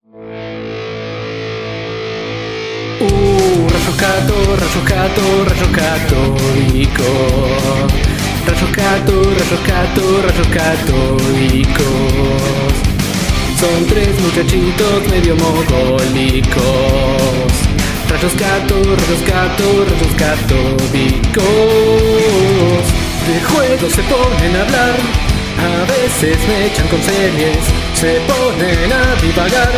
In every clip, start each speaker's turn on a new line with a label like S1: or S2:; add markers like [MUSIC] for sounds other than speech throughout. S1: Uh, Rayoscato, rayoscato, rayoscatólico. Rayoscato, rayoscato, rayoscatólicos. Son tres muchachitos medio mogólicos. Rayoscato, rayoscato, rayoscatólicos. De juego se ponen a hablar. A veces me echan con series, se ponen a divagar,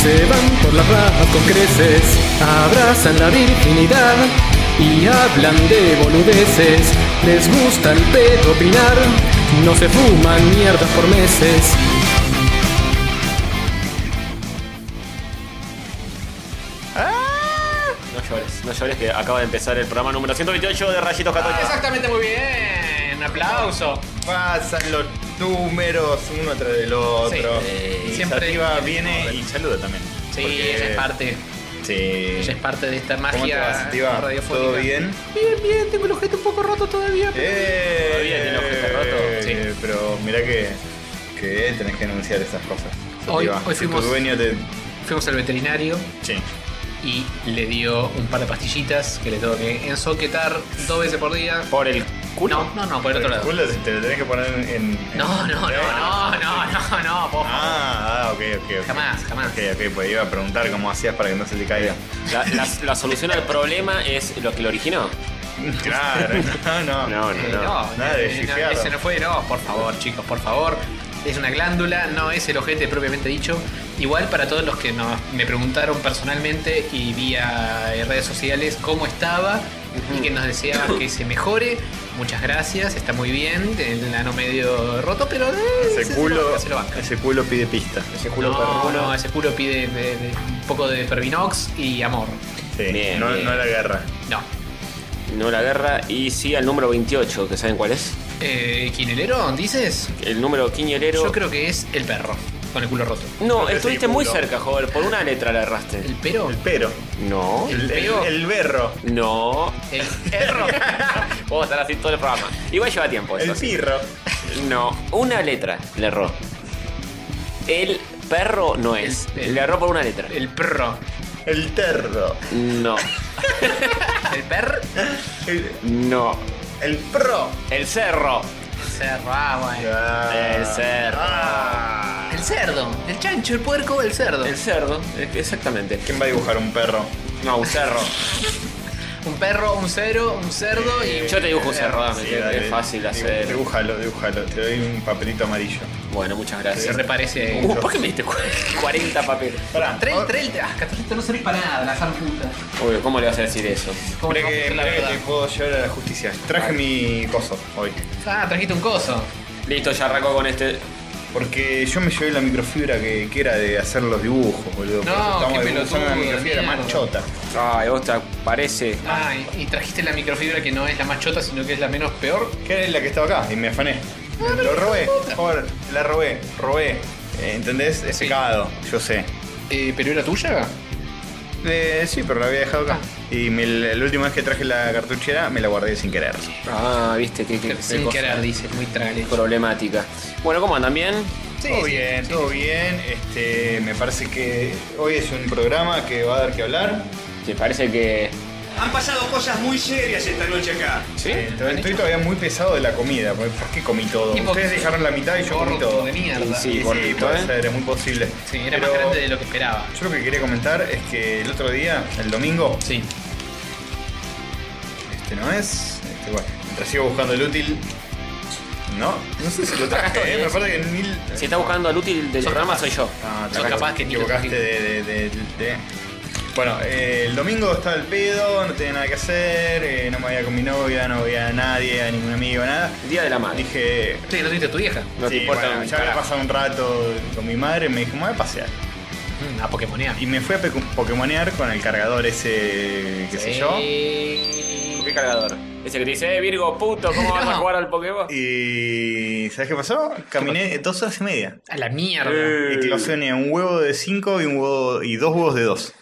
S1: se van por las ramas con creces, abrazan la virginidad y hablan de boludeces. Les gusta el pedo opinar, no se fuman mierdas por meses.
S2: No llores, no llores que acaba de empezar el programa número 128 de Rayitos Católicos.
S3: Ah, Exactamente, muy bien. Aplauso.
S4: Pasan los números uno tras del otro.
S3: Sí.
S2: Eh,
S3: Siempre-
S4: Iniciativa viene y saluda también.
S3: Sí,
S4: Porque-
S3: ella es parte.
S4: Sí.
S3: Ella es parte de esta
S4: ¿Cómo te vas,
S3: magia
S4: Sativa?
S3: radiofónica.
S4: ¿Todo bien?
S3: Bien, bien, tengo el ojete un poco roto todavía. pero-
S4: Eh,
S2: Todavía tiene ojete roto.
S4: eh, Pero mirá que, que tenés que anunciar esas cosas.
S3: Hoy-
S4: Sativa.
S3: hoy
S4: Si
S3: fuimos-
S4: Tu dueño te.
S3: Fuimos al veterinario
S4: Sí.
S3: y le dio un par de pastillitas que le tengo que ensoquetar dos veces por día.
S2: Por el culo.
S3: No, no, no, por el otro
S4: Pero el
S3: lado.
S4: culo te lo tenés que poner en. en-
S3: No,
S4: en-
S3: no, no, no, no, no, no, por favor.
S4: Ah, ah, ok, ok. ok.
S3: Jamás, jamás.
S4: Ok, ok, pues iba a preguntar cómo hacías para que no se te
S3: [LAUGHS]
S4: caiga.
S2: La, la- la solución al problema es lo que lo originó.
S4: Claro, no, no.
S2: No, no,
S3: Eh,
S2: no.
S3: No,
S4: nada de
S3: eh, no,
S4: chifear.
S3: ese no fue, no, por favor, chicos, por favor. Es una glándula, no es el ojete propiamente dicho. Igual para todos los que nos, me preguntaron personalmente y vía eh, redes sociales cómo estaba y que nos deseaban que se mejore. Muchas gracias, está muy bien, el ano medio roto, pero eh,
S4: Ese culo,
S3: se lo banca.
S4: ese culo pide pista.
S2: Ese
S3: No,
S2: perruno.
S3: no, ese culo pide de- de- un poco de Pervinox y amor.
S4: Sí,
S2: Bien,
S4: no,
S2: bien.
S4: no la guerra.
S3: No.
S2: No la guerra y sí al número 28, que saben cuál es.
S3: Eh, ¿Quinelero, dices?
S2: El número quiñolero.
S3: Yo creo que es el perro, con el culo roto.
S2: No,
S4: que es
S2: estuviste
S4: el
S2: muy
S4: culo.
S2: cerca, joder. Por una letra la erraste.
S3: ¿El pero?
S4: El pero.
S2: No.
S3: El
S4: El, el,
S3: peo.
S4: el berro.
S2: No.
S3: El perro.
S2: Vos estar así todo el programa. Igual lleva tiempo eso.
S4: El pirro.
S2: No, una letra le erró. El perro no es.
S3: El- el-
S2: le erró por una letra.
S3: El perro.
S4: El terro.
S2: No,
S3: El perro.
S4: El,
S2: no.
S4: el pro.
S2: El cerro.
S3: El cerro, ah, bueno.
S4: Ah.
S2: El cerro.
S4: Ah.
S3: El cerdo. El chancho, el puerco, el cerdo.
S2: El cerdo, e- exactamente.
S4: ¿Quién va a dibujar un perro?
S2: No, un cerro.
S3: Un perro, un cero, un cerdo
S4: Eh,
S2: [LAUGHS]
S3: y.
S2: Yo te dibujo un cerro, dame,
S4: Sí,
S2: que- que
S4: dale.
S2: es fácil
S4: Dibu-
S2: hacer.
S4: Dibújalo, dibújalo. Te doy un papelito amarillo.
S2: Bueno, muchas
S3: Se
S2: gracias.
S3: reparece.
S2: Uh, ¿Por qué me diste cu- [LAUGHS] 40 papeles?
S4: Pará.
S3: Tres,
S4: ahora-
S3: tres, ah, Catorcito no servís para nada, la san puta.
S2: Uy, ¿cómo le vas a decir eso?
S3: ¿Cómo
S4: mirá
S3: le vamos a
S4: que,
S3: hacer la
S4: mirá que
S3: verdad?
S4: te puedo llevar a la justicia. Traje mi coso hoy.
S3: Ah, trajiste un coso.
S2: Listo, ya arrancó con este.
S4: Porque yo me llevé la microfibra que, que era de hacer los dibujos, boludo. Por
S3: No,
S4: eso
S3: qué
S4: dibujando
S3: pelotudo
S4: la
S3: de
S4: microfibra
S3: mierda.
S4: más chota.
S2: Ay, vos te parece.
S3: Ah, y, y trajiste la microfibra que no es la más chota, sino que es la menos peor.
S4: Que era la que estaba acá y me afané.
S3: Ah,
S4: Lo robé, joder, la robé, robé. Eh, ¿Entendés? Es
S3: Sí.
S4: secado, yo sé.
S3: Eh, ¿Pero era tuya?
S4: Eh, sí, pero la había dejado acá.
S3: Ah.
S4: Y me- la última vez que traje la cartuchera me la guardé sin querer.
S2: Ah, viste que. que-
S3: Sin
S2: cosa
S3: querer, dice, muy tragalejo.
S2: Problemática. Bueno, ¿cómo andan bien?
S3: Sí,
S4: todo
S3: sí,
S4: bien,
S3: sí,
S4: todo bien. Este, me parece que hoy es un programa que va a dar que hablar.
S2: ¿Te parece que.?
S5: Han pasado cosas muy serias esta noche acá.
S2: ¿Sí?
S4: Eh, estoy todavía muy pesado de la comida, porque ¿por qué comí todo?
S3: Y porque-
S4: Ustedes dejaron la mitad y yo comí
S3: Gordo
S4: todo.
S3: de mierda.
S2: Y sí,
S4: Y sí,
S2: gordito,
S4: puede
S2: ¿eh?
S4: ser, es muy posible.
S3: Sí, era
S4: Pero
S3: más grande de lo que esperaba.
S4: Yo lo que quería comentar es que el otro día, el domingo,
S3: Sí.
S4: Este no es. Este, bueno, mientras sigo buscando el útil. No, no sé si lo traje, eh, me parece que ni.
S2: Si está buscando al útil del
S3: Sos
S2: programa,
S3: capaz.
S2: soy yo.
S4: Ah,
S3: Sos
S4: te
S3: capaz que ni lo
S4: equivocaste de, de, de- de- Bueno, eh, el domingo estaba el pedo, no tenía nada que hacer, eh, no me había con mi novia, no veía a nadie, a ningún amigo, nada.
S2: Día de la madre.
S4: Dije.
S3: Sí, no tuviste a Este tu vieja.
S2: No te
S4: sí,
S2: importa
S4: bueno,
S2: un
S4: ya había
S2: carajo.
S4: pasado un rato con mi madre, me dijo, me voy a pasear.
S3: Mm, A Pokémonear.
S4: Y me fui a pe- pokemonear con el cargador ese, qué sé yo.
S2: ¿Qué cargador? Ese que te dice, eh, Virgo, puto, ¿cómo vas a
S3: No.
S2: jugar al Pokémon?
S4: Y. ¿Sabes qué pasó? Caminé dos horas y media.
S3: A la mierda.
S2: Eh.
S4: Eclosioné un huevo de 5 y un huevo y dos huevos de 2.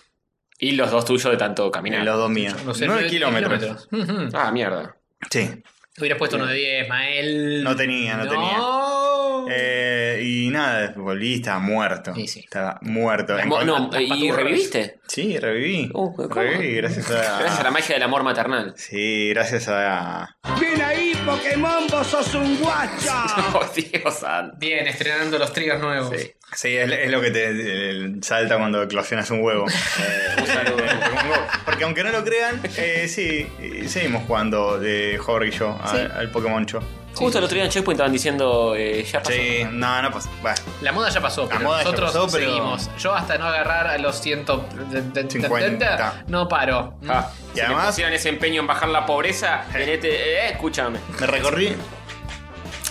S2: Y los dos tuyos de tanto caminar.
S4: Los dos míos.
S3: No sé,
S4: 9
S3: nueve
S4: kilómetros.
S3: kilómetros. [LAUGHS] Ujú.
S2: Ah, mierda.
S4: Sí.
S3: Hubieras puesto uno de 10, Mael.
S4: No tenía, no tenía.
S3: No.
S4: Eh, y nada, volví, estaba muerto.
S3: Sí, sí.
S4: Estaba muerto.
S2: Vos-
S4: Encon-
S2: no,
S3: las
S2: ¿Y
S3: paturras.
S2: reviviste?
S4: Sí, reviví.
S2: Uh, ¿cómo?
S4: reviví gracias a...
S2: Gracias a la magia del amor maternal.
S4: Sí, gracias a...
S5: Ven ahí, Pokémon, vos sos un guacho.
S2: Oh, Dios santo.
S3: Bien, estrenando los triggers nuevos.
S4: Sí, sí, es, es lo que te el- salta cuando eclosionas un huevo. Eh,
S2: Un saludo.
S4: un huevo. Porque aunque no lo crean, eh, sí, eh, seguimos jugando de Jorge y yo a-
S6: Sí.
S4: al Pokémoncho.
S2: [LAUGHS] Justo el otro día en Checkpoint estaban diciendo eh, ya pasó.
S4: Sí, no, no pasa. Bueno,
S3: La moda ya pasó, pero
S4: moda ya
S3: nosotros
S4: pasó, pero-
S3: seguimos. Yo hasta no agarrar a los 150
S4: 50.
S3: no paro. Mm.
S2: Ah,
S4: Y
S2: si le
S4: además-
S2: pusieran ese empeño en bajar la pobreza, en este, eh, escúchame.
S4: me recorrí.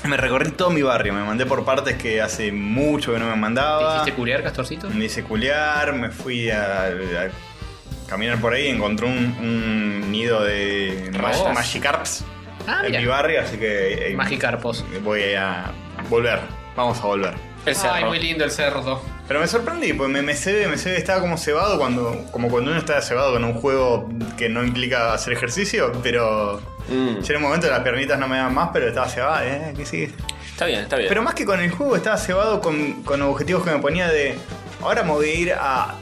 S4: Me recorrí todo mi barrio, me mandé por partes que hace mucho que no me
S3: ¿Te
S4: mandaba.
S3: hiciste culiar, Castorcito?
S4: Me hice culiar, me fui a, a caminar por ahí, encontré un, un nido de
S3: Ratas.
S4: mag- Magikarps
S3: Ah,
S4: en
S3: mira.
S4: mi barrio, así que eh,
S3: Magikarpos.
S4: voy a volver, vamos a volver.
S2: El cerro.
S3: Ay, muy lindo el cerdo.
S4: Pero me sorprendí, pues me, me cebé, me cebé, estaba como cebado cuando, como cuando uno está cebado con un juego que no implica hacer ejercicio, pero
S2: Mm,
S4: ya en un momento las piernitas no me dan más, pero estaba cebado, eh, que sigue.
S2: está bien, está bien.
S4: Pero más que con el juego, estaba cebado con, con objetivos que me ponía de. Ahora me voy a ir a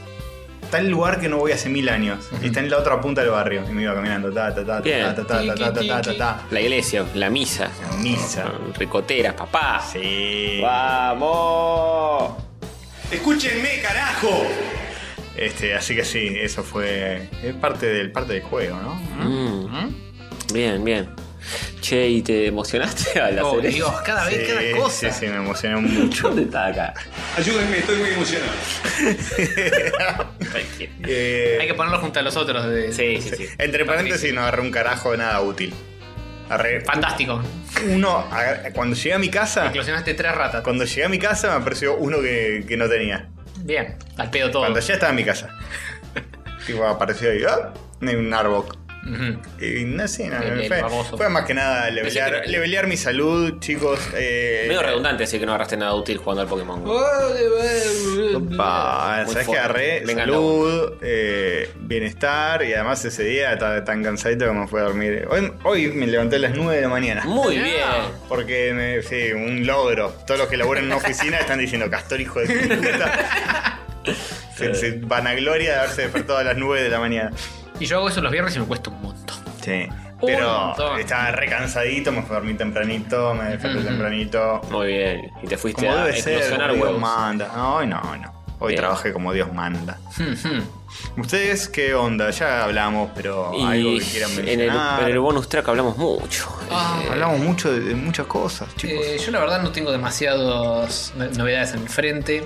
S4: tal lugar que no voy hace mil años. Y está en la otra punta del barrio. Y me iba caminando. Ta, ta, ta, ta,
S2: Bien.
S4: ta, ta, ta, ta, ta, ta, ta, ta.
S2: La iglesia, la misa,
S4: La misa.
S2: ricoteras, papá.
S4: Sí.
S2: ¡Vamos!
S5: Escúchenme, carajo.
S4: Este, así que sí, eso fue. Es parte del, parte del juego, ¿no?
S2: Mm. Bien, bien. Che, ¿y te emocionaste al
S3: Oh,
S2: hacer
S3: Dios,
S2: eso?
S3: cada vez,
S4: Sí,
S3: cada cosa.
S4: Sí, sí, me emocioné
S2: [LAUGHS]
S4: mucho.
S2: ¿Dónde está acá?
S5: Ayúdenme, estoy muy emocionado.
S4: Eh,
S3: Hay que ponerlo junto a los otros. de-
S2: Sí, sí, sí.
S4: entre paréntesis, no agarré un carajo de nada útil. Agarré-
S3: Fantástico.
S4: uno, agarré- cuando llegué a mi casa.
S3: Eclosionaste tres ratas.
S4: Cuando llegué a mi casa me apareció uno que, que no tenía.
S3: Bien, al pedo todo.
S4: Cuando ya estaba en mi [LAUGHS] casa. tipo, apareció ahí, ¡ah! Un Arbok.
S3: Ujú.
S4: Y no sé, no,
S3: El- el
S4: fue,
S3: baboso.
S4: fue más que nada
S2: Me
S4: levelear,
S2: siento-
S4: levelear mi salud, chicos. Eh,
S2: Medio redundante decir que no agarraste nada útil jugando al Pokémon. Go.
S4: Opa,
S2: Muy
S4: sabes que
S2: fuerte.
S4: agarré
S2: Venga,
S4: salud, eh, bienestar y además ese día estaba tan cansadito que me fui a dormir. Hoy, hoy me levanté a las 9 de la mañana.
S2: Muy
S3: Ah.
S2: bien.
S4: Porque, me, sí, un logro. Todos los que laburan en una oficina están diciendo, Castor, hijo de puta.
S2: [LAUGHS]
S4: se, se vanagloria de haberse despertado a las 9 de la mañana.
S3: Y yo hago eso los viernes y me cuesta un montón.
S4: Sí.
S3: Un
S4: Pero
S3: montón.
S4: estaba re cansadito, me fui a dormir tempranito, me desperté
S3: Ujú.
S4: tempranito.
S2: Muy bien. Y te fuiste
S4: Como
S2: a
S4: debe ser,
S2: explosionar
S4: como Dios
S2: huevos.
S4: manda. No, hoy no, hoy no. Hoy
S2: Bien.
S4: trabajé como Dios manda.
S3: Ujú.
S4: ¿Ustedes qué onda? Ya hablamos, pero algo que quieran
S2: en el,
S4: mencionar.
S2: en el bonus track hablamos mucho.
S3: Ah,
S4: Hablamos mucho de, de muchas cosas, chicos.
S3: Eh, yo la verdad no tengo demasiadas no- novedades en mi frente.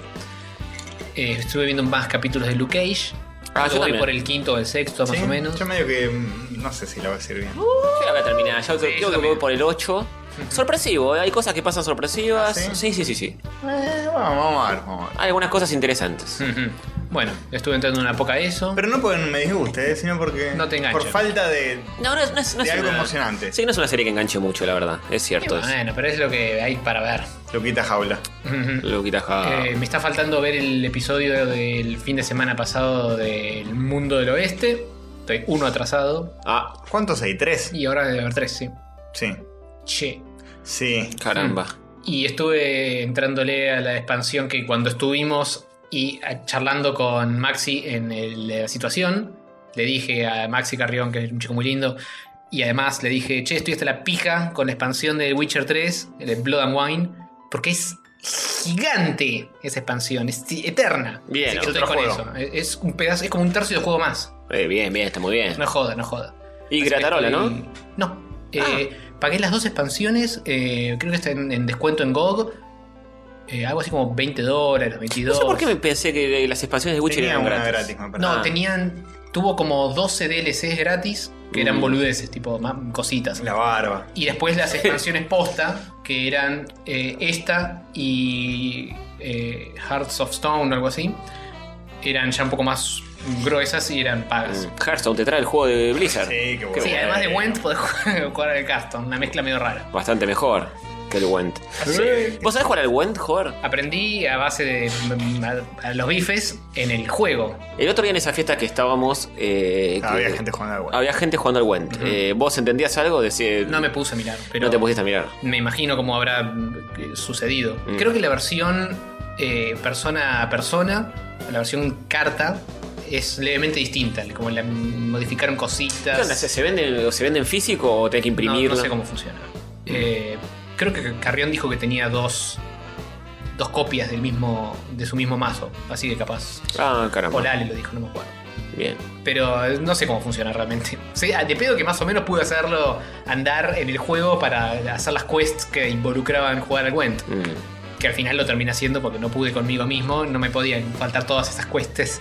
S3: Eh, estuve viendo más capítulos de Luke Cage.
S2: Ah, yo
S3: Voy
S2: también.
S3: por el quinto o el sexto
S4: ¿Sí?
S3: más o menos.
S4: Yo medio que mm, no sé si la voy a decir bien.
S2: Yo la voy a terminar, ya creo
S3: yo
S2: que
S3: también.
S2: voy por el 8. Sorpresivo, ¿eh? hay cosas que pasan sorpresivas.
S4: ¿Ah,
S2: sí? sí, sí, sí,
S4: Eh, vamos, vamos a ver, vamos a ver.
S2: Hay algunas cosas interesantes.
S3: Ujú. Bueno, estuve entrando en una poca de eso.
S4: Pero no porque me disguste, eh, sino porque.
S3: No te engancha.
S4: Por falta de.
S2: No, no es, no es- no
S4: De
S2: es
S4: algo
S2: una-
S4: emocionante.
S2: Sí, no es una serie que enganche mucho, la verdad. Es cierto. Es.
S3: bueno, pero es lo que hay para ver.
S4: Lo quita jaula.
S3: Ujú.
S2: Lo quita ja-
S3: Eh, me está faltando ver el episodio del fin de semana pasado del Mundo del Oeste. Estoy uno atrasado.
S2: Ah,
S4: ¿Cuántos hay? ¿Tres?
S3: Y ahora debe haber tres, sí.
S4: Sí.
S3: Che.
S4: Sí.
S2: caramba.
S3: Y estuve entrándole a la expansión que cuando estuvimos y a- charlando con Maxi en el- la situación, le dije a Maxi Carrión, que es un chico muy lindo, y además le dije, che, estoy hasta la pija con la expansión de Witcher 3, el Blood and Wine, porque es gigante esa expansión, es eterna.
S2: Bien,
S3: Así que
S4: otro
S3: estoy con
S4: juego.
S3: eso. Es es un pedazo, es como un tercio de juego más.
S2: Eh, bien, bien, está muy bien.
S3: No es joda, no es joda.
S2: y
S3: Así que
S2: Gratarola,
S3: estoy-
S2: ¿no? Ah.
S3: No. Eh, Pagué las dos expansiones, eh, creo que está en, en descuento en GOG. eh, algo así como 20 dólares, 22.
S2: No sé por qué me pensé que las expansiones de Witcher
S4: Tenía
S2: eran
S4: una
S2: gratis.
S4: gratis, me parece.
S3: No,
S2: Ah.
S3: tenían. Tuvo como 12 DLCs gratis, que eran
S2: Mm.
S3: boludeces, tipo ma- cositas.
S4: La barba.
S3: Y después las expansiones posta, que eran eh, esta y eh, Hearts of Stone o algo así, eran ya un poco más gruesas y eran pagas.
S2: Mm. Hearthstone te trae el juego de Blizzard.
S4: Sí, qué bueno.
S3: Sí, además de Went podés [LAUGHS] jugar jugar al Caston, una mezcla medio rara.
S2: Bastante mejor que el Went.
S4: Sí.
S2: ¿Vos sabés jugar al Went, joder?
S3: Aprendí a base de mm, a- a los bifes en el juego.
S2: El otro día en esa fiesta que estábamos. eh, que-
S4: Ah, Había gente jugando al Wii.
S2: había gente jugando al Went. Eh, ¿Vos entendías algo? Decí- eh,
S3: No me puse a mirar, pero
S2: no te pusiste a mirar.
S3: me imagino cómo habrá mm, eh, sucedido. Creo que la versión eh, persona a persona, la versión carta, es levemente distinta, como la modificaron
S2: ¿Qué onda? ¿Se,
S3: cositas.
S2: se vende, ¿Se vende en físico o tenés que
S3: No, no
S2: imprimirlo?
S3: sé cómo funciona.
S2: Mm.
S3: Eh, creo que Carrión dijo que tenía dos, dos copias del mismo, de su mismo mazo, así que capaz.
S2: Ah, caramba.
S3: O Lale lo dijo, no me acuerdo.
S2: Bien.
S3: Pero eh, no sé cómo funciona realmente. [LAUGHS] O sea, de pedo que más o menos pude hacerlo andar en el juego para hacer las quests que involucraban jugar al Gwent.
S2: Mm.
S3: Que al final lo terminé haciendo porque no pude conmigo mismo. No me podían faltar todas esas quests.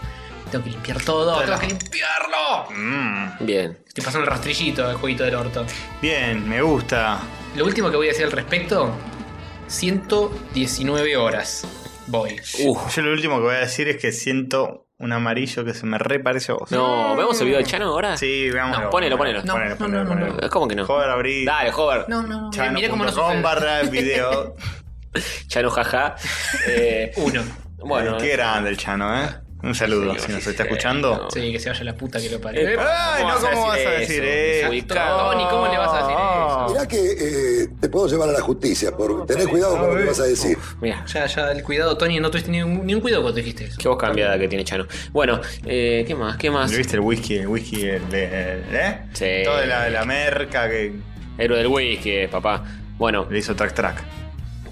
S3: Tengo que limpiar todo. ¡Tengo que limpiarlo!
S4: Mm,
S2: Bien.
S3: Estoy pasando el rastrillito del jueguito del orto.
S4: bien, me gusta.
S3: Lo último que voy a decir al respecto: 119 horas. Voy.
S2: Uf.
S4: Yo lo último que voy a decir es que siento un amarillo que se me re parece a vos.
S2: No, ¿vemos el video de Chano ahora?
S4: Sí, veámoslo.
S2: No, ponelo, ponelo.
S3: No,
S4: Ponelo,
S3: no,
S4: ponelo,
S3: no,
S4: ponelo.
S2: no. ¿Cómo que no?
S4: Joder, abrí.
S2: Dale, Hover.
S3: No, no, no. Mirá, mirá cómo nos
S4: Chano.com barra video.
S2: Chano, jaja. Eh,
S3: Uno.
S2: [LAUGHS] bueno.
S4: Qué grande el Chano, ¿eh. Un saludo, si nos está escuchando.
S3: Sí, que se vaya la puta que lo parió.
S2: eh,
S4: Ay, no, ¿cómo vas a decir eso?
S2: Ubicado.
S3: Tony, ¿cómo le vas a decir eso?
S6: Mirá que eh, te puedo llevar a la justicia, por tener cuidado con lo que vas a decir.
S2: Mira,
S3: Ya, ya, el cuidado, Tony, no tuviste ni un, ni un cuidado cuando dijiste eso.
S2: qué voz cambiada que tiene Chano. Bueno, eh, ¿qué más? ¿Qué más?
S4: ¿Lo viste el whisky? El whisky, el de- el- ¿eh?
S2: Sí.
S4: Todo de la, de la merca que
S2: Héroe del whisky, eh, papá. Bueno,
S4: le hizo track track.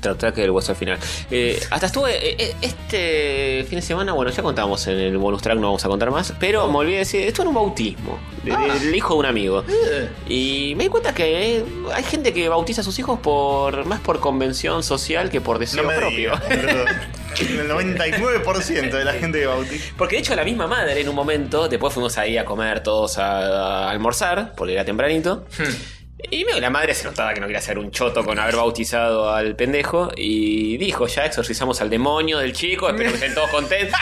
S2: tratar que el hueso al final. Eh, hasta estuve eh, eh, este fin de semana, bueno, ya contamos en el bonus track, no vamos a contar más, pero me olvidé de decir, esto era un bautismo de-
S4: Ah.
S2: del hijo de un amigo.
S3: Eh,
S2: Y me di cuenta que eh, hay gente que bautiza a sus hijos por más por convención social que por
S4: No
S2: deseo
S4: me
S2: propio.
S4: digas, boludo.
S2: [LAUGHS]
S4: El 99% de la gente que bautiza.
S2: Porque de hecho la misma madre en un momento, después fuimos ahí a comer todos a, a almorzar, porque era tempranito.
S4: Hmm.
S2: Y medio que la madre se notaba que no quería hacer un choto con haber bautizado al pendejo. Y dijo, ya exorcizamos al demonio del chico, espero que estén todos contentos.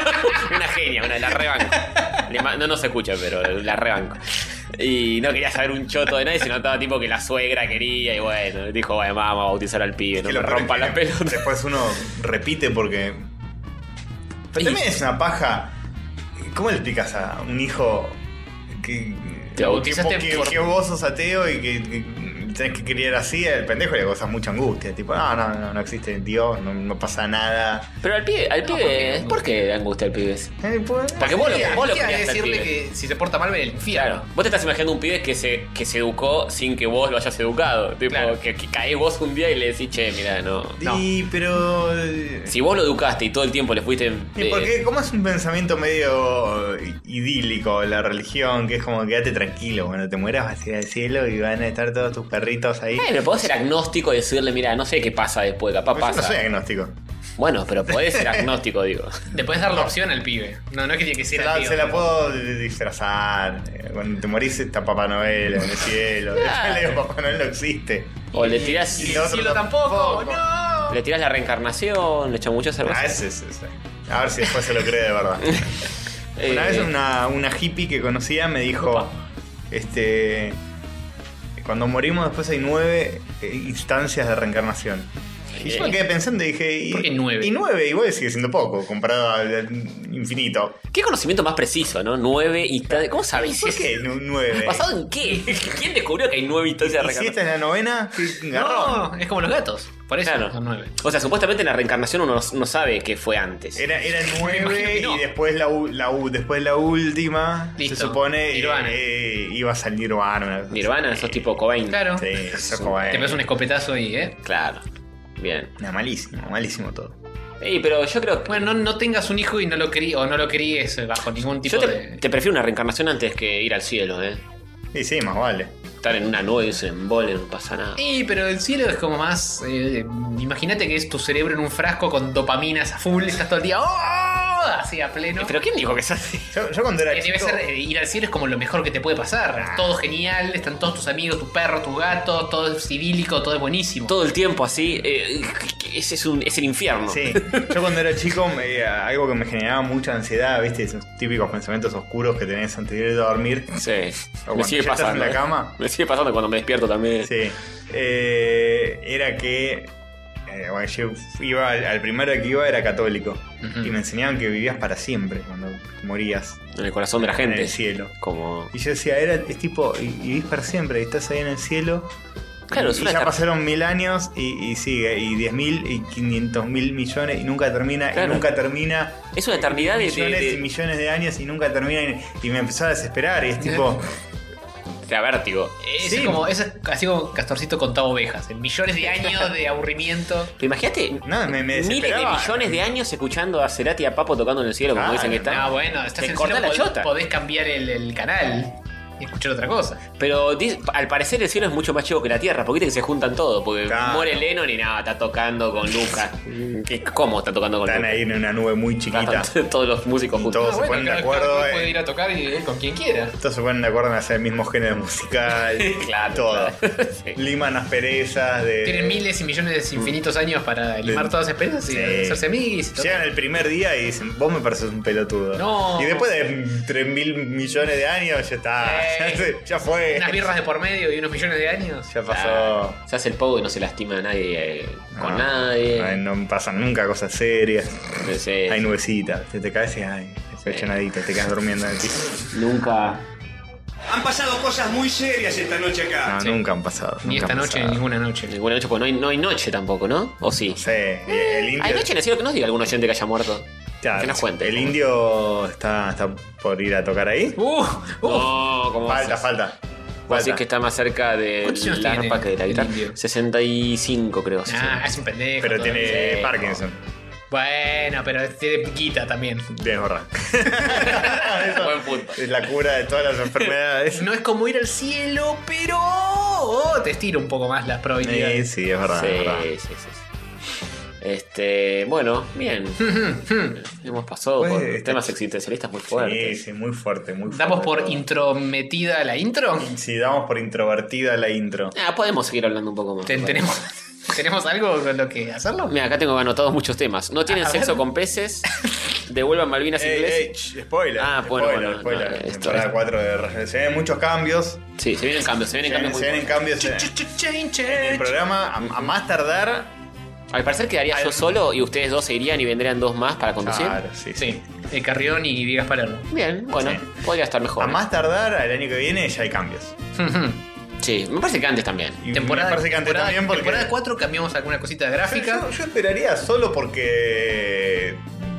S2: [LAUGHS] una genia, una, la rebanco. Le ma- No nos escucha, pero la rebanco. Y no quería saber un choto de nadie, se notaba tipo que la suegra quería. Y bueno, dijo, bueno, vamos a bautizar al pibe, no
S4: Que
S2: me
S4: lo peor es
S2: rompa
S4: que
S2: la pelota.
S4: Después uno repite porque.
S3: Y-
S4: También es una paja. ¿Cómo le explicas a un hijo que.
S2: Te
S3: bautizaste
S4: que,
S3: por-
S4: que vos sos ateo y que, que tenés que criar así? Al pendejo le causas mucha angustia. Tipo, no, no, no, no existe Dios, no, no pasa nada.
S2: Pero al pibe, al pibe, ¿por qué le angustia al pibe?
S4: Eh, pues,
S2: Porque vos lo,
S3: ¿qué
S2: vos lo
S3: quieres
S2: criaste al
S3: decirle
S2: pibe.
S3: que si se porta mal, ve el infierno.
S2: Claro, vos te estás imaginando un pibe que se, que se educó sin que vos lo hayas educado. Tipo,
S3: Claro.
S2: que, que caes vos un día y le decís, che, mirá, no. no.
S4: Sí, pero.
S2: Si vos lo educaste y todo el tiempo le fuiste.
S4: ¿Y
S2: eh,
S4: por qué? ¿Cómo es un pensamiento medio idílico la religión? Que es como quédate tranquilo, cuando te mueras vas a ir al cielo y van a estar todos tus perritos ahí.
S2: Bueno, podés ser agnóstico y decirle, mira, no sé qué pasa después, capaz
S4: Pues Yo
S2: pasa.
S4: no soy agnóstico.
S2: Bueno, pero podés ser agnóstico,
S4: [LAUGHS]
S2: digo.
S3: Le podés dar la opción al pibe. No, no quería que
S4: Se
S3: sea
S4: la,
S3: tío.
S4: se la puedo disfrazar. Eh, Cuando te morís está Papá Noel en el cielo. Después le digo, Papá Noel no existe.
S2: O le tirás,
S3: Y
S4: Y
S3: el
S4: otro
S3: cielo tampoco.
S4: tampoco.
S3: ¡No!
S2: le tirás la reencarnación, le chamuchás algo
S4: Ah,
S2: así.
S4: ese, ese, ese. A ver si después se lo cree de verdad. Una
S2: Eh,
S4: vez una, una hippie que conocía me dijo, este, cuando morimos después hay nueve eh, instancias de reencarnación. Y yo me quedé pensando y dije, y,
S3: ¿Por qué nueve?
S4: Y nueve igual sigue siendo poco comparado al al infinito.
S2: ¿Qué conocimiento más preciso, no? Nueve y tal- ¿Cómo sabés
S4: Ah. ¿Por
S2: eso?
S4: qué nu- nueve?
S2: ¿Basado en
S4: [LAUGHS]
S2: qué? ¿Quién descubrió que hay nueve instancias de
S4: Y si
S2: reencarnación?
S4: esta es la novena, qué garrón.
S3: No, es como los gatos. Por eso
S2: Claro.
S3: son nueve.
S2: O sea, supuestamente en la reencarnación uno no, no sabe qué fue antes.
S4: Era, era
S3: imagino
S4: nueve
S3: que no.
S4: y después la, u- la, u- después la última,
S3: Listo.
S4: se supone,
S3: Nirvana.
S4: eh, iba a salir Nirvana.
S2: Nirvana, sos tipo Cobain.
S3: Claro.
S4: Sí, eso es como, eh,
S3: Te pegas un escopetazo y, ¿eh?
S2: Claro. Bien.
S4: no, malísimo, malísimo todo.
S2: Ey, pero yo creo que.
S3: Bueno, no, no tengas un hijo y no lo querías, o no lo querías eh, bajo ningún tipo
S2: yo te,
S3: de.
S2: te prefiero una reencarnación antes que ir al cielo, ¿eh?
S4: Y sí, más vale.
S2: Estar en una nube, es un embole, no pasa nada.
S3: Sí, pero el cielo es como más. eh, Imagínate que es tu cerebro en un frasco con dopaminas a full, estás todo el día. ¡Oh! Así a pleno.
S2: ¿Pero quién dijo que es así?
S4: Yo, yo cuando era
S3: Eh, Debe
S4: chico,
S3: ser, eh, ir al cielo es como lo mejor que te puede
S2: Ah.
S3: pasar. Todo genial, están todos tus amigos, tu perro, tu gato, todo es idílico, todo es buenísimo.
S2: Todo el tiempo así. eh, ese es, un, es el infierno.
S4: Sí, yo cuando era chico, me- eh, algo que me generaba mucha ansiedad, viste, esos típicos pensamientos oscuros que tenés antes de ir a dormir.
S2: Sí.
S4: O
S2: Me
S4: cuando
S2: sigue
S4: ya estás en
S2: pasando.
S4: la
S2: ¿eh?
S4: cama.
S2: Me sigue pasando cuando me despierto también.
S4: Sí. Eh, era que. eh, bueno, yo iba al, al primero que iba era católico. Y me enseñaban que vivías para siempre cuando morías
S2: En el corazón de la
S4: en
S2: gente.
S4: el cielo.
S2: Como.
S4: Y yo decía, era, es tipo, y y vivís para siempre, y estás ahí en el cielo.
S2: Claro,
S4: Y-
S2: es
S4: y
S2: una
S4: ya
S2: etapa.
S4: pasaron mil años y, y sigue, y 10 mil y 500 mil millones y nunca termina,
S2: Claro.
S4: y nunca termina.
S2: Es una eternidad de, de-
S4: millones y
S2: de-
S4: millones de años y nunca termina. Y, y me empezó a desesperar y
S2: [LAUGHS]
S4: es tipo,
S2: de vértigo.
S3: Ese
S4: Sí.
S3: es como, ese es así como Castorcito contaba ovejas. En
S2: [LAUGHS]
S3: millones de años de aburrimiento.
S2: ¿Te imaginaste?
S4: No, me- me
S2: miles de
S4: desesperaba.
S2: millones de años escuchando a Cerati y a Papo tocando en el cielo, como
S4: Ah,
S2: dicen que
S3: Ah,
S2: está.
S3: bueno, estás
S2: Te
S3: en
S2: corta
S3: cielo,
S2: la
S3: pod-
S2: chota.
S3: podés cambiar el, el canal y escuchar otra cosa.
S2: Pero di- al parecer el cielo es mucho más chico que la tierra, porque viste que se juntan todos. Porque
S4: Claro.
S2: muere Lennon y nada, está tocando con Lucas. ¿Qué- ¿Cómo está tocando con
S4: están
S2: Lucas?
S4: ahí en una nube muy chiquita.
S2: Están todos los músicos juntos.
S4: Todos se ponen de
S3: cada-
S4: acuerdo,
S3: cada uno puede
S4: eh.
S3: ir a tocar y él con quien quiera.
S4: Todos se ponen de acuerdo en hacer el mismo género musical.
S2: [LAUGHS] Claro,
S4: Todo.
S2: claro. [LAUGHS] Sí.
S4: Liman asperezas de.
S3: Tienen miles y millones de infinitos años para limar
S4: mm. Sí.
S3: todas las esperanzas y
S4: Sí.
S3: hacerse amiguis. y todo.
S4: Llegan el primer día y dicen, vos me pareces un pelotudo.
S3: No.
S4: Y después de 3 mil millones de años, ya está.
S3: Eh.
S4: Ya, se- [LAUGHS] ya fue.
S3: Unas birras de por medio y unos millones de años.
S4: Ya pasó.
S2: Claro. Se hace el pogo y no se lastima a nadie eh, con
S4: No.
S2: nadie.
S4: Ay, no pasan nunca cosas serias.
S2: Entonces,
S4: Hay nubecitas. Te, te caes y ay, pechonadito, te quedas durmiendo en el piso.
S2: nunca.
S5: Han pasado cosas muy serias esta noche acá.
S2: Ah,
S4: No, nunca han pasado.
S3: Ni
S4: nunca
S3: esta
S4: han
S3: noche, ni
S4: pasado.
S3: ninguna noche.
S2: Ninguna noche, porque no hay, no hay noche tampoco, ¿no? ¿O sí?
S4: Sí, el indio.
S2: Hay noche en el cielo que nos diga algún oyente que haya muerto.
S4: Claro,
S2: que nos cuente.
S4: El
S2: ¿no?
S4: indio está, está por ir a tocar ahí.
S3: ¡Uh! ¡Uh!
S2: No, como.
S4: falta, falta.
S2: Vos decís
S4: falta.
S2: que está más cerca de
S3: ¿Cuántos años
S2: la
S3: tiene
S2: arpa que de la
S3: el
S2: guitarra.
S3: indio?
S2: 65, creo.
S3: Ah,
S2: 60.
S3: es un pendejo.
S4: Pero
S3: todavía.
S4: tiene
S2: sí.
S4: Parkinson.
S3: Bueno, pero tiene piquita también.
S2: [LAUGHS]
S4: Tienes borra.
S2: Buen punto.
S4: Es la cura de todas las enfermedades.
S3: No es como ir al cielo, pero oh, te estira un poco más las
S4: Sí,
S3: probabilidades.
S4: sí, es verdad. es verdad.
S2: sí, sí, sí, sí. Este, bueno, bien. Hemos pasado
S4: Pues,
S2: por
S4: este-
S2: temas existencialistas muy
S4: Hmm. Sí,
S2: fuertes.
S4: sí, muy fuerte, muy fuerte.
S3: Damos por
S4: todo.
S3: intrometida la intro.
S4: Sí, damos por introvertida la intro.
S2: Ah, podemos seguir hablando un poco más.
S3: Ten- ¿Tenemos, [LAUGHS] ¿Tenemos algo con lo que hacerlo?
S2: Mira, acá tengo anotados muchos temas. No tienen
S3: A
S2: sexo
S3: ver.
S2: con
S4: [LAUGHS]
S2: peces. Devuelvan Malvinas
S4: Ey,
S2: inglesas.
S4: ey, sh, spoiler.
S2: Ah, bueno,
S4: spoiler,
S2: bueno,
S4: spoiler.
S2: no, esto-
S4: Temporada 4 de Rayos. Se ven muchos cambios.
S2: Sí, se vienen cambios, se vienen
S4: Se ven,
S2: cambios
S4: se
S2: muy
S4: vienen cambios en, en el programa. A, a más tardar.
S2: Al parecer quedaría yo
S4: Al-
S2: solo y ustedes dos se irían y vendrían dos más para conducir.
S4: Claro, sí, sí.
S3: Sí, el Carrión y Viegas Palermo.
S2: Bien, bueno,
S4: Sí.
S2: podría estar mejor.
S4: A más tardar, al año que viene ya hay cambios.
S2: Sí, me parece que antes también.
S4: Y
S3: temporada,
S4: me parece que antes
S3: temporada-
S4: también porque.
S3: temporada 4 cambiamos alguna cosita gráfica.
S4: Yo, yo esperaría solo porque.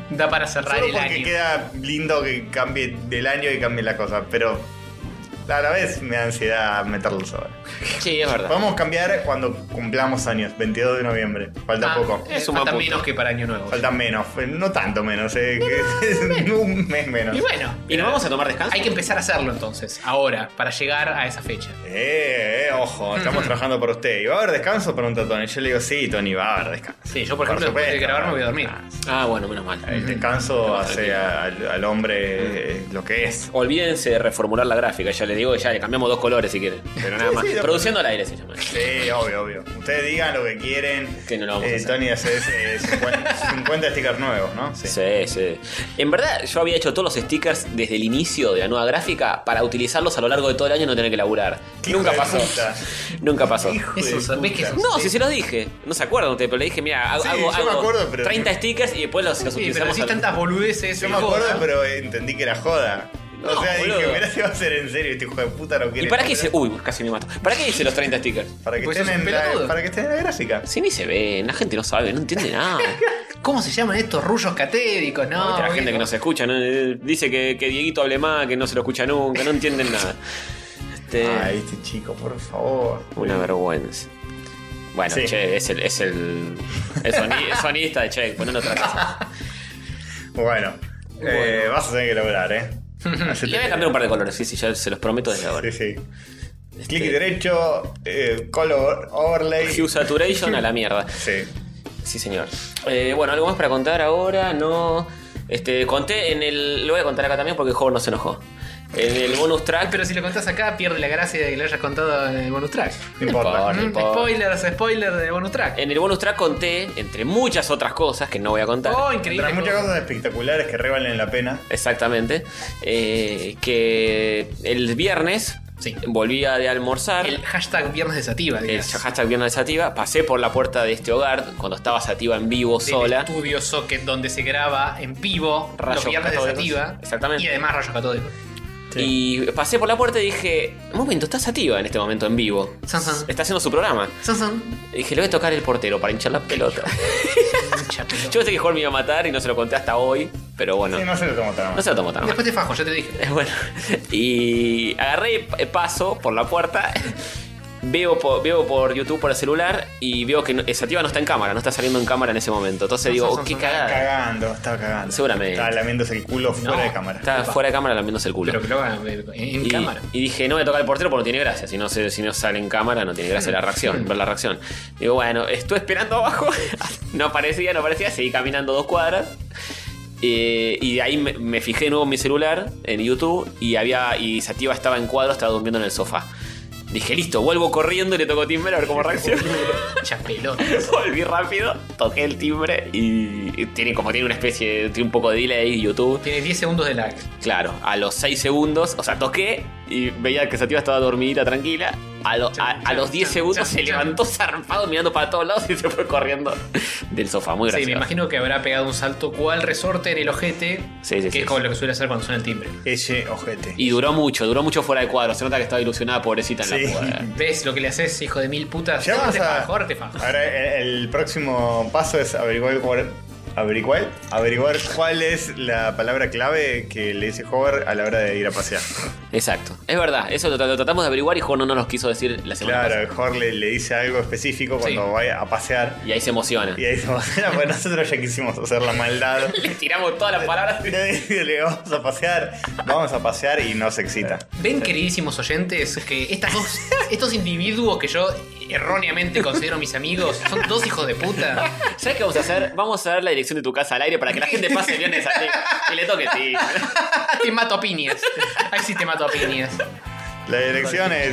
S3: da para cerrar
S4: Solo
S3: el
S4: porque
S3: año.
S4: queda lindo que cambie del año y cambie la cosa, pero a la vez me da ansiedad meterlo ahora.
S2: Sí, es verdad.
S4: Vamos a cambiar cuando cumplamos años, 22 de noviembre. Falta
S3: Ah,
S4: poco.
S3: eh,
S2: Es un
S3: falta
S2: buen punto.
S3: menos que para Año Nuevo.
S4: Falta menos, eh, no tanto menos, eh, que es un mes menos.
S3: Y bueno,
S2: ¿Y nos vamos a tomar descanso?
S3: hay que empezar a hacerlo entonces, ahora, para llegar a esa fecha.
S4: Eh, eh, ojo, estamos
S3: Mm.
S4: trabajando por usted. ¿Y va a haber descanso? Pregunta Tony. Yo le digo, sí, Tony, va a haber descanso.
S3: Sí, yo por ejemplo, después de
S4: supuesto.
S3: grabar me voy a dormir.
S2: Ah, bueno, menos mal.
S4: El descanso hace al, al hombre
S3: Mm.
S4: eh, lo que es.
S2: Olvídense de reformular la gráfica, ya les digo, que ya le cambiamos dos colores si quieren. Pero nada
S4: Sí,
S2: más.
S4: sí, lo-
S2: Produciendo al aire se llama.
S4: Sí, obvio, obvio. Ustedes digan lo que quieren.
S2: Que no lo vamos a
S4: Eh,
S2: hacer.
S4: Tony hace
S2: [LAUGHS]
S4: eh, 50, 50 stickers nuevos, ¿no?
S2: Sí, sí. En verdad, yo había hecho todos los stickers desde el inicio de la nueva gráfica para utilizarlos a lo largo de todo el año y no tener que laburar.
S4: Qué hijo
S2: Nunca
S4: de
S2: pasó.
S4: puta.
S2: Nunca pasó.
S4: Hijo de
S3: Eso, ¿sabés
S4: puta.
S3: que eso?
S2: No, si se los dije. No se acuerdan ustedes, pero le dije, mira, hago,
S4: Sí,
S2: hago-
S4: yo me
S2: hago
S4: acuerdo, pero-
S2: 30 stickers y después los, los
S3: Sí, pero
S2: utilizamos.
S3: decís
S2: al-
S3: tantas boludeces.
S4: Yo me
S3: y
S4: acuerdo,
S3: jodas.
S4: pero entendí que era joda. O
S2: No,
S4: sea, dije,
S2: boludo.
S4: mirá si va a ser en serio, este hijo de puta no quiere.
S2: ¿Y para qué
S4: laburar".
S2: hice? Uy, casi me mato. ¿Para qué hice los 30 stickers?
S4: Para que,
S3: Pues
S4: estén
S3: sos un
S4: en la,
S3: pelotudo.
S4: para que estén en la gráfica.
S2: Si ni se ven, la gente no sabe, no entiende nada.
S4: [LAUGHS]
S3: ¿Cómo se llaman estos rullos catédicos?
S4: Ah,
S3: No,
S2: Otra
S3: bueno.
S2: gente que no se escucha, ¿no? Eh, dice que, que Dieguito hable más, que no se lo escucha nunca, no entienden nada. Este,
S4: Ay, este chico, por favor.
S2: una vergüenza. Bueno,
S4: Sí.
S2: che, es el, es el, el soni- el sonidista de Che, poniendo otra cosa.
S4: Bueno, eh, vas a tener que lograr, [LAUGHS] ¿eh? Hacete-
S2: Le voy a cambiar un par de colores, sí, sí, ya se los prometo desde ahora.
S4: Sí, sí.
S2: Este-
S4: Clic derecho, eh, color overlay.
S2: Hue Saturation a la mierda.
S4: Sí.
S2: Sí, señor. Eh, bueno, algo más para contar ahora, no. Este, conté en el. Lo voy a contar acá también porque el juego no se enojó. En el bonus track.
S3: Pero si lo contás acá, pierde la gracia de que lo hayas contado en el bonus track.
S4: No importa.
S2: No
S3: Mm,
S2: importa.
S3: Spoilers, spoilers del bonus track.
S2: En el bonus track conté, entre muchas otras cosas que no voy a contar.
S3: Oh, increíble.
S4: Tras muchas cosas espectaculares que revalen la pena.
S2: Exactamente. eh, que el viernes
S3: Sí.
S2: volvía de almorzar.
S3: El hashtag viernes desativa,
S2: el
S3: digamos.
S2: hashtag viernes sativa. Pasé por la puerta de este hogar cuando estaba sativa en vivo
S3: del
S2: sola.
S3: estudio Socket donde se graba en vivo
S2: Rayos
S3: los viernes de
S2: catódicos.
S3: Sativa
S2: Exactamente.
S3: y además Rayos Catódicos.
S2: Y pasé por la puerta y dije, un momento, está Sativa en este momento en vivo.
S3: San, san.
S2: Está haciendo su programa.
S3: San, san.
S2: Y dije, le voy a tocar el portero para hinchar la pelota.
S3: Hincha pelota.
S2: [LAUGHS] Yo pensé que Jorge me iba a matar y no se lo conté hasta hoy, pero bueno.
S4: Sí,
S2: no.
S4: no se lo tomo tan mal.
S2: se lo tomó tan mal.
S3: Después te fajo, ya te dije.
S2: [LAUGHS] Bueno, y agarré eh, paso por la puerta. [LAUGHS] Veo por, veo por YouTube, por el celular, y veo que no, esa tía no está en cámara, no está saliendo en cámara en ese momento. Entonces digo, "Oh,
S3: son, son,
S2: qué
S3: son,
S2: cagada.
S4: Cagando, estaba cagando.
S2: Seguramente.
S4: Estaba lamiéndose el culo fuera
S2: No,
S4: de cámara.
S2: Está fuera de cámara lamiéndose el culo.
S3: Pero que lo hagan en, en
S2: y,
S3: cámara.
S2: y dije, no voy a tocar el portero porque no tiene gracia. Si no, se- si no sale en cámara, no tiene gracia la reacción, ver la reacción. Digo, bueno, estoy esperando abajo. [LAUGHS] no aparecía, no aparecía. Seguí caminando dos cuadras. Eh, y de ahí me, me fijé de nuevo en mi celular, en YouTube, y había y Sativa estaba en cuadro, estaba durmiendo en el sofá. Dije, listo, vuelvo corriendo y le toco timbre a ver cómo
S3: [LAUGHS]
S2: reacciona. [LAUGHS]
S3: Hincha pelota.
S2: Volví rápido, toqué el timbre y y tiene como tiene una especie de tiene un poco de delay YouTube.
S3: Tiene 10 segundos de lag.
S2: Claro, a los 6 segundos, o sea, toqué y veía que Sativa estaba dormidita, tranquila. A, lo- a- a los 10
S3: Chan,
S2: segundos
S3: chan,
S2: se
S3: chan.
S2: levantó zarpado mirando para todos lados y se fue corriendo del sofá. Muy gracioso.
S3: Sí, me imagino que habrá pegado un salto cual resorte en el ojete.
S2: Sí, sí,
S3: que
S2: sí.
S3: es como lo que suele hacer cuando suena el timbre.
S4: Ese ojete.
S2: Y duró mucho, duró mucho fuera de cuadro. Se nota que estaba ilusionada, pobrecita en
S4: Sí.
S2: la jugada.
S3: ¿Ves lo que le haces, hijo de mil putas?
S4: Ya
S3: Ahora
S4: vas
S3: te
S4: a.
S3: fajo, ahora te fajo.
S4: Ahora el, el próximo paso es averiguar cuál. Averiguar, averiguar cuál es la palabra clave que le dice Hover a la hora de ir a pasear.
S2: Exacto. Es verdad, eso lo, tra- lo tratamos de averiguar y Juan no nos lo quiso decir la semana
S4: Claro, Hover le, le dice algo específico cuando
S3: Sí.
S4: vaya a pasear.
S2: pasada. Y ahí se emociona.
S4: Y ahí [LAUGHS] se emociona, pues nosotros ya quisimos hacer
S2: [LAUGHS]
S4: la maldad.
S2: Le tiramos todas las palabras.
S4: [LAUGHS] Le vamos a pasear, vamos a pasear y nos excita.
S3: Ven, queridísimos oyentes, que estas
S2: [LAUGHS]
S3: dos, estos individuos que yo erróneamente considero mis amigos son dos hijos de puta.
S2: ¿Sabes qué vamos a hacer? Vamos a dar la dirección de tu casa al aire para que la gente pase el viernes así.
S3: [LAUGHS]
S2: Y le toque, sí.
S3: Ah, Te mato a piñas. Ahí sí te mato a piñas.
S4: La dirección es.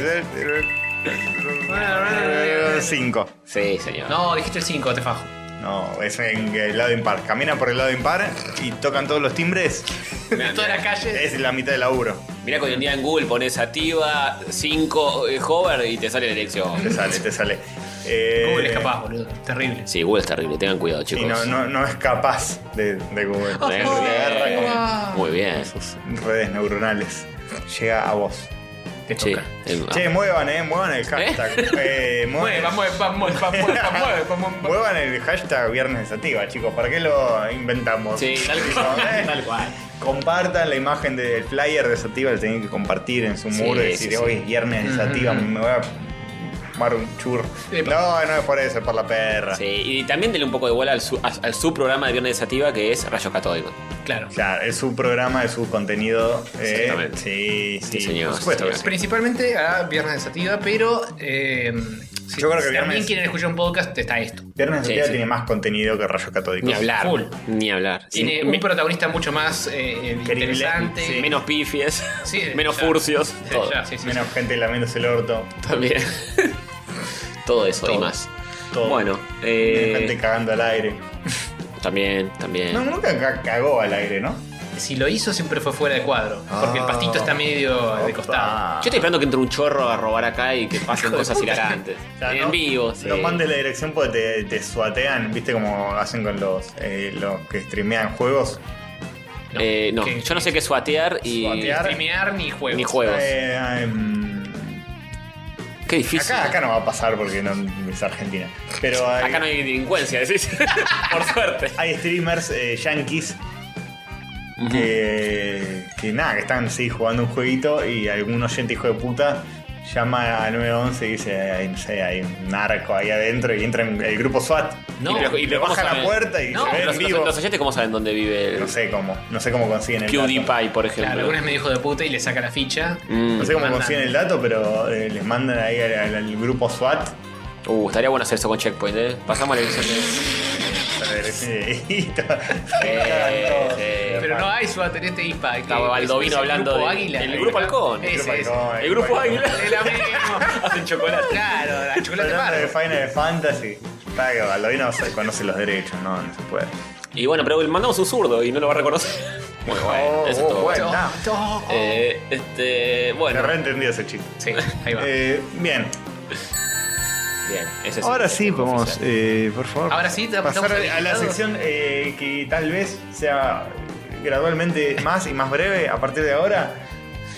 S4: 5.
S2: Sí, señor.
S3: No, dijiste el 5, te fajo.
S4: No, es en el lado impar. Caminan por el lado impar y tocan todos los timbres.
S3: En toda la calle.
S4: Es la mitad del laburo.
S2: Mirá que hoy en día en Google pones activa 5 eh, hover y te sale la
S4: Te
S2: dirección.
S4: sale, te sale. Eh,
S3: Google es capaz, boludo. Terrible.
S2: Sí, Google es terrible, tengan cuidado,
S4: Y
S2: chicos.
S4: no, no, no es capaz de, de Google.
S2: Muy bien.
S4: Te agarra
S2: Muy bien.
S4: con redes neuronales. Llega a vos.
S3: Te
S2: Sí.
S3: toca.
S2: Eh,
S4: Che, muevan, eh, muevan el hashtag. Eh,
S3: Mueva,
S4: muevan,
S3: mueva, mueva, mueva, mueva, mueva.
S4: muevan el hashtag Viernes Sativa, chicos. ¿Para qué lo inventamos?
S2: Sí,
S4: [LAUGHS]
S2: tal
S4: Eh,
S2: cual. tal cual.
S4: Compartan la imagen del flyer de Sativa, lo tienen que compartir en su
S2: Sí,
S4: muro y
S2: sí,
S4: decir,
S2: sí.
S4: hoy es viernes de Sativa, me voy a tomar un churro.
S3: Sí,
S4: No, no es por eso, es por la perra.
S2: Sí, y también denle un poco de bola al su, a- al su programa de Viernes Sativa que es Rayos Catódicos.
S3: Claro.
S4: Claro, es su programa, es su contenido. eh,
S2: Exactamente.
S4: sí, sí,
S2: señor,
S4: por supuesto.
S2: sí,
S4: que sí.
S3: Principalmente a Viernes de Sativa, pero eh, si
S4: Yo creo que
S3: también
S4: Viernes-
S3: quieren escuchar un podcast, está esto.
S4: Viernes de
S2: Sí,
S4: Sativa
S2: sí.
S4: tiene más contenido que Rayos Catódicos.
S2: Ni hablar.
S3: Full.
S2: Ni hablar.
S3: Tiene
S2: Sí,
S3: un
S2: me-
S3: protagonista mucho más eh,
S4: Querible,
S3: interesante.
S4: sí.
S2: menos pifies,
S3: Sí,
S2: menos
S3: ya.
S2: furcios,
S3: Sí,
S2: todo.
S3: ya, sí, sí,
S4: Menos gente lamiéndose el orto. [LAUGHS]
S2: También. todo eso y
S4: Todo.
S2: más.
S4: Todo.
S2: Bueno,
S4: Menos
S2: eh,
S4: gente cagando al aire.
S2: también, también.
S4: No, nunca ca- cagó al aire, ¿no?
S3: sí. Si lo hizo, siempre fue fuera de cuadro. Porque el
S4: Ah.
S3: pastito está medio de costado.
S4: Opa.
S2: Yo estoy esperando que entre un chorro a robar acá [LAUGHS] y que pasen cosas hilarantes.
S4: O sea,
S2: en
S4: no-
S2: vivo, sí.
S4: No mandes la dirección porque te, te suatean, viste como hacen con los, eh, los que streamean juegos.
S2: Eh, no,
S3: Que-
S2: yo no sé qué es suatear y.
S4: Suatear.
S3: Streamear ni juegos.
S2: Ni juegos.
S4: Eh, ay, mm,
S2: Qué difícil.
S4: acá, acá no va a pasar porque no es Argentina. Pero hay,
S2: Acá no hay delincuencia, [LAUGHS] decís. Por suerte.
S4: hay streamers eh, yankees que, que nada, que están sí, jugando un jueguito y algún oyente hijo de puta llama a 911 y dice, "Ay, no sé, hay un narco ahí adentro y entra en el grupo SWAT.
S3: No,
S2: Y lo- y
S4: Y
S2: lo
S4: le
S2: vamos
S4: baja
S2: a
S4: la
S2: ver.
S4: puerta y
S3: No,
S4: se ve
S2: Los,
S4: en
S2: los-
S4: vivo.
S2: los oyentes, ¿cómo saben dónde vive el
S4: No sé cómo, no sé cómo consiguen el dato.
S2: PewDiePie, por ejemplo?
S3: Claro, alguna vez me dijo de puta y le saca la ficha.
S2: Mm.
S4: No sé cómo
S3: Mandan.
S4: consiguen el dato, pero eh, les mandan ahí al, al- al grupo
S3: [LAUGHS]
S4: SWAT.
S2: Uh, estaría bueno hacer eso con Checkpoint, ¿eh? Pasamos a la edición de-
S4: Eh, y to-
S2: Eh, eh,
S3: Pero no hay SWAT en este ISPA. que-
S2: Estaba Baldovino
S3: es el
S2: hablando
S3: grupo
S2: de-
S3: Águila.
S2: el grupo Halcón.
S4: El
S3: Ese,
S4: grupo
S3: ese.
S4: Halcón.
S2: El grupo
S4: Ay,
S2: Águila.
S3: El amigo.
S2: [LAUGHS] Hacen chocolate.
S3: Claro, la chocolate
S4: Hablando de
S3: barro.
S4: Final Fantasy. Para que Baldovino se conoce los derechos, no, no se puede.
S2: Y bueno, pero mandamos un zurdo y no lo va a reconocer. Muy bueno.
S4: Oh,
S2: Eso es
S4: oh,
S2: todo.
S4: bueno.
S3: Toc,
S4: Ah.
S3: toc.
S2: Eh, este,
S4: Me
S2: bueno.
S4: reentendí ese chiste.
S3: Sí, ahí va.
S4: Eh, bien,
S2: Bien, ese es-
S4: ahora
S2: ese
S4: sí,
S2: es el
S4: vamos,
S2: oficial.
S4: eh, por favor.
S3: Ahora sí, estamos
S4: pasar a la
S3: habilitados.
S4: sección eh, que tal vez sea gradualmente más y más breve a partir de ahora.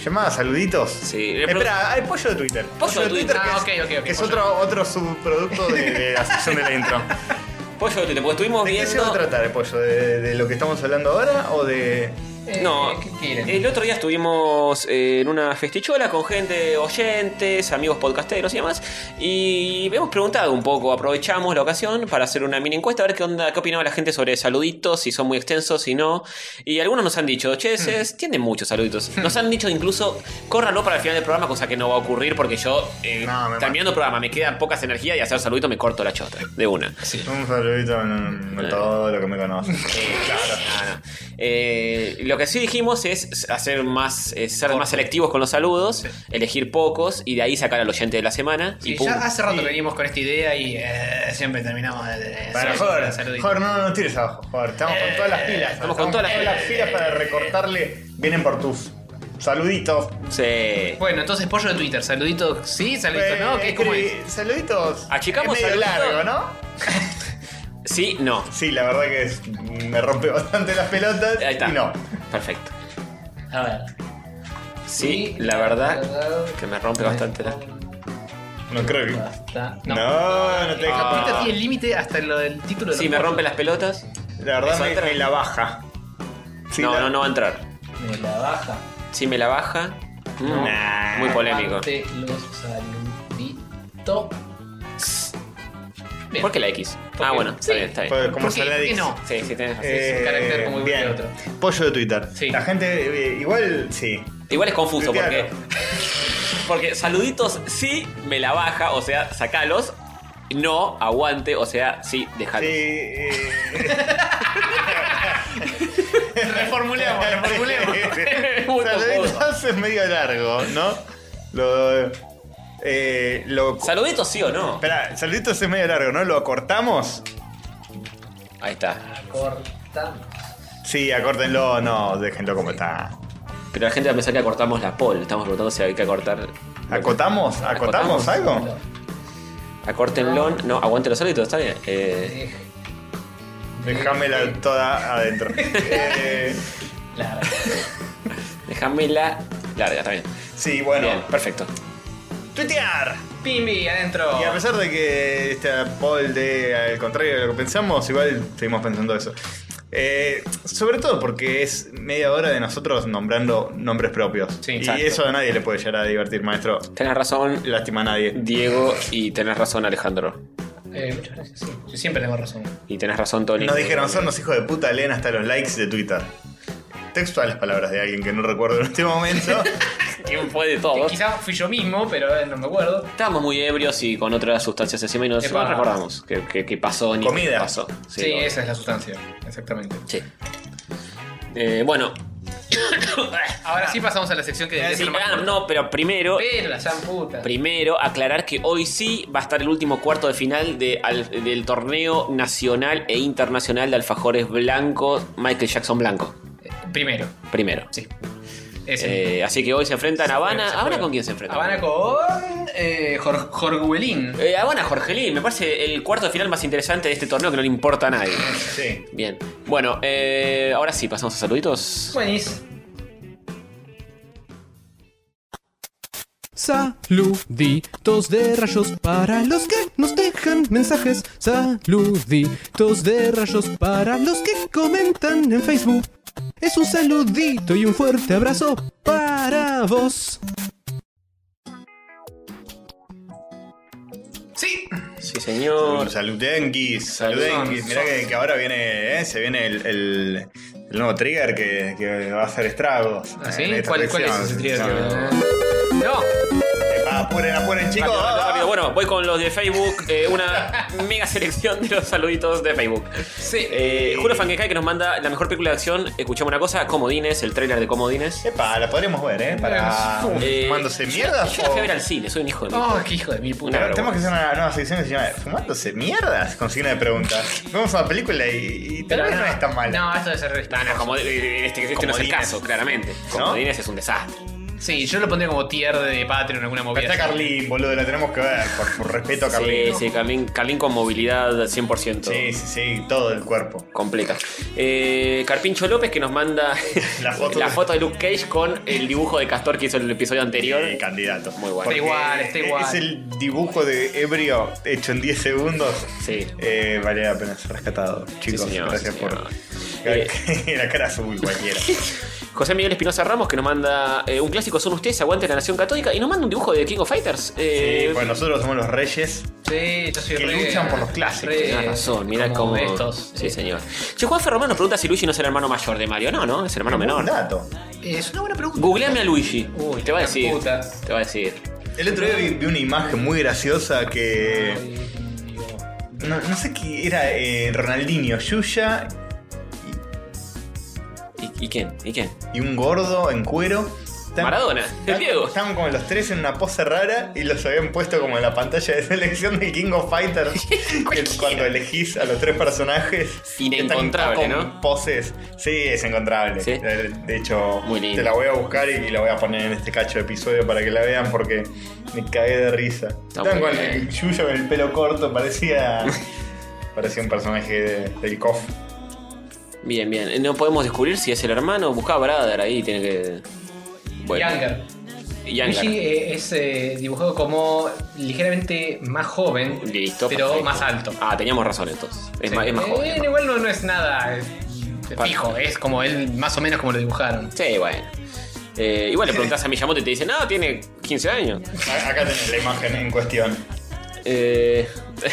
S4: Llamada, saluditos.
S2: Sí, le
S4: Eh,
S2: pregun-
S4: Espera, hay pollo de Twitter.
S2: Pollo de Twitter.
S4: que
S3: Ah,
S4: es,
S3: ok, ok, ok,
S4: que es
S3: pollo.
S4: otro, otro subproducto de, de la sección de la intro. eh.
S2: Pollo de Twitter, porque estuvimos
S4: ¿De qué se
S2: viendo.
S4: va a tratar el pollo? ¿De, de lo que estamos hablando ahora o de.?
S3: Eh,
S2: No,
S3: ¿qué quieren?
S2: el otro día estuvimos eh, en una festichola con gente, oyentes, amigos podcasteros y demás, y hemos preguntado un poco, aprovechamos la ocasión para hacer una mini encuesta, a ver qué onda, qué opinaba la gente sobre saluditos, si son muy extensos, si no, y algunos nos han dicho, che, se
S4: Mm.
S2: extienden muchos saluditos,
S4: [LAUGHS]
S2: nos han dicho incluso, córranlo para el final del programa, cosa que no va a ocurrir porque yo, eh,
S4: No, me
S2: terminando el programa, me quedan pocas energías y hacer saluditos me corto la chota, de una.
S4: Un saludito en, en todo lo que me conoce.
S2: Ah, no. Eh, lo que sí dijimos es hacer más, eh, ser más selectivos con los saludos, elegir pocos y de ahí sacar al oyente de la semana.
S3: Sí,
S2: y pum.
S3: ya hace rato que venimos con esta idea y eh, siempre terminamos de, de-
S4: Para
S3: sí,
S4: Jorge,
S3: saludito.
S4: Jorge, no nos tires abajo, Jorge. Estamos con todas las pilas.
S2: estamos con todas las
S4: pilas para recortarle. Vienen por tus saluditos.
S2: Sí.
S3: Bueno, entonces pollo de Twitter, saluditos sí, saluditos
S4: Eh,
S3: no, ¿qué es como es?
S4: escribí- Saluditos.
S2: Achicamos
S4: es medio
S2: saluditos.
S4: largo, ¿no?
S2: Sí, no.
S4: Sí, la verdad que es- me rompe [LAUGHS] bastante las pelotas.
S2: Ahí está.
S4: Y no.
S2: Perfecto.
S3: A ver.
S2: Sí, la verdad que me rompe bastante la.
S4: No creo que.
S3: Basta.
S4: No,
S3: No.
S4: no, te deja.
S2: Ah.
S3: Twitter tiene límite hasta lo del título de
S2: Sí, me rompe las pelotas.
S4: La verdad
S2: Eso
S4: me,
S2: entra.
S4: me la baja. Sí,
S2: No,
S4: la-
S2: no, no va a entrar.
S3: Me la baja.
S2: Si me la baja. mm,
S4: Nah.
S2: Muy polémico.
S3: Aparte, Los saluditos. Bien.
S2: ¿Por qué la X? Ah,
S3: Porque-
S2: bueno, está
S3: sí.
S2: bien, está bien.
S4: Pues, como
S3: ¿Por qué? ¿Por
S4: Saladix.
S3: qué no?
S2: Sí, sí, tenés razón.
S4: Eh,
S3: es un carácter como igual que otro.
S4: Pollo de Twitter.
S3: Sí.
S4: La gente, eh, igual, sí.
S2: Igual es confuso porque.
S4: Tuitealo.
S2: [LAUGHS] Porque saluditos sí me la baja, o sea, sacalos. No, aguante, o sea, sí,
S4: Sí,
S2: déjalos.
S4: eh, [LAUGHS]
S3: Reformulemos,
S4: [LAUGHS]
S3: reformulemos.
S2: Muy
S4: Saluditos es medio largo, ¿no? Lo. Eh, lo
S2: Saluditos sí o no.
S4: Espera, saluditos es medio largo, ¿no? ¿Lo acortamos?
S2: Ahí está.
S3: Cortamos.
S4: Sí, acórtenlo, no, déjenlo como está.
S2: Pero la gente va a pensar que acortamos la pol. Estamos preguntando si hay que acortar.
S4: ¿Acotamos?
S2: Acotamos.
S4: ¿Acotamos algo?
S2: Acórtenlo. No, aguante los saluditos, está bien. Eh,
S3: Deja.
S4: Déjamela toda adentro. [LAUGHS] Eh,
S3: Larga.
S2: Déjamela larga, está bien.
S4: sí, bueno.
S2: Bien, perfecto.
S4: ¡Tuitear!
S3: Pimbi, adentro.
S4: Y a pesar de que esta poll de al contrario de lo que pensamos, igual seguimos pensando eso. Eh, sobre todo porque es media hora de nosotros nombrando nombres propios.
S3: Sí,
S4: y
S2: exacto.
S4: eso a nadie le puede llegar a divertir, maestro.
S2: Tenés razón,
S4: Lástima a nadie.
S2: Diego, y tenés razón, Alejandro.
S3: Eh, muchas gracias. sí. Yo siempre tengo razón.
S2: Y tenés razón, Tony.
S4: Nos dijeron, son los hijos de puta, leen hasta los likes de Twitter. Textual las palabras de alguien que no recuerdo en
S3: [LAUGHS]
S4: este momento.
S2: ¿Quién fue de todos?
S3: Quizás fui yo mismo, pero eh, no me acuerdo.
S2: Estábamos muy ebrios y con otras sustancias encima y no
S3: Epa.
S2: no recordamos qué, qué- qué pasó ni
S4: Comida.
S2: qué pasó.
S3: Sí,
S2: no.
S3: esa es la sustancia, exactamente.
S2: Sí. Eh, bueno,
S3: Ahora Ah. sí pasamos a la sección que debería
S2: sí,
S3: ser más
S2: ah,
S3: corta.
S2: no, pero primero,
S3: Pero la san puta.
S2: primero aclarar que hoy sí va a estar el último cuarto de final de, al- del torneo nacional e internacional de alfajores blancos Michael Jackson Blanco.
S3: Eh, Primero,
S2: Primero.
S3: sí. Ese.
S2: Eh, así que hoy se enfrentan a Habana.
S3: Se
S2: ¿Habana
S3: juega.
S2: con quién se enfrenta?
S3: Habana con. Eh, Jor- Jorguelín.
S2: Eh, Habana Jorgelín, me parece el cuarto de final más interesante de este torneo que no le importa a
S3: [LAUGHS]
S2: nadie.
S4: sí.
S2: Bien. Bueno, eh, ahora sí, pasamos a saluditos.
S3: Buenis.
S7: Saluditos de rayos para los que nos dejan mensajes. Saluditos de rayos para los que comentan en Facebook. Es un saludito y un fuerte abrazo para vos.
S3: Sí.
S2: Sí, señor.
S4: Saludenguis, saludenguis.
S3: Son-
S4: Mirá que, que ahora viene, eh, se viene el, el- el nuevo trigger que, que va a hacer estragos. Eh,
S3: ¿Ah, sí?
S4: en esta
S3: ¿Cuál, cuál es
S4: sección.
S3: ese trío?
S4: No.
S3: No.
S4: Epa, apuren, apuren, chicos.
S2: Rápido, rápido, rápido. Bueno, voy con los de Facebook. eh,
S4: [LAUGHS]
S2: una mega selección de los saluditos de Facebook.
S3: Sí.
S2: Eh, Julio Fangenkai que nos manda la mejor película de acción. Escuchamos una cosa: Comodines, el tráiler de Comodines.
S4: Epa, la podremos ver, ¿eh? Para.
S2: Eh,
S4: ¿Fumándose
S2: yo-
S4: mierdas?
S2: Yo la fui a ver
S4: o-
S2: al cine, soy un hijo de mí.
S3: Oh, qué hijo de mil puta.
S2: Una-
S4: Tenemos que hacer una nueva sección que se llama ¿Fumándose mierdas? Consigna de preguntas. Vemos una película y, y tal vez no es tan mala.
S3: No, esto debe ser
S2: No, no, como- eh, este, este no es el
S4: Comodines.
S2: caso, claramente.
S4: ¿No?
S2: Comodines es un desastre.
S3: Sí, yo lo pondría como tier de Patreon, alguna
S4: Acá
S3: movida.
S4: está
S3: así.
S4: Carlín, boludo, la tenemos que ver. Por, por respeto a
S2: Sí,
S4: Carlín.
S2: sí, Carlín, Carlín con movilidad 100%.
S4: Sí, sí, sí, todo el cuerpo.
S2: Completa. Eh, Carpincho López que nos manda
S4: La foto de-
S2: de Luke Cage con el dibujo de Castor que hizo en el episodio anterior.
S4: Eh, candidato.
S2: Muy bueno.
S4: Porque e-,
S3: Está igual, está igual.
S4: Es el dibujo de ebrio hecho en 10 segundos.
S2: Sí.
S4: Eh, vale la pena ser rescatado, chicos.
S2: señor,
S4: gracias
S2: sí,
S4: por.
S2: señor. Eh.
S4: [LAUGHS] la cara azul cualquiera.
S2: José Miguel Espinosa Ramos que nos manda eh, un clásico son ustedes, aguante la nación católica y nos manda un dibujo de King of Fighters. Eh,
S4: Sí, pues nosotros somos los reyes.
S3: Sí, yo soy
S4: Que
S3: re-
S4: luchan por los clásicos.
S3: re-
S2: Tenés razón, mira eh, cómo.
S3: de Ah, Estos.
S2: Sí, señor. Che, Juan Ferromán nos pregunta si Luigi no es el hermano mayor de Mario. No, no, es el hermano
S4: Un
S2: menor.
S4: dato.
S3: Es una buena pregunta.
S2: Googleame a Luigi.
S3: Uy,
S2: te va a
S3: la
S2: decir.
S3: puta.
S2: Te va a decir.
S4: El otro día vi, vi una imagen muy graciosa que. No, no sé qué era eh, Ronaldinho, Yuya
S2: ¿Y, y quién? ¿Y quién?
S4: y un gordo en cuero. Estaban-
S2: Maradona, el Diego.
S4: Estaban como los tres en una pose rara y los habían puesto como en la pantalla de [LAUGHS] selección del King
S2: [LAUGHS]
S4: of Fighters. que cuando elegís a los tres personajes.
S2: Inencontrable,
S4: están con
S2: ¿no?
S4: Poses. Sí, es encontrable.
S2: Sí.
S4: De de hecho,
S2: Muy lindo.
S4: te la voy a buscar y la voy a poner en este cacho de episodio para que la vean porque me cagué de risa. Estaban
S2: muy
S4: con
S2: bien.
S4: el Yuyo con el pelo
S2: [LAUGHS]
S4: corto, parecía. parecía un personaje de- del COF.
S2: Bien, bien. No podemos descubrir si es el hermano. Buscaba Brother ahí, tiene que.
S3: Younger.
S2: Younger.
S3: Luigi eh, es eh, dibujado como ligeramente más joven,
S2: Listo.
S3: pero
S2: perfecto.
S3: más alto.
S2: Ah, teníamos razón entonces. Es,
S3: Sí.
S2: más, es más
S3: Eh,
S2: joven. es más
S3: igual no, no es nada eh, fijo, es como él, más o menos como lo dibujaron.
S2: joven. Sí, bueno. Eh, igual le preguntás a Miyamoto y te dice, no, tiene 15 años.
S4: A- Acá tenés la imagen en cuestión.
S2: Eh, [LAUGHS]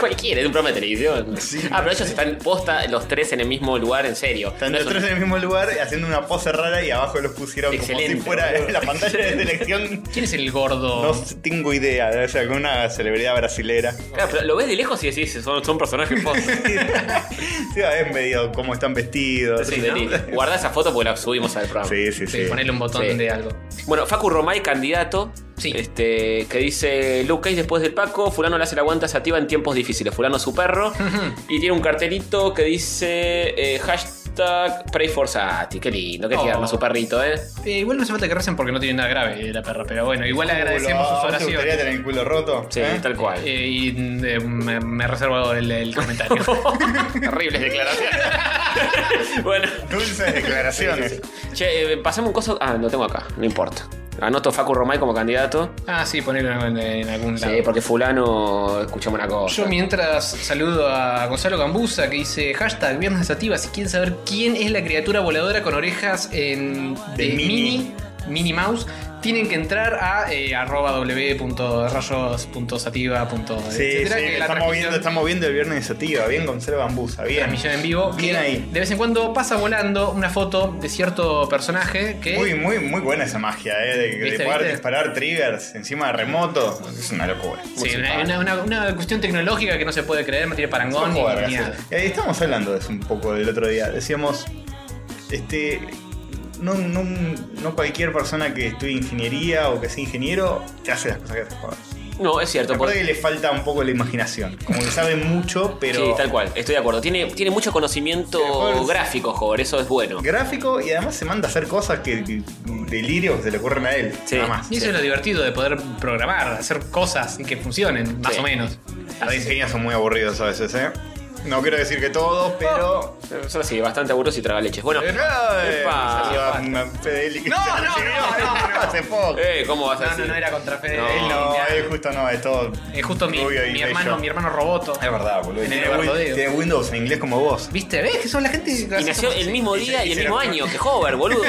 S2: cualquiera, es un programa de televisión. ah, pero ellos están posta los tres en el mismo lugar, en serio.
S4: Están
S2: No es
S4: los
S2: un-
S4: tres en el mismo lugar haciendo una pose rara y abajo los pusieron como
S2: Excelente,
S4: si
S3: [LAUGHS]
S4: fuera
S2: boludo.
S4: la pantalla de selección.
S3: ¿Quién es el gordo?
S4: No tengo idea, debe ser alguna celebridad brasilera. [LAUGHS]
S2: Claro, pero lo ves de lejos y decís, son, son personajes posta.
S4: Sí, habéis medido cómo están vestidos.
S2: Sí,
S4: ¿no?
S2: Denis, Guardá esa foto porque la subimos al programa.
S4: sí, sí.
S3: Sí,
S4: sí.
S3: ponerle un botón
S2: Sí.
S3: de algo.
S2: Bueno, Facu Romay, candidato.
S3: Sí.
S2: Este, que dice Luke Cage después del Paco, fulano le hace la guanta sativa en tiempos difíciles, fulano su perro. y tiene un cartelito que dice eh, hashtag pray for Sati. Qué lindo, qué
S3: Oh.
S2: tierno su perrito, eh.
S3: Eh, igual no hace falta que recen porque no tiene nada grave eh, la perra, pero bueno, igual le agradecemos sus
S4: Culo, ¿Te gustaría
S3: oraciones.
S4: tener el culo roto?
S2: Sí,
S4: ¿Eh?
S2: tal cual.
S3: Eh, y mm, eh, me, me reservo el, el
S2: [LAUGHS]
S3: comentario. eh,
S2: Horribles declaraciones. [LAUGHS] bueno.
S4: Dulces declaraciones.
S2: Che, eh, pasame un coso. Ah, lo tengo acá, no importa. Anoto Facu Romay como candidato.
S3: ah, sí, ponerlo en, en algún lado.
S2: Sí, porque fulano, escuchamos una cosa.
S3: Yo mientras saludo a Gonzalo Gambusa que dice hashtag viernes activas si quieren saber quién es la criatura voladora con orejas en,
S4: De Mini.
S3: mini, Minnie Mouse, tienen que entrar a eh, arroba w.rayos.sativa.etcétera,
S4: Sí, sí,
S3: e, que la
S4: está
S3: transmisión-
S4: moviendo, está moviendo el viernes sativa, bien con Cero Bambusa, bien.
S3: transmisión en vivo. ¿eh?
S4: Bien
S3: que
S4: ahí.
S3: De vez en cuando pasa volando una foto de cierto personaje que.
S4: Muy, muy, muy buena esa magia, ¿eh? De, de
S3: ¿Viste,
S4: poder
S3: viste?
S4: disparar triggers encima de remoto. Es una locura.
S3: Sí, una, una- una- una cuestión tecnológica que no se puede creer, no tiene parangón ni,
S4: Ojo, verga,
S3: ni
S4: sí.
S3: nada.
S4: Eh, Estábamos hablando de eso un poco del otro día. Decíamos, este, no, no, no cualquier persona que estudie ingeniería o que sea ingeniero te hace las cosas que hace Juan.
S2: No, es
S4: Me
S2: cierto.
S4: acuerdo
S2: porque-
S4: que le falta un poco la imaginación. Como que sabe mucho, pero
S2: Sí, tal cual, estoy de acuerdo. Tiene, tiene mucho conocimiento
S4: Sí, Hover-
S2: gráfico, Hover, eso es bueno.
S4: gráfico y además se manda a hacer cosas que que delirio se le ocurren a él.
S2: Sí.
S4: Nada más.
S3: Y eso es lo divertido de poder programar, hacer cosas y que funcionen, más
S2: Sí.
S3: o menos.
S4: Los ingenieros son muy aburridos a veces, ¿eh? No quiero decir que todos, pero.
S2: Eso sí, bastante aburridos y tragaleches. Bueno,
S4: Eh,
S2: Oh. Epa.
S4: salió a- a Fedeli-
S3: No,
S4: [LAUGHS]
S3: no, no, no, no.
S4: Hace poco.
S2: eh, ¿cómo vas a
S3: No, no,
S2: decir?
S3: no era contra Fede.
S2: No.
S4: Él no, él justo no, es todo.
S3: Es justo mi,
S4: rubio y
S3: mi
S4: bello.
S3: hermano, mi hermano roboto.
S4: Es verdad, boludo.
S3: En el
S4: Tiene,
S3: Eduardo
S4: Win-
S3: Deo.
S4: tiene Windows en inglés como vos.
S3: ¿Viste? ¿Ves que son la gente que
S2: Y nació el mismo día y el
S4: sí,
S2: mismo
S4: [LAUGHS] sí.
S2: año que Hover, boludo.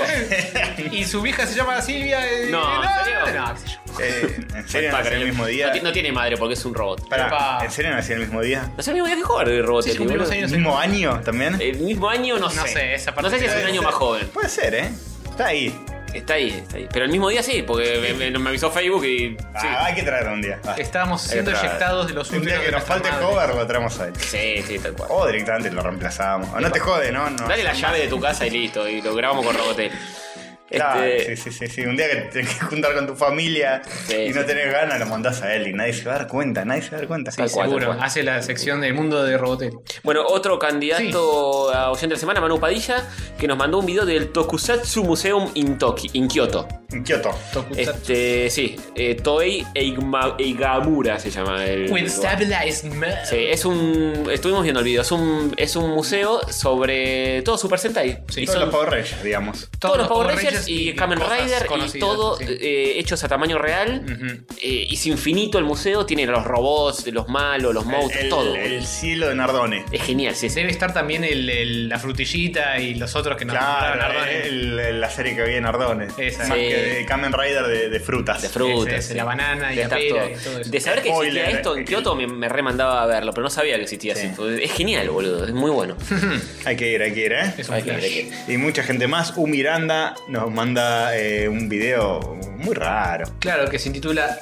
S3: Y su vieja se llama Silvia. eh,
S2: No, ¿en serio?
S3: no, qué sé yo.
S4: Eh, ¿En serio nació el mismo
S2: No,
S4: día?
S2: ti- no tiene madre porque es un robot.
S4: Pará,
S3: Epa.
S4: ¿En serio nació el mismo día?
S2: Nació el mismo día que Hover, el robot.
S3: Sí, sí, cumplimos años.
S4: ¿El mismo año también?
S2: El mismo año, no sé.
S3: No sé, esa
S2: No
S3: parte
S2: sé si es
S3: de-
S2: un año más joven.
S4: Puede ser, ¿eh? Está ahí.
S2: Está ahí, está ahí. Pero el mismo día sí, porque me, me- me avisó Facebook y. Sí.
S4: Ah, hay que traerlo un día. Ah.
S3: Estábamos siendo
S4: Ahí está.
S3: eyectados de los
S4: Un
S3: últimos
S4: día que nos falte Hover lo traemos a él.
S2: Sí, sí, tal cual.
S4: O directamente lo reemplazamos. O no te jode, ¿no? Oh, no.
S2: Dale la llave de tu casa y listo, y lo grabamos con Robotel.
S4: Claro,
S2: Este,
S4: sí, sí, sí, sí. Un día que te tenés que juntar con tu familia
S2: Sí,
S4: y no
S2: sí.
S4: tenés ganas, lo mandás a él y nadie se va a dar cuenta, nadie se va a dar cuenta.
S2: Tal cual,
S3: Seguro,
S2: tal cual.
S3: hace la sección del mundo de Robotel.
S2: Bueno, otro candidato a oyente de la semana, Manu Padilla, que nos mandó un video del Tokusatsu Museum in, Toki- in Kyoto.
S4: En Kioto.
S3: Tokusatsu.
S2: Este, sí, eh, Toei Eigma- Eigamura se llama el.
S3: With stabilized man.
S2: Sí, es un. Estuvimos viendo el video. Es un, es un museo sobre todo Super Sentai.
S3: Sí,
S2: Y
S4: Todos
S2: son
S4: los Power Rangers, digamos.
S2: todos los Power Rangers y Kamen
S3: cosas
S2: Rider y
S3: conocidas,
S2: todo
S3: sí.
S2: eh, hechos a tamaño real.
S3: Ujú.
S2: Eh, es infinito el museo, tiene los robots, los malos, los monstruos,
S4: el,
S2: todo.
S4: el cielo de Nardone.
S2: es genial, sí, sí.
S3: Debe estar también el, el- la frutillita y los otros que nos
S4: Claro, eh,
S3: nombraron, Ardone.
S4: el- el- la serie que había en Nardone.
S3: Esa.
S4: Más
S2: Sí.
S4: que de Kamen Rider de, de frutas.
S2: De frutas.
S3: Ese, ese, la banana
S2: de
S3: y la
S2: estar
S3: pera
S2: todo.
S3: y todo eso.
S2: De saber que
S4: Spoiler.
S2: existía esto en Kioto me, me remandaba a verlo, pero no sabía que existía
S4: Sí.
S2: así. Es genial, boludo. Es muy
S4: [LAUGHS]
S2: bueno.
S4: Hay que ir, hay que ir, ¿eh?
S3: Es un
S2: Ay, que-
S3: flash.
S2: que-
S4: Y mucha gente más. U Miranda nos manda eh, un video muy raro.
S3: Claro, que se intitula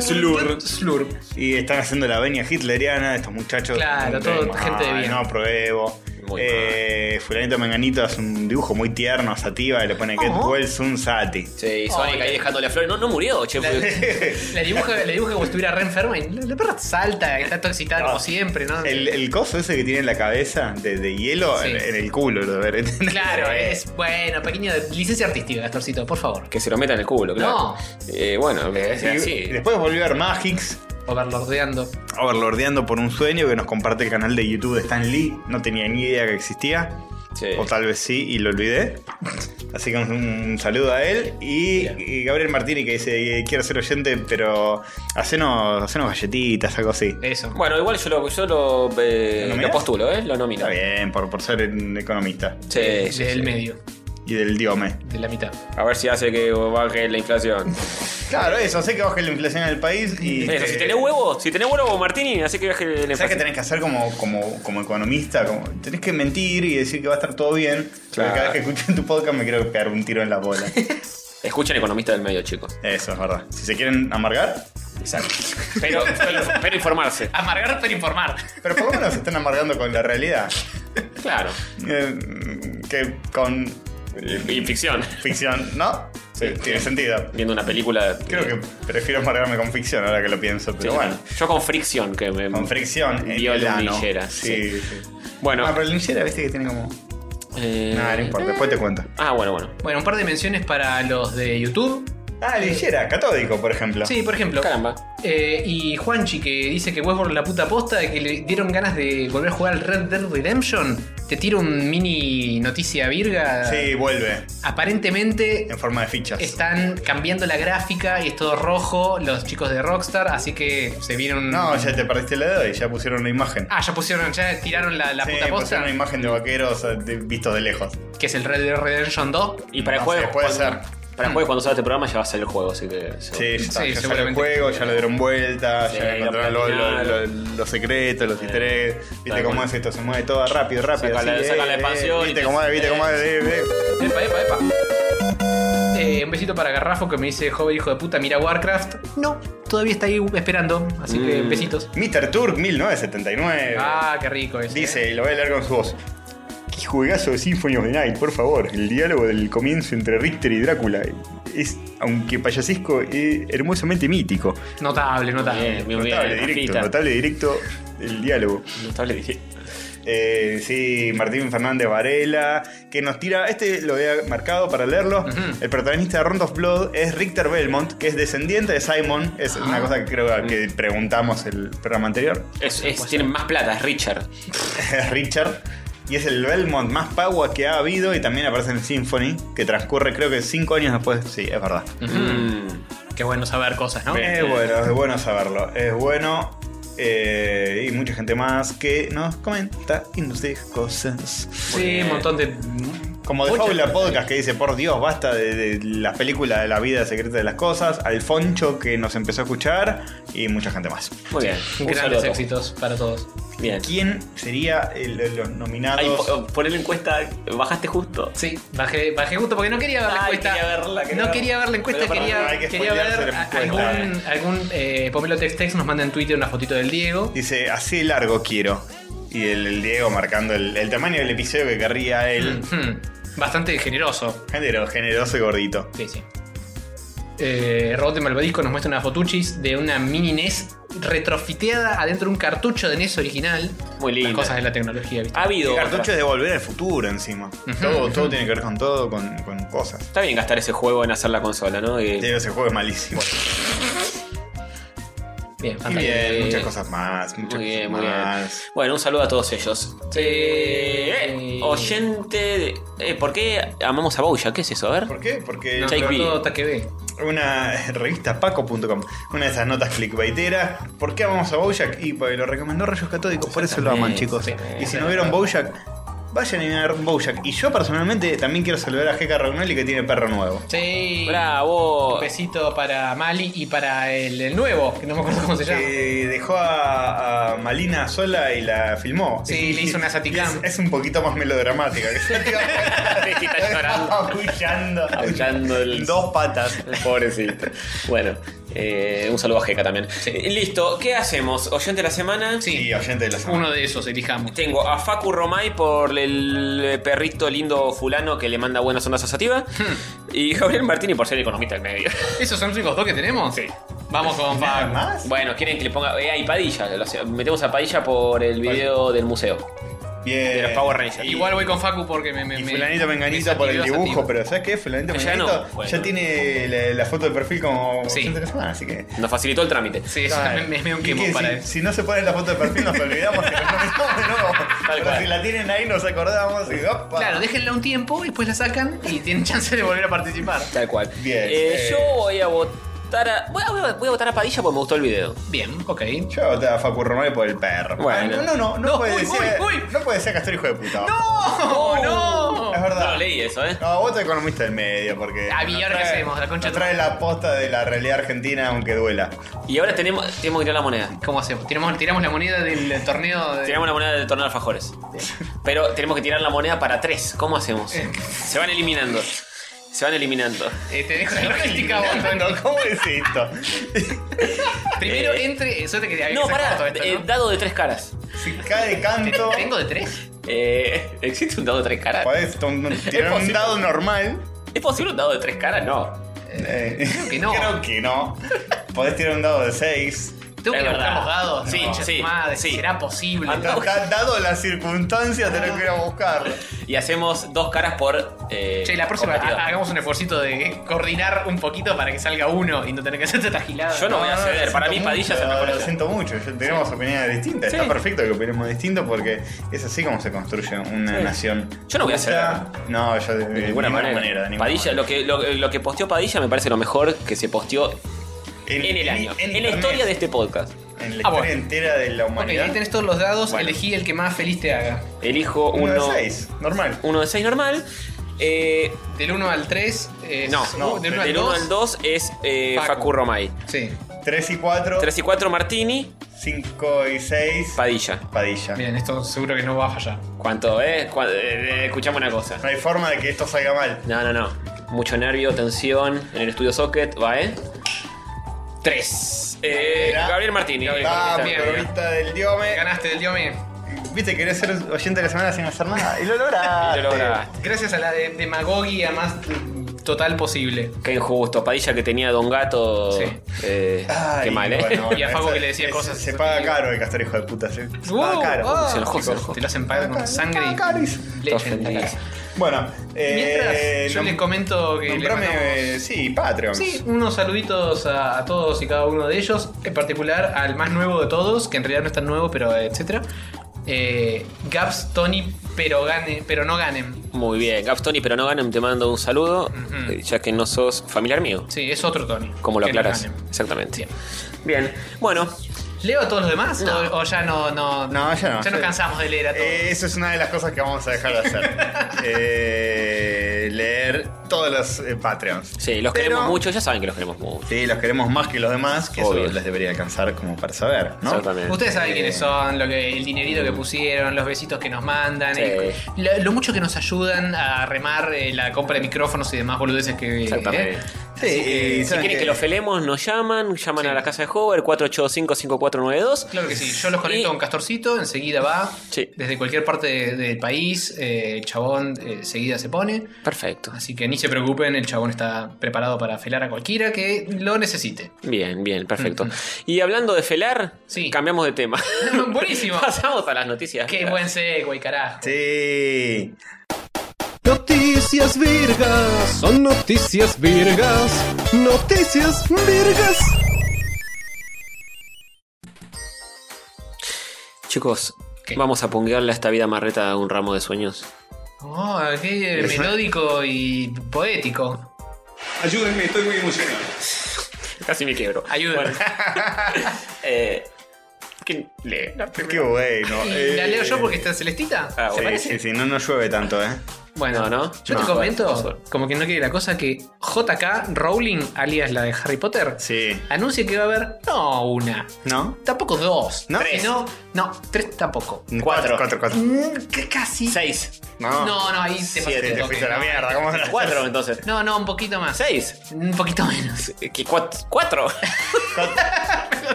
S4: Slurp.
S3: Slurp.
S4: Y están haciendo la venia hitleriana estos muchachos.
S3: Claro,
S4: Muy
S3: todo
S4: mal,
S3: gente de bien.
S4: No apruebo.
S2: Muy
S4: Eh, Fulanito Menganito hace un dibujo muy tierno, sativa, y le pone Get Well Soon Sati.
S2: Sí, Sonic
S3: Ay,
S2: ahí dejando la flor. No, no murió, che. fue-
S3: La dibuja, la dibuja como si estuviera re enferma y la, la perra salta, está toda excitada
S4: No.
S3: como siempre, ¿no?
S4: El, el coso ese que tiene en la cabeza de, de hielo
S3: Sí.
S4: en, en el culo, lo de ver.
S3: Claro, es bueno, pequeña licencia artística, Gastorcito, por favor.
S2: que se lo meta en el culo, claro.
S3: No.
S2: Eh, bueno, es
S4: Y- y
S2: así.
S4: Después volvió a ver Magix,
S3: Overlordeando.
S4: overlordeando por un sueño que nos comparte el canal de YouTube de Stan Lee. No tenía ni idea que existía.
S2: Sí.
S4: O tal vez sí, y lo olvidé. Así que un, un saludo a él. Y, y Gabriel Martini que dice, eh, quiero ser oyente, pero hacenos, hacenos galletitas, algo así.
S3: Eso.
S2: Bueno, igual yo lo, yo lo, eh,
S4: ¿Lo
S2: lo,
S4: nominás?
S2: postulo, ¿eh? Lo nomino.
S4: Está bien, por, por ser un economista.
S2: Sí, sí,
S3: del
S2: sí.
S3: medio,
S4: Y del diome.
S3: de la mitad.
S2: A ver si hace que baje la
S4: [LAUGHS]
S2: inflación.
S4: Claro, eso, sé que baje la inflación en el país y...
S2: Eso, si tenés huevo, si tenés huevo, Martini, hace que baje la inflación.
S4: ¿Sabes qué tenés que hacer como, como, como economista? Como, tenés que mentir y decir que va a estar todo bien. Porque
S2: Claro.
S4: Cada vez que escuchen tu podcast me quiero pegar un tiro en
S2: [LAUGHS]
S4: la bola.
S2: Escuchen economista del medio, chicos.
S4: Eso es verdad. Si se quieren amargar,
S2: Exacto.
S3: [LAUGHS]
S2: Pero, pero, pero informarse.
S3: Amargar pero informar.
S4: pero por lo menos se están amargando con la realidad.
S2: Claro.
S4: Eh, que con
S2: Y ficción.
S4: ficción, ¿no? Sí, tiene sentido.
S2: Viendo una película.
S4: Creo que prefiero amargarme con ficción ahora que lo pienso,
S2: Sí,
S4: pero bueno.
S2: Yo con fricción, que me.
S4: Con fricción, en
S2: Viola
S4: el ano.
S2: linillera,
S4: Sí, sí.
S2: Bueno.
S4: Ah, pero la linillera, viste que tiene como.
S2: eh,
S4: Nada, no importa, después te cuento.
S2: Ah, bueno, bueno.
S3: Bueno, un par de menciones para los de YouTube.
S4: Ah, linillera, catódico, por ejemplo.
S3: Sí, por ejemplo.
S2: Caramba.
S3: Eh, y Juanchi que dice que Westworld la puta posta, de que le dieron ganas de volver a jugar al Red Dead Redemption. Te tiro un mini noticia virga.
S4: Sí, vuelve.
S3: Aparentemente
S4: En forma de fichas.
S3: están cambiando la gráfica y es todo rojo los chicos de Rockstar, así que se vieron...
S4: No, ya te perdiste la edad y ya pusieron una imagen.
S3: Ah, ya pusieron, ya tiraron la, la
S4: Sí,
S3: puta posta,
S4: pusieron una imagen de vaqueros eh, de- vistos de lejos.
S3: que es el Red Dead Redemption 2.
S2: Y para el
S4: No
S2: juego.
S4: sé, puede
S2: cuando- Para el juego, cuando salga este programa, ya va a salir el juego, así que.
S4: Sí, ya, está,
S3: Sí,
S4: ya salió el
S3: seguramente.
S4: juego, ya lo dieron vuelta,
S2: Sí,
S4: ya
S2: lo
S4: encontraron los, los-
S2: platinaron.
S4: los- los secretos, los easter eggs. Viste
S2: Tal
S4: cómo
S2: cual.
S4: es esto, se mueve todo rápido, rápido.
S2: Saca la-
S4: así,
S2: saca la expansión y
S4: Viste
S2: te-
S4: cómo es, viste cómo es. eh, eh.
S3: Epa, epa, epa. Eh, un besito para Garrafo que me dice, joven hijo de puta, mira Warcraft. No, todavía está ahí esperando, así que
S2: Mm.
S3: besitos.
S4: Mr. Turk 1979.
S3: Ah, qué rico ese.
S4: Eh, Dice, y lo voy a leer con su voz. Qué juegazo de Symphony of the Night, por favor. El diálogo del comienzo entre Richter y Drácula es, aunque payasesco, eh, hermosamente mítico.
S3: eh. Notable, notable.
S2: Ah, Bien, bien, bien.
S4: Notable directo,
S2: Rafita.
S4: notable directo el diálogo.
S2: Notable directo.
S4: Eh, sí, Martín Fernández Varela, que nos tira, este lo había marcado para leerlo, el protagonista de Round of Blood es Richter Belmont, que es descendiente de Simon, es una cosa que creo que preguntamos el programa anterior,
S2: Es, es- tienen más plata, es Richard.
S4: es Richard, y es el Belmont más pagua que ha habido y también aparece en Symphony, que transcurre creo que cinco años después, sí, es verdad.
S2: Mm.
S3: Qué bueno saber cosas, ¿no?
S4: Es bueno, es bueno saberlo. Es bueno. eh, y mucha gente más que nos comenta y nos dice cosas.
S3: Sí, un montón de...
S4: Como de
S3: Muchas
S4: Fábula
S3: cosas.
S4: Podcast que dice, por Dios, basta de, de las películas de la vida secreta de las cosas. Alfoncho que nos empezó a escuchar y mucha gente más.
S2: Muy bien. Un
S3: Grandes
S2: saludo.
S3: éxitos para todos.
S2: Bien.
S4: ¿Quién sería el- los
S2: Ay,
S4: nominados?
S2: po- poner la encuesta, bajaste justo.
S3: Sí, bajé, bajé justo porque no quería ver la
S2: Ay,
S3: encuesta.
S2: quería verla, quería
S3: no
S2: verla.
S3: quería ver la encuesta,
S4: Pero, pero,
S3: quería,
S4: no, hay que
S3: quería
S4: spoilearse
S3: ver
S4: la
S3: a-
S4: encuesta.
S3: algún, algún eh, Pomelo Tex Tex nos manda en Twitter una fotito del Diego.
S4: Dice, así de largo quiero. Y el, el Diego marcando el, el tamaño del episodio que querría él.
S2: Mm.
S3: Hmm, Bastante generoso.
S4: Género, generoso y gordito.
S3: Sí, sí. Eh, Robot de Malvadisco nos muestra una fotuchis de una mini NES retrofiteada adentro de un cartucho de NES original.
S2: Muy linda.
S3: Las cosas de la tecnología, ¿viste?
S2: Ha habido.
S4: El
S2: otras-
S4: cartucho es de volver al futuro encima. Todo, todo tiene que ver con todo, con, con cosas.
S2: Está bien gastar ese juego en hacer la consola, ¿no? Eh,
S4: Pero ese juego es malísimo.
S3: Bien,
S4: Y
S3: fantástico.
S4: bien,
S3: Eh,
S4: muchas cosas más. Muchas
S2: Muy bien,
S4: cosas
S2: muy bien.
S4: más.
S2: Bueno, un saludo a todos ellos. Eh, oyente. de- eh, ¿Por qué amamos a Bouya? ¿Qué es eso? A ver.
S4: ¿Por qué? Porque
S3: No,
S2: Take
S3: pero
S2: B.
S3: todo está que ve.
S4: una [LAUGHS] revista paco.com, una de esas notas clickbaiteras. ¿Por qué amamos a Bojack? Y porque lo recomendó Rayos Catódicos, por eso lo aman, chicos.
S3: sí.
S4: Y si no vieron Bojack, vayan y vean Bojack. Y yo personalmente también quiero saludar a Jeca Ragnoli que tiene perro nuevo.
S3: Sí.
S2: Bravo.
S3: Un besito para Mali y para el, el nuevo, que no me acuerdo cómo se llama.
S4: Que dejó a, a Malina sola y la filmó.
S3: Sí, le hizo una saticam.
S4: Es, es un poquito más melodramática. que
S3: [LAUGHS]
S4: [LAUGHS]
S2: Sí, está llorando.
S4: Aullando.
S2: Aullando el-
S4: Dos patas.
S2: [LAUGHS] Pobrecito. Bueno, eh, un saludo a Jeca también. Eh, Listo, ¿qué hacemos? ¿Oyente de la semana?
S3: Sí.
S4: Y oyente de la semana.
S3: Uno de esos, elijamos.
S2: Tengo a Facu Romay por el perrito lindo fulano que le manda buenas ondas a Sativa. Y Gabriel Martini por ser economista del medio. [LAUGHS]
S3: ¿Esos son los únicos dos que tenemos?
S2: Sí.
S3: Vamos con
S4: ¿Nada
S3: Fab.
S4: más?
S2: Bueno, quieren que le ponga. Eh, ahí Padilla. lo hace- Metemos a Padilla por el video del museo.
S4: Bien.
S2: De los Power Rangers.
S3: Igual voy con Facu porque me. me,
S4: Y
S3: me-
S4: fulanito menganito
S3: me
S4: por el
S3: sativa,
S4: dibujo,
S3: sativa.
S4: pero ¿sabes qué? Fulanito
S2: Ya
S4: menganito
S2: no, bueno.
S4: ya tiene la, la foto de perfil como
S3: Sí.
S4: oyente de la semana, así que.
S2: Nos facilitó el trámite.
S3: Sí, eso
S4: Dale.
S3: me, me un
S4: Y
S3: quemo
S4: que
S3: para
S4: si,
S3: él.
S4: si no se pone la foto de perfil, nos olvidamos que nos conectamos de nuevo. Pero
S2: cual.
S4: si la tienen ahí, nos acordamos y ¡opa!
S3: Claro, déjenla un tiempo y después la sacan y tienen chance de volver a participar.
S2: Tal cual.
S4: Bien.
S2: Eh,
S4: Eh.
S2: Yo voy a votar a. Voy a, voy a- voy a votar a Padilla porque me gustó el video.
S3: Bien, ok.
S4: Yo voté a Facu Romero por el perro.
S2: Bueno.
S4: Ah, no, no, no, no,
S3: No,
S4: puede
S3: uy,
S4: ser.
S3: uy, uy.
S4: No puede ser Castor, hijo de puta.
S3: ¡No!
S2: no.
S3: ¡Oh, ¡No!
S4: Es
S2: No
S4: verdad.
S2: lo leí eso, ¿eh?
S4: No, vos te economista del medio, porque.
S3: Ah, bien,
S4: nos
S3: ¿y ahora qué
S4: trae-
S3: hacemos? La concha
S4: nos
S3: de-
S4: trae la posta de la realidad argentina, aunque duela.
S2: Y ahora tenemos, tenemos que tirar la moneda.
S3: ¿Cómo hacemos? ¿Tiramos, tiramos la moneda del torneo de.
S2: Tiramos la moneda del torneo de alfajores. Pero tenemos que tirar la moneda para tres. ¿Cómo hacemos? Se van eliminando. Se van eliminando.
S3: Eh, te dejo la logística,
S4: [LAUGHS] Bueno,
S3: vos.
S4: ¿cómo es esto?
S3: Primero
S2: Eh,
S3: entre. Suerte que había que
S2: No,
S3: sacar
S2: pará.
S3: todo esto,
S2: eh,
S3: ¿no?
S2: dado de tres caras.
S4: Si cae canto.
S3: ¿Tengo de tres?
S2: Eh, [LAUGHS] ¿Existe un dado de tres caras?
S4: [LAUGHS] Podés
S2: [LAUGHS]
S4: tom- tirar un
S2: posible.
S4: dado normal.
S2: ¿Es posible un dado de tres caras? No.
S4: Eh,
S3: creo
S4: [LAUGHS]
S3: que no.
S4: Creo que no. Podés tirar un dado de 6.
S3: Tengo
S2: Es
S3: que
S2: verdad.
S3: buscar abogados.
S2: Sí, sí,
S3: Madre,
S2: sí.
S3: ¿será posible?
S2: Anda-
S4: Dado las circunstancias, tenés que ir a buscar.
S2: Y hacemos dos caras por. Eh,
S3: Che, la próxima
S2: competidor.
S3: ha- hagamos un esfuercito de coordinar un poquito para que salga uno y no tener que hacer tanta gilada.
S2: Yo no voy a ceder. Para mí, Padilla es el mejor
S4: Lo
S2: ejemplo.
S4: siento mucho, yo- tenemos opiniones distintas. Está perfecto que opinemos distinto porque es así como se construye una nación.
S2: Yo no voy a
S4: justa. No, yo de,
S2: De ninguna manera.
S4: de ninguna
S2: Padilla,
S4: manera.
S2: Lo, que, lo, lo que posteó Padilla me parece lo mejor que se posteó en el año. En, la
S4: internet,
S2: historia de este podcast.
S4: En la
S3: Ah,
S4: historia
S3: bueno.
S4: entera de la
S3: Ok,
S4: humanidad.
S3: ahí tenés todos los dados,
S2: Bueno.
S3: elegí el que más feliz te haga.
S2: Elijo
S4: uno,
S2: uno.
S4: de 6, normal.
S2: uno de seis normal. Eh,
S3: Del 1 al 3 es.
S2: no,
S3: uh, del 1 al
S2: del 1
S3: 2.
S2: al 2 es eh,
S3: Facu.
S2: Facu Romay.
S3: Sí,
S4: 3 y 4,
S2: 3 y 4 Martini,
S4: 5 y 6,
S2: Padilla.
S4: Padilla.
S3: bien, esto seguro que no va a fallar.
S2: ¿Cuánto, eh? Cua- eh, eh, escuchame una cosa.
S4: No hay forma de que esto salga mal.
S2: No, no, no. Mucho nervio, tensión en el estudio Socket, va, eh. 3.
S4: Era-
S2: Gabriel Martini. Gabriel
S4: Ah,
S2: Martini.
S3: bien,
S4: peronista del diome.
S3: Ganaste del Diome.
S4: Viste, querés ser oyente de la semana sin hacer nada. Y lo lograste.
S2: Y lo lograste.
S3: Gracias a la de- demagogia más mm, total posible.
S2: Qué injusto. Padilla que tenía Don Gato.
S3: Sí.
S2: eh,
S4: Ay,
S2: qué mal, eh.
S4: bueno,
S3: [LAUGHS]
S4: bueno,
S3: Y a Fago
S4: eso-
S3: que le decía
S4: eso-
S3: cosas.
S4: Se paga caro el castor hijo de puta. Se, se paga
S3: Wow,
S4: caro.
S3: ah.
S2: Se enojó, se
S3: Chicos,
S2: enojó.
S3: Te lo hacen pagar con sangre
S4: Está
S3: y leche en la cara.
S4: Bueno,
S3: Mientras,
S4: eh,
S3: yo
S4: nom-
S3: les comento que. le
S4: nombrame,
S3: mandamos-
S4: eh, sí, Patreon.
S3: Sí, unos saluditos a, a todos y cada uno de ellos, en particular al más nuevo de todos, que en realidad no es tan nuevo, pero etcétera. Eh, Gaps Tony, pero gane, pero no ganen.
S2: Muy bien. Gapstoni, pero no ganen, te mando un saludo.
S3: Ujú.
S2: eh, Ya que no sos familiar mío.
S3: Sí, es otro Tony.
S2: Como lo
S3: que no
S2: aclaras.
S3: ganen.
S2: Exactamente. Bien. Bueno,
S3: ¿Leo a todos los demás? O, o ya no, no,
S4: No, ya no.
S3: Ya nos cansamos de leer a todos.
S4: Eh, eso es una de las cosas que vamos a dejar de
S3: [LAUGHS]
S4: hacer. Eh, leer todos los eh, Patreons.
S2: sí, los
S4: Pero-
S2: queremos mucho. Ya saben que los queremos mucho.
S4: Sí, los queremos más que los demás, que
S2: Obvio.
S4: eso les debería alcanzar como para saber, ¿no?
S2: Exactamente.
S3: Ustedes saben
S2: eh.
S3: quiénes son, lo que, el dinerito que pusieron, los besitos que nos mandan,
S2: Sí.
S3: el- eh, lo, lo mucho que nos ayudan a remar eh, la compra de micrófonos y demás boludeces que.
S2: Exactamente.
S3: eh,
S2: Así que,
S4: y
S2: si
S4: ¿saben
S2: quieren
S4: qué?
S2: que los felemos, nos llaman. Llaman a la casa de Hover, 485-5492.
S3: Claro que sí, yo los conecto
S2: Y-
S3: con Castorcito, enseguida va,
S2: Sí.
S3: desde cualquier parte de- del país, eh, el chabón eh, enseguida se pone.
S2: Perfecto.
S3: Así que ni se preocupen, el chabón está preparado para afelar a cualquiera que lo necesite. [LAUGHS]
S2: Bien, bien, perfecto. Y hablando de felar,
S3: Sí.
S2: cambiamos de
S3: [LAUGHS]
S2: tema. [LAUGHS]
S3: Buenísimo.
S2: Pasamos a las noticias.
S3: Qué
S2: virgas.
S3: buen segue, carajo.
S4: Sí.
S7: Noticias virgas, son noticias virgas, noticias virgas.
S2: Chicos,
S3: ¿Qué?
S2: vamos a punguearle a esta vida marreta un ramo de sueños. [LAUGHS]
S3: Oh, qué
S4: ¿Le suena?
S3: melódico y poético.
S5: Ayúdenme, estoy muy emocionado.
S2: Casi me quiebro.
S3: Ayúdame.
S2: Eh, ¿quién lee?
S4: Qué
S3: [LAUGHS]
S4: bueno.
S3: Y ¿La
S4: eh.
S3: leo yo porque está celestita?
S2: Ah, bueno.
S4: Sí, sí, sí, no nos llueve tanto, ¿eh?
S3: Bueno,
S2: No, no.
S3: Yo
S2: No.
S3: te comento,
S2: Por suerte.
S3: como que no quiere la cosa, que JK Rowling, alias la de Harry Potter,
S4: Sí.
S3: anuncia que va a haber no una,
S4: ¿No?
S3: tampoco dos,
S4: No.
S3: tres. No, no, tres tampoco.
S4: Cuatro. Cuatro, cuatro.
S3: Mm, que Casi.
S2: Seis.
S4: No.
S3: No, no, ahí te
S4: Siete,
S3: pasaste,
S4: te
S3: ok,
S4: fuiste a la
S3: no.
S4: mierda. ¿Cómo era? [LAUGHS]
S2: Cuatro, entonces.
S3: No, no, un poquito más.
S2: Seis.
S3: Un poquito menos.
S2: ¿Qué, cuat- ¿Cuatro?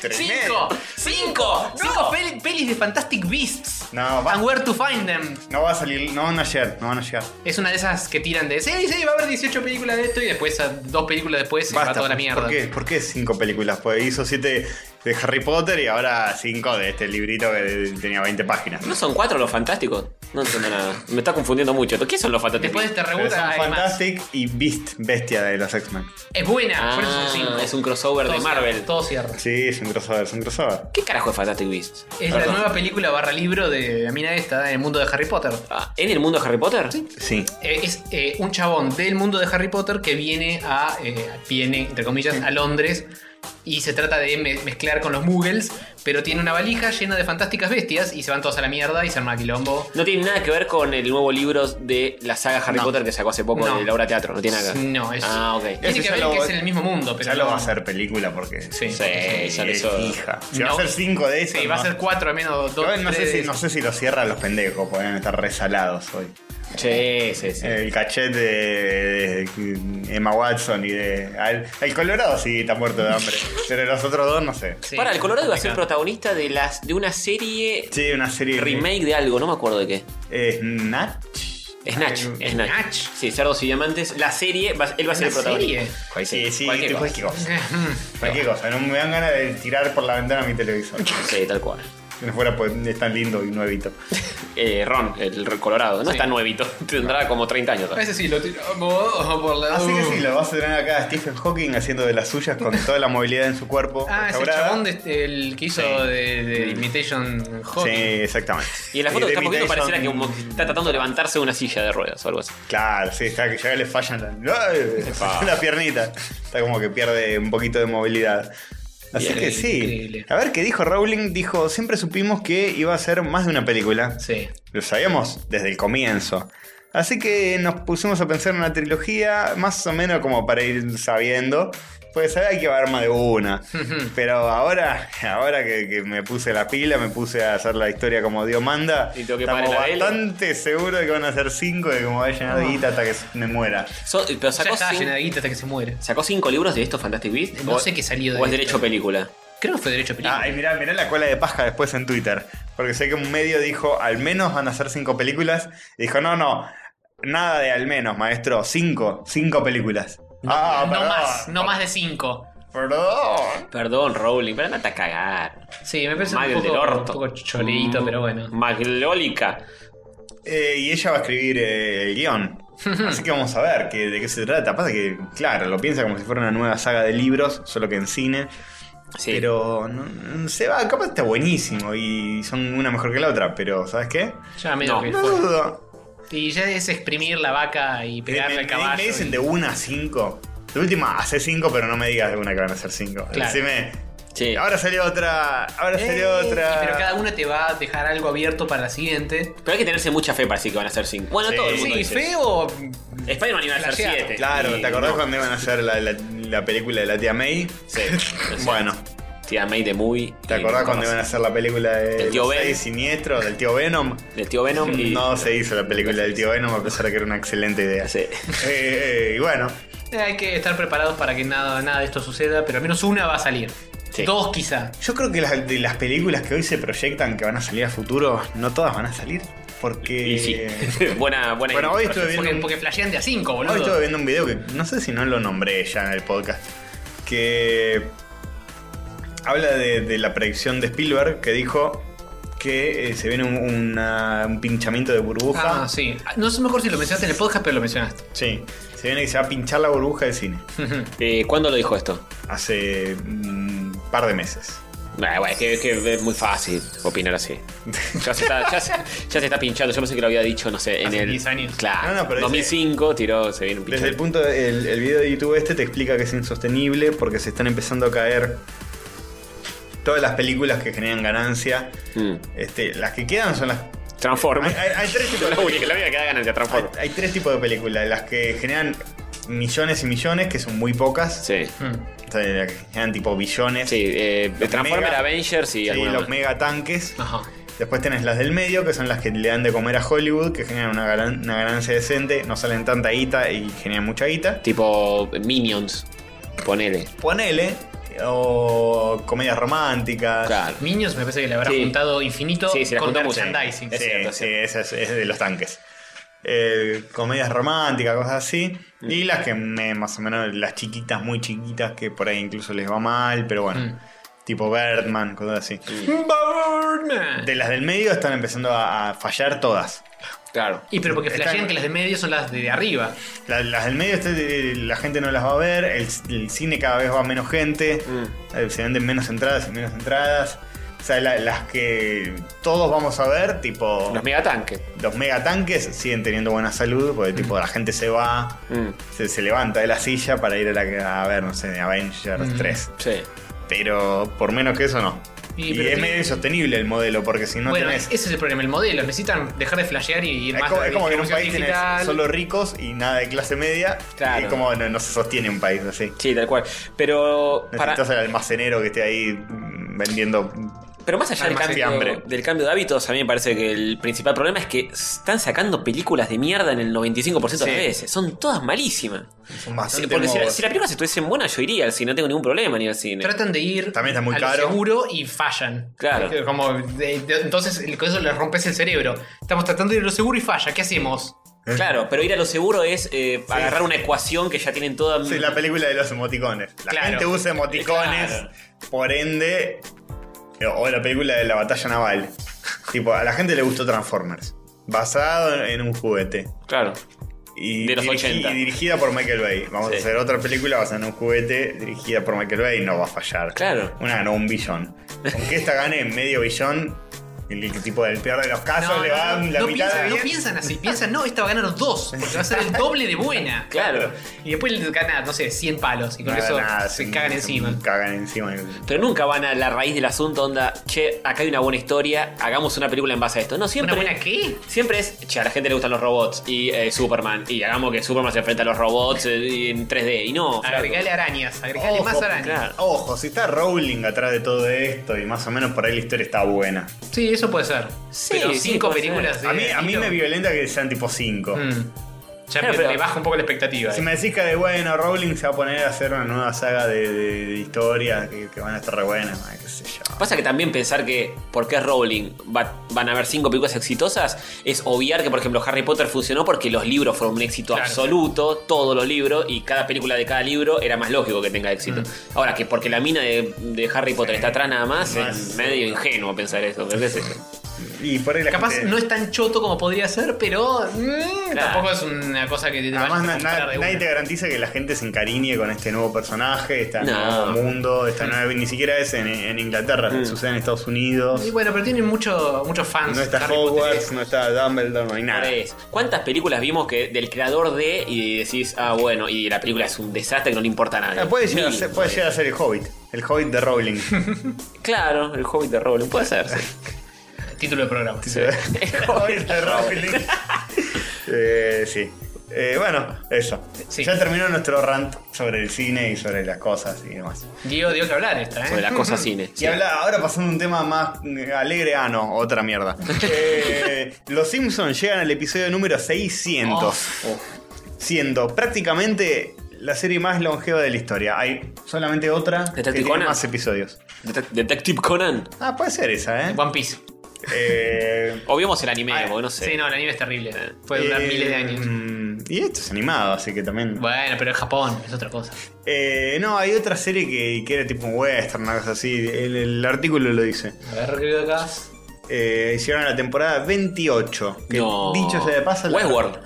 S4: Tres y
S3: ¡Cinco!
S4: medio.
S3: ¡Cinco! ¡Cinco pel- pelis de Fantastic Beasts!
S4: No,
S3: And
S4: va,
S3: Where to Find Them.
S4: no va a salir, no van a llegar, no van a llegar.
S3: Es una de esas que tiran de. Sí, sí, va a haber 18 películas de esto y después, a- dos películas después, se va toda la mierda.
S4: ¿Por qué? ¿Por qué cinco películas? Pues hizo siete de Harry Potter y ahora cinco de este librito que tenía 20 páginas.
S2: ¿No son cuatro los fantásticos? No entiendo nada. Me está confundiendo mucho. ¿Qué son los fantásticos?
S3: Después este te
S4: Pero son
S3: rebota además.
S4: Fantastic y Beast, bestia de los X-Men.
S3: Es buena, por eso son
S2: Ah,
S3: cinco.
S2: es un crossover
S3: Todo
S2: de Marvel.
S3: cierra, todo cierra.
S4: Sí, es un crossover, es un crossover.
S2: ¿Qué carajo es Fantastic Beasts?
S3: Es la
S2: Perdón.
S3: nueva película barra libro de la mina esta en el mundo de Harry Potter.
S2: Ah, ¿En el mundo de Harry Potter?
S4: Sí.
S3: Eh, es eh, un chabón del mundo de Harry Potter que viene a. eh, viene, entre comillas, a Londres. Y se trata de me- mezclar con los muggles. Pero tiene una valija llena de fantásticas bestias. Y se van todas a la mierda y se arma quilombo.
S2: No tiene nada que ver con el nuevo libro de la saga Harry Potter que sacó hace poco
S3: No.
S2: de Laura Teatro. No tiene nada que ver.
S3: No, es.
S2: Ah, ok.
S3: Tiene
S4: Ese
S3: que
S4: ya
S3: ver
S4: lo-
S3: que es en el mismo mundo. Pero
S4: Ya lo
S3: no-
S4: va a hacer película porque.
S2: Sí,
S3: Sí.
S2: ya le
S4: es
S2: hizo.
S4: fija. Si va
S3: No.
S4: a ser cinco de esos.
S3: Sí, va a ser cuatro al menos dos.
S4: Igual no sé,
S3: tres.
S4: si, no sé si lo cierran los pendejos, podrían estar resalados hoy.
S2: Sí, sí, sí.
S3: Eh,
S4: El cachete de, de Emma Watson y de. al- El Colorado sí está muerto de hambre. pero los otros dos no sé.
S3: Sí,
S2: Para, el Colorado iba a ser
S3: complicado.
S2: protagonista de las de una serie
S4: Sí, una serie.
S2: remake de algo, no me acuerdo de qué.
S4: Eh, Snatch.
S2: Snatch,
S4: Ay,
S2: Snatch.
S3: Snatch.
S2: Sí, Cerdos y Diamantes. La serie, va- él va a ser el
S3: ¿Una
S2: protagonista.
S3: serie?
S4: Sí, sí,
S2: cualquier
S4: tipo,
S2: cosa.
S4: cualquier cosa. Cualquier cosa. No me dan ganas de tirar por la ventana mi televisor.
S2: Sí, tal cual.
S4: Si no fuera pues, es tan lindo y nuevito.
S2: Eh, Ron, el Colorado, no
S3: Sí.
S2: está nuevito, [LAUGHS] tendrá como 30 años.
S3: [LAUGHS] A veces sí, lo tiramos oh, por la.
S4: Así que Ah, sí, lo vas a tener acá a Stephen Hawking haciendo de las
S3: [LAUGHS]
S4: suyas con toda la movilidad en su cuerpo.
S3: Ah, es el
S4: restaurada.
S3: chabón de- el que hizo
S4: Sí.
S3: de, de Imitation
S4: Sí,
S3: Hockey.
S4: exactamente.
S2: Y en la foto
S4: Sí,
S2: que está
S4: The
S2: poniendo pareciera que
S4: Imitation-
S2: como que está tratando de levantarse de una silla de ruedas o algo así.
S4: Claro, sí, está que ya le fallan la, ¡Ay! [LAUGHS] la piernita. Está como que pierde un poquito de movilidad. Así
S3: Bien,
S4: que sí.
S3: increíble.
S4: A ver qué dijo Rowling. Dijo, siempre supimos que iba a ser más de una película.
S3: Sí.
S4: Lo sabíamos desde el comienzo. Así que nos pusimos a pensar en una trilogía, más o menos como para ir sabiendo. Pues sabía que va a haber más de una. Pero ahora, ahora que, que me puse la pila, me puse a hacer la historia como Dios manda,
S2: Y tengo que
S4: estamos
S2: pagar la vela.
S4: bastante seguros de que van a ser cinco y que me voy a llenar de guita hasta que me muera.
S2: So- pero
S3: Ya
S2: sacó,
S3: está
S2: cin-
S3: llena de guita hasta que se muere.
S2: sacó cinco libros de estos Fantastic Beasts.
S3: No
S2: o-
S3: sé qué salió de
S2: O es
S3: esto.
S2: derecho a película.
S3: Creo que fue derecho a película.
S4: Ay, Ah, mirá, mirá la cola de paja después en Twitter. Porque sé que un medio dijo, al menos van a ser cinco películas. Y dijo, no, no, nada de al menos, maestro. Cinco, cinco películas. ah,
S3: no
S4: perdón,
S3: más, no más de cinco.
S4: Perdón.
S2: Perdón, Rowling, pero andate a cagar.
S3: Sí, me parece
S2: Mal del
S3: un poco, un
S2: orto. Mm,
S3: poco choleíto, pero bueno.
S2: Maglólica.
S4: Eh, y ella va a escribir eh,
S3: [LAUGHS]
S4: el guión. Así que vamos a ver qué- de qué se trata. Pasa que, claro, lo piensa como si fuera una nueva saga de libros, solo que en cine.
S2: Sí.
S4: Pero no- no se va, capaz está buenísimo y son una mejor que la otra, pero ¿sabes qué?
S3: Ya medio
S2: No.
S3: que
S4: No
S3: fue.
S4: dudo.
S3: Y ya es exprimir la vaca y
S4: Me,
S3: pegarle
S4: me-
S3: al caballo.
S4: me dicen
S3: y-
S4: de una a cinco. De última, hace cinco, pero no me digas de una que van a ser cinco.
S3: Claro.
S4: Decime,
S2: Sí.
S4: ahora salió otra, ahora salió
S2: Eh,
S4: otra.
S3: Pero cada una te va a dejar algo abierto para la siguiente.
S2: Pero hay que tenerse mucha fe para decir que van a ser cinco. Bueno,
S4: Sí.
S2: todo el mundo
S3: Sí,
S2: dice eso.
S3: feo.
S2: Spider-man iba a ser
S3: Flasheado.
S2: siete.
S4: Claro,
S2: Y
S4: ¿te acordás
S2: no.
S4: cuando iban a hacer la, la- la película de la tía May?
S2: Sí.
S4: Bueno,
S2: Tía May de Movie.
S4: ¿te acordás cuando iban a hacer la película de
S2: Del tío
S4: los
S2: Ben.
S4: seis siniestros, del tío Venom?
S2: Del tío Venom y.
S4: No se hizo la película del tío Venom a pesar de que era una excelente idea.
S2: Sí.
S4: Eh, eh, y bueno,
S3: Eh, hay que estar preparados para que nada, nada de esto suceda, pero al menos una va a salir.
S2: Sí.
S3: Dos quizá.
S4: Yo creo que las, de las películas que hoy se proyectan que van a salir a futuro, no todas van a salir. Porque.
S2: Y sí. [LAUGHS]
S4: [LAUGHS]
S2: buena, buena
S4: Bueno, hoy estuve viendo
S3: Porque,
S4: un-
S3: porque flashean de a cinco, boludo.
S4: Hoy estuve viendo un video que no sé si no lo nombré ya en el podcast. Que habla de, de la predicción de Spielberg que dijo que eh, se viene un, una- un pinchamiento de burbuja.
S3: Ah, sí. Ah, No sé mejor si lo mencionaste en el podcast, pero lo mencionaste.
S4: Sí, se viene que se va a pinchar la burbuja del cine.
S3: Hmm.
S2: Eh, ¿Cuándo lo dijo esto?
S4: Hace un par de meses.
S2: Nah, bueno, es que, es que es muy fácil opinar así. Ya se, está, ya, se, ya se está pinchando. Yo pensé que lo había dicho, no sé, en
S3: Hace
S2: el.
S3: 10 años.
S2: Claro.
S4: No, no, pero
S2: 2005 tiró, se viene un
S4: Desde el
S2: pinchado.
S4: punto, de- el, el video de YouTube este te explica que es insostenible porque se están empezando a caer todas las películas que generan ganancia.
S2: Mm.
S4: Este, las que quedan son las...
S2: Transforma.
S4: Hay,
S2: [LAUGHS]
S4: hay- hay tres tipos de
S2: La única, la única que da ganancia,
S4: Hay,
S2: transforma.
S4: hay tres tipos de películas. Las que generan millones y millones, que son muy pocas.
S2: Sí.
S3: Hmm,
S4: O sea, las que generan tipo billones.
S2: Sí, eh,
S4: Los
S2: Transformer
S4: mega-
S2: Avengers y
S4: sí,
S2: alguna
S4: los
S2: más. Ah.
S4: mega tanques.
S3: Ajá.
S4: Después tenés las del medio, que son las que le dan de comer a Hollywood, que generan una, galan- una ganancia decente, no salen tanta guita y generan mucha guita.
S2: Tipo Minions. Ponele.
S4: Ponele, o comedias románticas.
S2: Claro.
S3: Niños me parece que le habrá
S2: Sí.
S3: juntado infinito
S2: Sí, se la
S3: con
S2: juntó mucho.
S3: merchandising.
S4: Sí,
S2: Es cierto, es
S4: sí, esa es, es de los tanques. Eh, comedias románticas, cosas así.
S2: Mm.
S4: Y las que me- más o menos, las chiquitas, muy chiquitas, que por ahí incluso les va mal, pero bueno.
S2: Mm.
S4: Tipo Birdman, cosas así.
S3: Birdman.
S4: De las del medio están empezando a, a fallar todas.
S2: Claro.
S3: Y pero porque
S4: Está-
S3: flashean que las de medio son las de arriba.
S4: La- las del medio este, eh, la gente no las va a ver, el, el cine cada vez va menos gente,
S2: Mm.
S4: eh, se venden menos entradas y menos entradas. O sea, la- las que todos vamos a ver, tipo...
S2: Los megatanques.
S4: los megatanques siguen teniendo buena salud, porque tipo la gente se va,
S2: Mm.
S4: se, se levanta de la silla para ir a, la, a ver, no sé, Avengers
S3: Mm.
S4: 3.
S2: Sí.
S4: Pero por menos que eso no.
S3: Y,
S4: Y,
S3: pero
S4: es
S3: tiene-
S4: medio insostenible el modelo, porque si no
S3: bueno,
S4: tenés. Es,
S3: ese es el problema, el modelo. Necesitan dejar de flashear y ir más
S4: como,
S3: a
S4: es como que en un país
S3: distribución digital.
S4: tenés solo ricos y nada de clase media.
S2: Claro.
S4: Y como no, no se sostiene un país así.
S2: Sí, tal cual. Pero. para-
S4: Necesitas el almacenero que esté ahí mm, vendiendo.
S2: Pero más allá del
S4: Además,
S2: cambio,
S4: fiambre.
S2: del cambio de hábitos, a mí me parece que el principal problema es que están sacando películas de mierda en el 95% de las
S4: Sí.
S2: veces. Son todas malísimas.
S4: Son
S2: Sí,
S4: bastante
S2: porque si la,
S4: modos.
S2: si la película se estuviese buena, yo iría al cine, no tengo ningún problema en ir al cine.
S3: Tratan de ir
S4: También está muy
S3: a lo
S4: caro.
S3: seguro y fallan.
S2: Claro.
S3: Es Como de- de- entonces el- con eso les rompes el cerebro. Estamos tratando de ir a lo seguro y falla. ¿Qué hacemos?
S4: Eh.
S2: Claro, pero ir a lo seguro es eh, agarrar una ecuación que ya tienen toda.
S4: Sí, la película de los emoticones. La
S3: Claro.
S4: gente usa emoticones,
S2: Claro.
S4: por ende. O la película de la batalla naval. tipo, a la gente le gustó Transformers. Basado en un juguete.
S2: Claro.
S4: Y,
S2: De los 80.
S4: y dirigida por Michael Bay. Vamos
S2: Sí.
S4: a hacer otra película basada en un juguete dirigida por Michael Bay. No va a fallar.
S2: Claro.
S4: Una ganó un billón. Aunque esta gane medio billón, el, el tipo del peor de los casos
S3: No,
S4: Ah, le
S3: no,
S4: va
S3: no,
S4: la
S3: no
S4: mitad
S3: piensan,
S4: de
S3: no
S4: bien.
S3: piensan así. Piensan, no, esta va a ganar dos. Porque va a ser el doble de
S4: [LAUGHS]
S3: buena.
S2: Claro.
S3: Y después gana, no sé, 100 palos. Y con
S4: No,
S3: eso
S4: nada,
S3: se cagan encima.
S4: Cagan encima.
S2: Pero nunca van a la raíz del asunto, onda, che, acá hay una buena historia, hagamos una película en base a esto. No,
S3: ¿Una
S2: siempre.
S3: buena qué?
S2: Siempre es, che, a la gente le gustan los robots y eh, Superman. Y hagamos que Superman se enfrente a los robots eh, en 3D. Y no. flaco.
S3: Agregale arañas, agregale
S4: Ojo,
S3: más arañas.
S2: claro.
S4: Ojo, si está Rowling atrás de todo esto y más o menos por ahí la historia está buena.
S3: Sí, eso puede ser.
S2: Sí,
S3: pero
S2: sí,
S3: cinco
S2: puede
S3: películas de
S4: a mí, a mí
S3: estilo.
S4: me violenta que sean tipo 5.
S3: Mm. Ya
S2: Claro,
S3: me
S2: pero-
S3: me baja un poco la expectativa.
S4: Si
S3: eh.
S4: me decís que de bueno, Rowling se va a poner a hacer una nueva saga de, de- de historias que, que van a estar re buenas, ay, qué sé yo.
S2: Pasa que también pensar que porque es Rowling va- van a haber cinco películas exitosas es obviar que, por ejemplo, Harry Potter funcionó porque los libros fueron un éxito
S3: Claro.
S2: absoluto, todos los libros, y cada película de cada libro era más lógico que tenga éxito. Ahora, que porque la mina de, de Harry Potter está atrás nada más, es
S4: Más-
S2: medio ingenuo pensar eso. pero qué sé yo.
S4: Y por ahí la
S3: Capaz
S4: gente-
S3: no es tan choto como podría ser, pero mm,
S2: Claro.
S3: tampoco es una cosa que te
S4: Además,
S3: vayas a
S4: na- na-
S3: comprar de
S4: nadie
S3: una.
S4: te garantiza que la gente se encariñe con este nuevo personaje, este
S2: No.
S4: nuevo mundo,
S3: Mm.
S4: esta nueva- ni siquiera es en, en Inglaterra, sucede en Estados Unidos.
S3: Y bueno, pero tienen mucho, muchos fans.
S4: No está
S3: Harry Potter
S4: Hogwarts,
S3: es-
S4: no está Dumbledore, no hay nada.
S2: Ahora es, ¿Cuántas películas vimos que del creador de y decís, ah, bueno, y la película es un desastre que no le importa a nadie?
S4: Ah, puede llegar, a
S2: Mil,
S4: ser, puede
S2: ponele.
S4: llegar a ser el Hobbit. El Hobbit de Rowling.
S3: [LAUGHS]
S2: Claro, el Hobbit de Rowling, puede ser. sí.
S4: [LAUGHS]
S3: eh, Título de programa.
S4: el Hobbit de Rowling. [LAUGHS] Eh, sí. Eh, bueno, eso.
S3: Sí.
S4: Ya terminó nuestro rant sobre el cine y sobre las cosas y demás.
S3: Dio, dio que hablar esta, ¿eh?
S2: Sobre la cosa cine.
S4: Y habla, ahora pasando a un tema más eh, alegre. Ah, no,
S3: [LAUGHS]
S4: otra mierda. Eh, los
S3: Oh.
S4: Simpsons llegan al episodio número 600. Siendo prácticamente la serie más longeva de la historia. Hay solamente otra que
S2: Detective
S4: tiene
S2: Conan.
S4: más episodios.
S2: Detec- Detective Conan.
S4: Ah, puede ser esa, ¿eh?
S3: One Piece.
S4: eh
S2: Obviamos el anime,
S3: Ah,
S2: porque no sé.
S3: Sí, no, el anime es terrible. [LAUGHS] Puede durar
S4: eh,
S3: miles de años.
S4: mm, Y esto es animado, así que también.
S3: Bueno, pero es Japón, es otra cosa.
S4: Eh, no, hay otra serie que, que era tipo un western, una cosa así. El, el artículo lo dice.
S3: A ver, ¿qué veo acá?
S4: Eh, hicieron la temporada 28. Que
S2: No.
S4: dicho sea de paso, la-
S2: Westworld.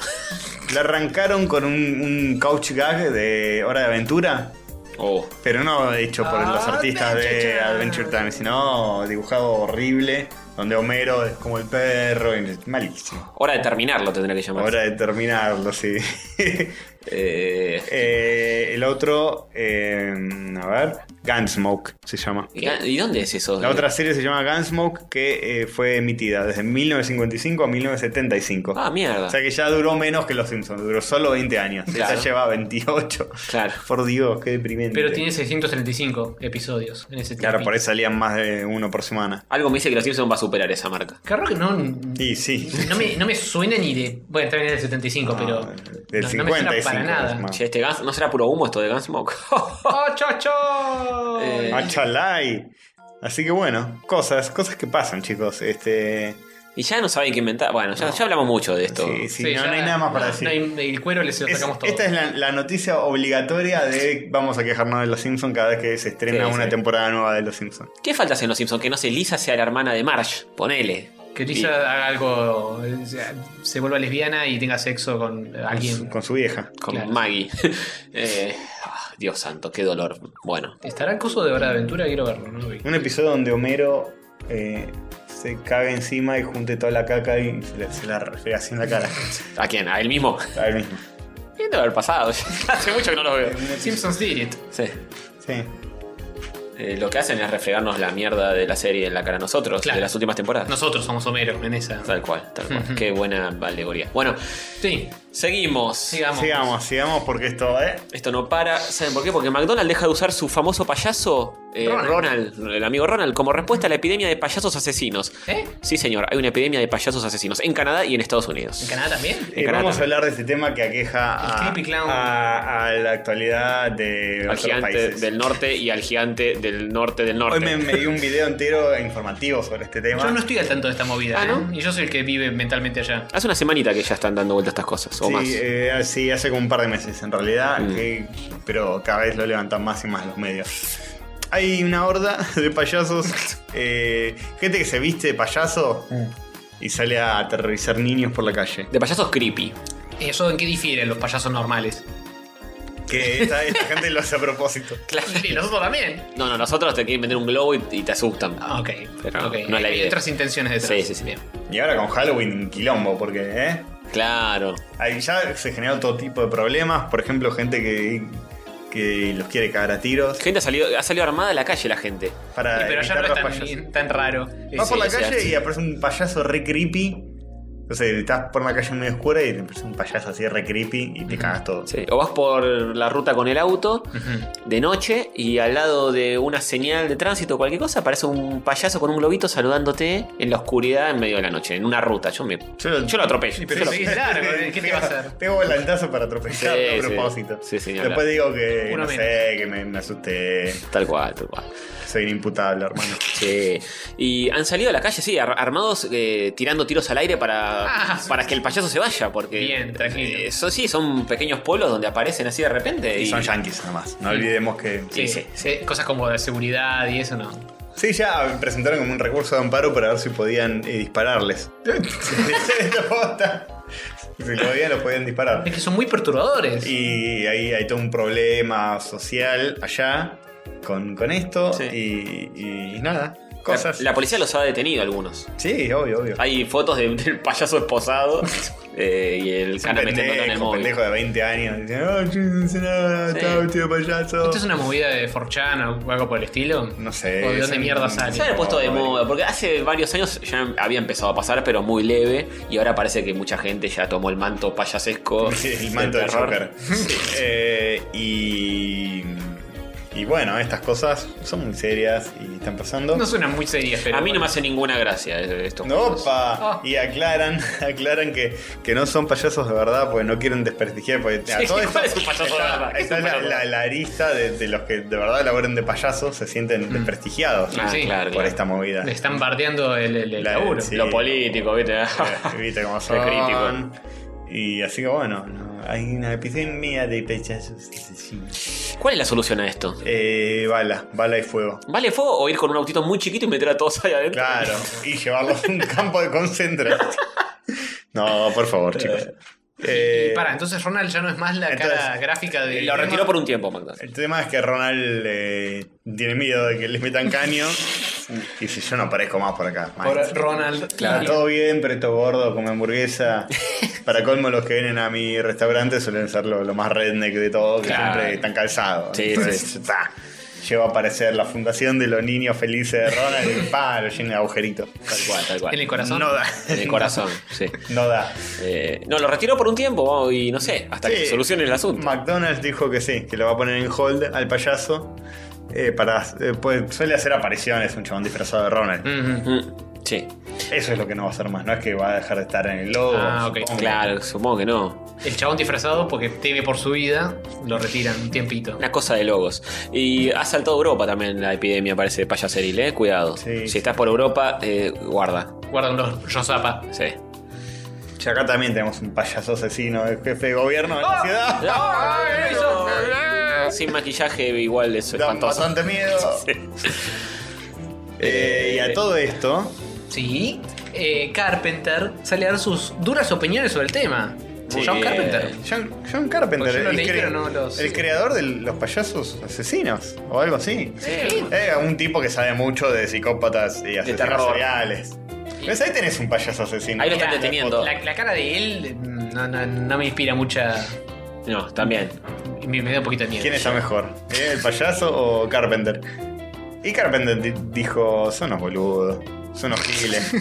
S4: La arrancaron con un, un couch gag de Hora de Aventura,
S2: Oh.
S4: pero no hecho por los artistas de Adventure Time, sino dibujado horrible, donde Homero es como el perro, y malísimo.
S2: Hora de terminarlo tendría que llamar.
S4: Hora de terminarlo, sí. [LAUGHS]
S2: Eh,
S4: Eh, el otro, eh, a ver, Gunsmoke se llama.
S2: ¿y, y dónde es eso?
S4: La otra serie se llama Gunsmoke, que eh, fue emitida desde 1955 a 1975.
S2: Ah, mierda.
S4: O sea que ya duró menos que Los Simpsons, duró solo 20 años.
S2: Claro.
S4: Esa lleva 28.
S2: Claro.
S4: [LAUGHS] Por Dios, qué deprimente.
S3: Pero tiene 635 episodios en ese tiempo.
S4: Claro, por eso salían más de uno por semana.
S2: Algo me dice que los Simpsons va a superar esa marca.
S3: Qué raro que no.
S2: [LAUGHS]
S4: Y sí.
S3: No me, no me suena ni de. Bueno, también es del 75, pero.
S4: del
S3: no,
S4: 55
S3: no me suena para nada.
S4: más.
S2: Che, este Guns- ¿No será puro humo esto de Gunsmoke? [LAUGHS]
S3: ¡Oh, chocho!
S2: Eh,
S4: Achalay. Así que bueno, cosas, cosas que pasan, chicos. Este.
S2: y ya no saben qué inventar. Bueno, ya, ya hablamos mucho de esto.
S4: Sí, sí,
S3: Sí,
S4: no,
S3: ya-
S4: no hay nada más para
S3: no,
S4: decir.
S3: no hay- el cuero le se lo
S4: Es-
S3: sacamos todo.
S4: esta es la, la noticia obligatoria de vamos a quejarnos de los Simpsons cada vez que se estrena
S2: Sí,
S4: una
S2: sí.
S4: temporada nueva de los Simpsons.
S2: ¿Qué falta hacer en los Simpsons? Que no sé, Lisa sea la hermana de Marge. Ponele.
S3: Que Lisa haga algo. eh, Se vuelva lesbiana y tenga sexo con alguien.
S4: Con su vieja.
S2: Con
S3: Claro.
S2: Maggie. [LAUGHS] Eh, ah, Dios santo, qué dolor. Bueno.
S3: ¿Estará el coso de Hora de Aventura? Quiero verlo, no lo
S4: [LAUGHS]
S3: vi.
S4: Un episodio donde Homero eh, se caga encima y junte toda la caca y se la, se la refrega así en
S3: [LAUGHS]
S4: la cara.
S2: ¿A quién? ¿A él mismo? [LAUGHS]
S4: A él mismo.
S2: ¿Qué debe haber pasado? [LAUGHS] Hace mucho que no los veo.
S3: Simpsons did it.
S2: Sí.
S4: Sí.
S2: Eh, lo que hacen es refregarnos la mierda de la serie en la cara a nosotros,
S3: Claro.
S2: de las últimas temporadas.
S3: Nosotros somos Homero en esa.
S2: Tal cual, tal cual.
S3: Ujú.
S2: Qué buena alegoría. Bueno,
S3: Sí,
S2: seguimos.
S3: sigamos.
S4: Sigamos, sigamos porque esto, ¿eh?
S2: Esto no para. ¿Saben por qué? Porque McDonald's deja de usar su famoso payaso, eh,
S3: Ronald.
S2: Ronald. el amigo Ronald, como respuesta a la epidemia de payasos asesinos.
S3: ¿Eh?
S2: Sí, señor, hay una epidemia de payasos asesinos en Canadá y en Estados Unidos.
S3: ¿En Canadá también?
S4: Eh,
S2: Canadá
S4: vamos a
S2: también.
S4: hablar de este tema que aqueja
S3: El
S4: a,
S3: creepy clown.
S4: a- a la actualidad de
S2: Al
S4: otros
S2: gigante
S4: países.
S2: del norte y al gigante del norte del norte.
S4: Hoy me, me di un video entero informativo sobre este tema.
S3: Yo no estoy al tanto de esta movida.
S2: Ah,
S3: ¿eh?
S2: ¿no?
S3: Y yo soy el que vive mentalmente allá.
S2: Hace una semanita que ya están dando vuelta estas cosas, o
S4: Sí,
S2: más.
S4: eh, sí, hace como un par de meses en realidad, que- pero cada vez lo levantan más y más los medios. Hay una horda [LAUGHS] de payasos, eh, gente que se viste de payaso y sale a aterrorizar niños por la calle.
S2: De payasos creepy.
S3: ¿Eso en qué difieren los payasos normales?
S4: Que esta, esta gente lo hace a propósito.
S3: Y nosotros también.
S2: No, no, nosotros te quieren vender un globo y, y te asustan.
S3: Ah, ok.
S2: Pero
S3: Ok,
S2: no es la
S3: hay
S2: idea.
S3: otras intenciones detrás.
S2: Sí, sí, sí.
S3: Bien.
S4: Y ahora con Halloween, un quilombo, porque ¿eh?
S2: Claro.
S4: Ahí ya se generó todo tipo de problemas. Por ejemplo, gente que, que los quiere cagar a tiros.
S2: Gente ha salido, ha salido armada a la calle la gente.
S4: Para
S3: Y pero allá
S4: evitar
S3: no
S4: los
S3: es
S4: payasos.
S3: tan, tan raro.
S4: Vas por la
S2: Eh, sí,
S4: calle
S2: sí.
S4: y aparece un payaso re creepy. O sea, estás por una calle medio oscura y te aparece un payaso así re creepy y te cagas todo.
S2: Sí, O vas por la ruta con el auto
S3: Ujú.
S2: de noche y al lado de una señal de tránsito o cualquier cosa aparece un payaso con un globito saludándote en la oscuridad en medio de la noche, en una ruta. Yo, me,
S4: Yo-
S2: yo lo atropello.
S3: pero
S2: Yo lo-
S3: sí, largo, ¿eh?
S4: [LAUGHS]
S3: ¿Qué te va a hacer?
S4: Pego el lantazo para atropellar
S2: Sí,
S4: a
S2: sí.
S4: propósito.
S2: Sí, sí, ni hablar.
S4: Después digo que,
S3: Uno
S4: no
S3: menos.
S4: sé, que me, me asusté.
S2: Tal cual, tal cual.
S4: Soy inimputable, hermano.
S2: Sí. Y han salido a la calle, sí, ar- armados eh, tirando tiros al aire para,
S3: Ah, sí.
S2: para que el payaso se vaya. Porque
S3: Bien, tranquilo.
S2: eh, Eso sí, son pequeños polos donde aparecen así de repente.
S4: Y
S2: Eh, Y, Mm.
S4: son yankees nomás. No olvidemos que.
S3: Sí,
S2: sí.
S3: sí, Cosas como de seguridad y eso no.
S4: Sí, ya presentaron como un recurso de amparo para ver si podían eh,
S2: [LAUGHS]
S4: dispararles. [LAUGHS] La posta. si podían, los podían disparar.
S3: Es que son muy perturbadores.
S4: Y ahí hay todo un problema social allá con, con esto.
S2: Sí.
S4: Y, y nada,
S2: la-
S4: cosas.
S2: la policía los ha detenido algunos.
S4: Sí, obvio, obvio.
S2: Hay fotos de- del payaso esposado eh, y el
S4: Es un
S2: cana metiéndolo en el
S4: pendejo, un
S2: móvil.
S4: pendejo de 20 años. Dice, "Ah, yo no sé nada,
S2: Sí.
S4: estaba vestido de payaso.
S3: ¿Esto es una movida de Forchan o algo por el estilo?
S4: No sé,
S3: ¿O de
S4: es
S3: dónde
S4: un-
S3: mierda sale?
S2: Se había puesto de
S4: Ay.
S2: moda, porque hace varios años ya había empezado a pasar, pero muy leve, y ahora parece que mucha gente ya tomó el manto
S4: [LAUGHS]
S2: payasesco. [LAUGHS]
S4: Sí, el manto de
S2: terror.
S4: Joker. Eh, y. Y Y bueno, estas cosas son muy serias y están pasando.
S3: No suenan muy serias, pero.
S2: a mí no me hace ninguna gracia eh, estos juegos.
S4: ¡Opa! Y aclaran, [LAUGHS] aclaran que, que no son payasos de verdad porque no quieren desprestigiar. Porque, a
S2: Sí,
S4: todo
S2: [LAUGHS] ¿cuál es
S4: esto
S2: un payaso de verdad? ¿Qué es
S4: está
S2: un
S4: la,
S2: payaso de
S4: la-
S2: verdad?
S4: la arista de, de los que de verdad laboren de payasos se sienten desprestigiados
S3: Ah, sí.
S4: por esta movida.
S3: Le están bardeando el, el, el
S4: La-
S3: laburo.
S4: sí.
S2: Lo político, ¿viste?
S4: [LAUGHS] Eh, Viste cómo son.
S2: crítico.
S4: Y así que bueno, no, hay una epidemia de payasos asesinos.
S2: [LAUGHS] ¿Cuál es la solución a esto?
S4: Eh, bala, bala y fuego.
S2: ¿Vale fuego o ir con un autito muy chiquito y meter a todos ahí adentro?
S4: Claro, y llevarlo a un [LAUGHS] campo de concentración. No, por favor, chicos. Eh,
S3: Y para, entonces Ronald ya no es más la cara
S4: entonces,
S3: gráfica de.
S2: Lo retiró por un tiempo, McDonald's.
S4: el tema es que Ronald eh, tiene miedo de que les metan caño. Y si yo no aparezco más por acá. man.
S3: Por Ronald.
S4: Claro, todo bien, preto gordo,
S2: [LAUGHS]
S4: come hamburguesa. Para colmo, los que vienen a mi restaurante suelen ser lo, lo más redneck de todo, que
S2: Claro.
S4: siempre están calzados.
S2: Sí,
S4: Entonces, ta, lleva a aparecer la fundación de los niños felices de Ronald y pa, lo llena de agujeritos.
S2: Tal cual, tal cual.
S3: En el corazón.
S4: No da.
S2: En el
S3: [LAUGHS]
S2: corazón, sí.
S4: [LAUGHS] No da.
S2: Eh, no, lo retiró por un tiempo vamos, y no sé, hasta que
S4: Sí.
S2: se solucione el asunto.
S4: McDonald's dijo que sí, que lo va a poner en hold al payaso. eh, para, eh, pues, suele hacer apariciones un chabón disfrazado de Ronald.
S3: Ujú.
S2: Mm, sí,
S4: Eso es lo que no va a hacer más. No es que va a dejar de estar en el logo.
S3: Ah, ok,
S4: supongo.
S2: claro, supongo que no.
S3: El chabón disfrazado, porque teme por su vida, lo retiran un tiempito.
S2: Una cosa de logos. Y ha saltado Europa también la epidemia, parece, de payaseril, ¿eh? Cuidado.
S4: Sí.
S2: si estás por Europa, eh, guarda.
S3: Guardan los Rosapa.
S2: Sí.
S4: Y acá también tenemos un payaso asesino, el jefe de gobierno de la ciudad.
S2: Sin maquillaje, igual es
S4: Da
S2: espantoso.
S4: eh. bastante miedo. Eh, y a todo esto,
S3: Sí. Eh, Carpenter sale a dar sus duras opiniones sobre el tema.
S2: Sí.
S3: John Carpenter.
S4: John, John Carpenter,
S3: Pues yo lo
S4: el,
S3: leí,
S4: cre-
S3: pero no los-
S4: el creador de los payasos asesinos, o algo así. Eh, un tipo que sabe mucho de psicópatas y asesinos
S2: terror.
S4: seriales. ¿Ves? Ahí tenés un payaso asesino.
S2: Ahí lo están
S3: Mira,
S2: deteniendo.
S3: La, la cara de él mm, no, no- no me inspira mucha.
S2: No, también.
S3: Me, me da un poquito de miedo.
S4: ¿Quién está mejor? ¿Eh? ¿El payaso o Carpenter? Y Carpenter di- dijo, son unos boludos, son unos giles.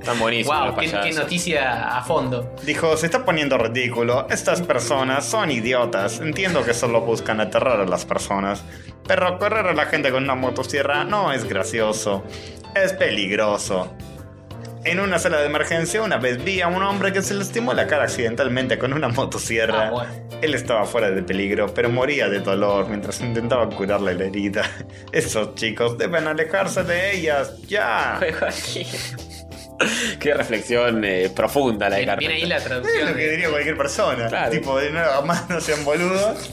S2: Están buenísimos los
S3: Wow, qué,
S2: payasos.
S3: qué noticia a fondo.
S4: Dijo, se está poniendo ridículo, estas personas son idiotas, entiendo que solo buscan aterrar a las personas, pero correr a la gente con una motosierra no es gracioso, es peligroso. En una sala de emergencia una vez vi a un hombre que se lastimó la cara accidentalmente con una motosierra.
S3: Ah, bueno.
S4: Él estaba fuera de peligro, pero moría de dolor mientras intentaba curarle la herida. [LAUGHS] Esos chicos deben alejarse de ellas, ya.
S2: [LAUGHS] Qué reflexión eh, profunda la de
S3: Viene viene
S2: Carpenter.
S3: ahí la
S4: Es lo
S3: traducción.
S4: que
S3: de-
S4: diría cualquier persona.
S2: Claro.
S4: Tipo, de nuevo, [LAUGHS] más no sean boludos.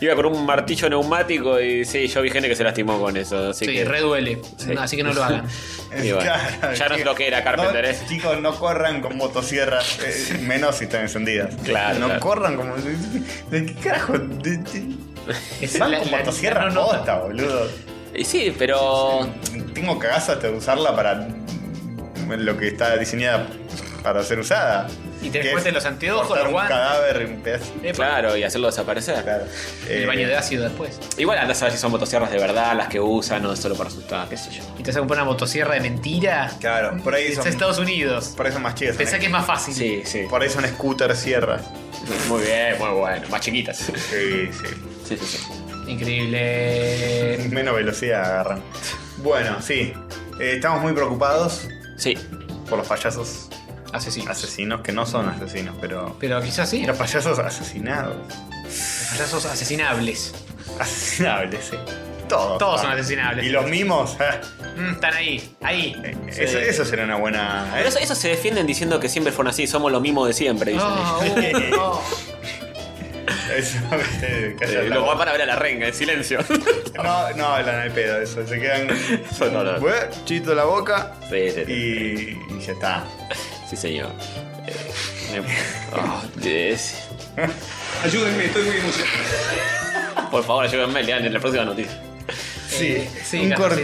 S2: Iba con un martillo neumático y sí, yo vi gente que se lastimó con eso. Así
S3: Sí,
S2: que...
S3: re duele.
S2: Sí.
S3: Así que no lo hagan.
S4: [LAUGHS]
S2: Y bueno,
S4: Claro,
S2: ya no es
S4: chicos,
S2: lo que era Carpenter,
S4: no,
S2: ¿eh?
S4: Chicos, no corran con motosierras, eh, menos si están encendidas.
S2: Claro,
S4: No
S2: claro.
S4: corran como. ¿De qué carajo? De- de-
S3: Es
S4: Van
S3: la-
S4: con
S3: la-
S4: motosierra
S3: la no nota.
S4: posta, boludo.
S2: Y sí, pero.
S4: Tengo cagazo hasta de usarla para lo que está diseñada para ser usada.
S3: Y tenés
S4: Que
S3: cuenta
S4: es
S3: los anteojos,
S4: cortar
S3: los guantes.
S4: Un cadáver, y un pedazo.
S3: Epa,
S2: Claro, y hacerlo desaparecer.
S4: Claro.
S3: El
S4: Eh,
S3: baño de ácido después.
S2: Igual andás a ver si son motosierras de verdad, las que usan, no es solo para asustar, qué sé yo.
S3: Y te vas a comprar una motosierra de mentira.
S4: Claro, por ahí
S3: Es
S4: son-
S3: Estados Unidos.
S4: Por eso más chidas.
S3: Pensá que es más fácil.
S2: Sí,
S4: [LAUGHS]
S2: sí.
S4: Por ahí son scooter sierras.
S2: Muy bien, muy bueno. Más chiquitas. Sí,
S4: Sí,
S2: sí,
S4: sí.
S2: sí.
S3: Increíble.
S4: Menos velocidad agarran. Bueno, sí. Eh, estamos muy preocupados
S2: Sí.
S4: por los payasos
S3: Asesino.
S4: asesinos, que no son asesinos, pero.
S3: Pero quizás sí.
S4: Los payasos asesinados.
S3: Payasos asesinables.
S4: Asesinables, sí. Todos.
S3: Todos
S4: Ah.
S3: son asesinables.
S4: Y los mimos. ah, eh,
S3: Mm, están ahí. Ahí.
S4: Eso, eso será una buena. eh,
S2: Pero eso, eso se defienden diciendo que siempre fueron así, somos los mismos de siempre, dicen
S3: No,
S2: ellos.
S3: uh, no.
S4: Eso, eh,
S2: Eh,
S4: calla la
S2: lo
S4: boca.
S2: van para ver a la renga, en silencio. [LAUGHS]
S4: no, no hablan al pedo, eso. Se
S3: [LAUGHS]
S4: quedan.
S2: Eso no, no.
S4: Bue, Chito la boca.
S2: Sí, sí, sí.
S4: Y, y ya está.
S2: Sí, señor. Eh,
S4: [LAUGHS]
S2: me- oh, yes.
S5: Ayúdenme, estoy muy emocionado.
S2: Por favor, ayúdenme, lean en la próxima noticia.
S4: Sí,
S3: Eh, sí,
S4: un
S3: Carlosito.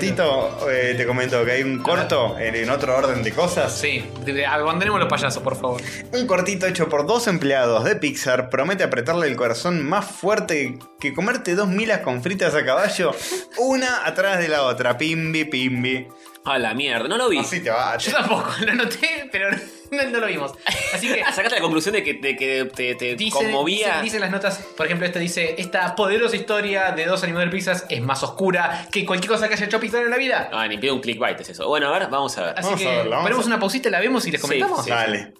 S4: cortito, eh, te comento que hay un corto en, en otro orden de cosas.
S3: Sí. de- Abandonemos los payasos, por favor.
S4: Un cortito hecho por dos empleados de Pixar promete apretarle el corazón más fuerte que comerte dos milas con fritas a caballo, una atrás de la otra, pimbi, pimbi.
S2: A la mierda, no lo vi.
S4: Así te va.
S3: Yo tampoco, lo noté, pero no, no lo vimos. Así
S4: [LAUGHS]
S3: que.
S2: Ah, sacaste la conclusión de que, de que te, te
S3: Dice,
S2: conmovía.
S3: dicen- dicen las notas, por ejemplo, este dice: Esta poderosa historia de dos animadores pizzas es más oscura que cualquier cosa que haya hecho Pixar en la vida.
S2: Ah, ni pido un clickbait, es eso. Bueno, a ver, vamos a ver.
S3: Así
S4: Vamos
S3: que
S4: a verla, vamos
S3: ponemos
S4: a-
S3: una pausita, la vemos y les
S2: Sí,
S3: comentamos.
S2: sí.
S4: [LAUGHS] Dale.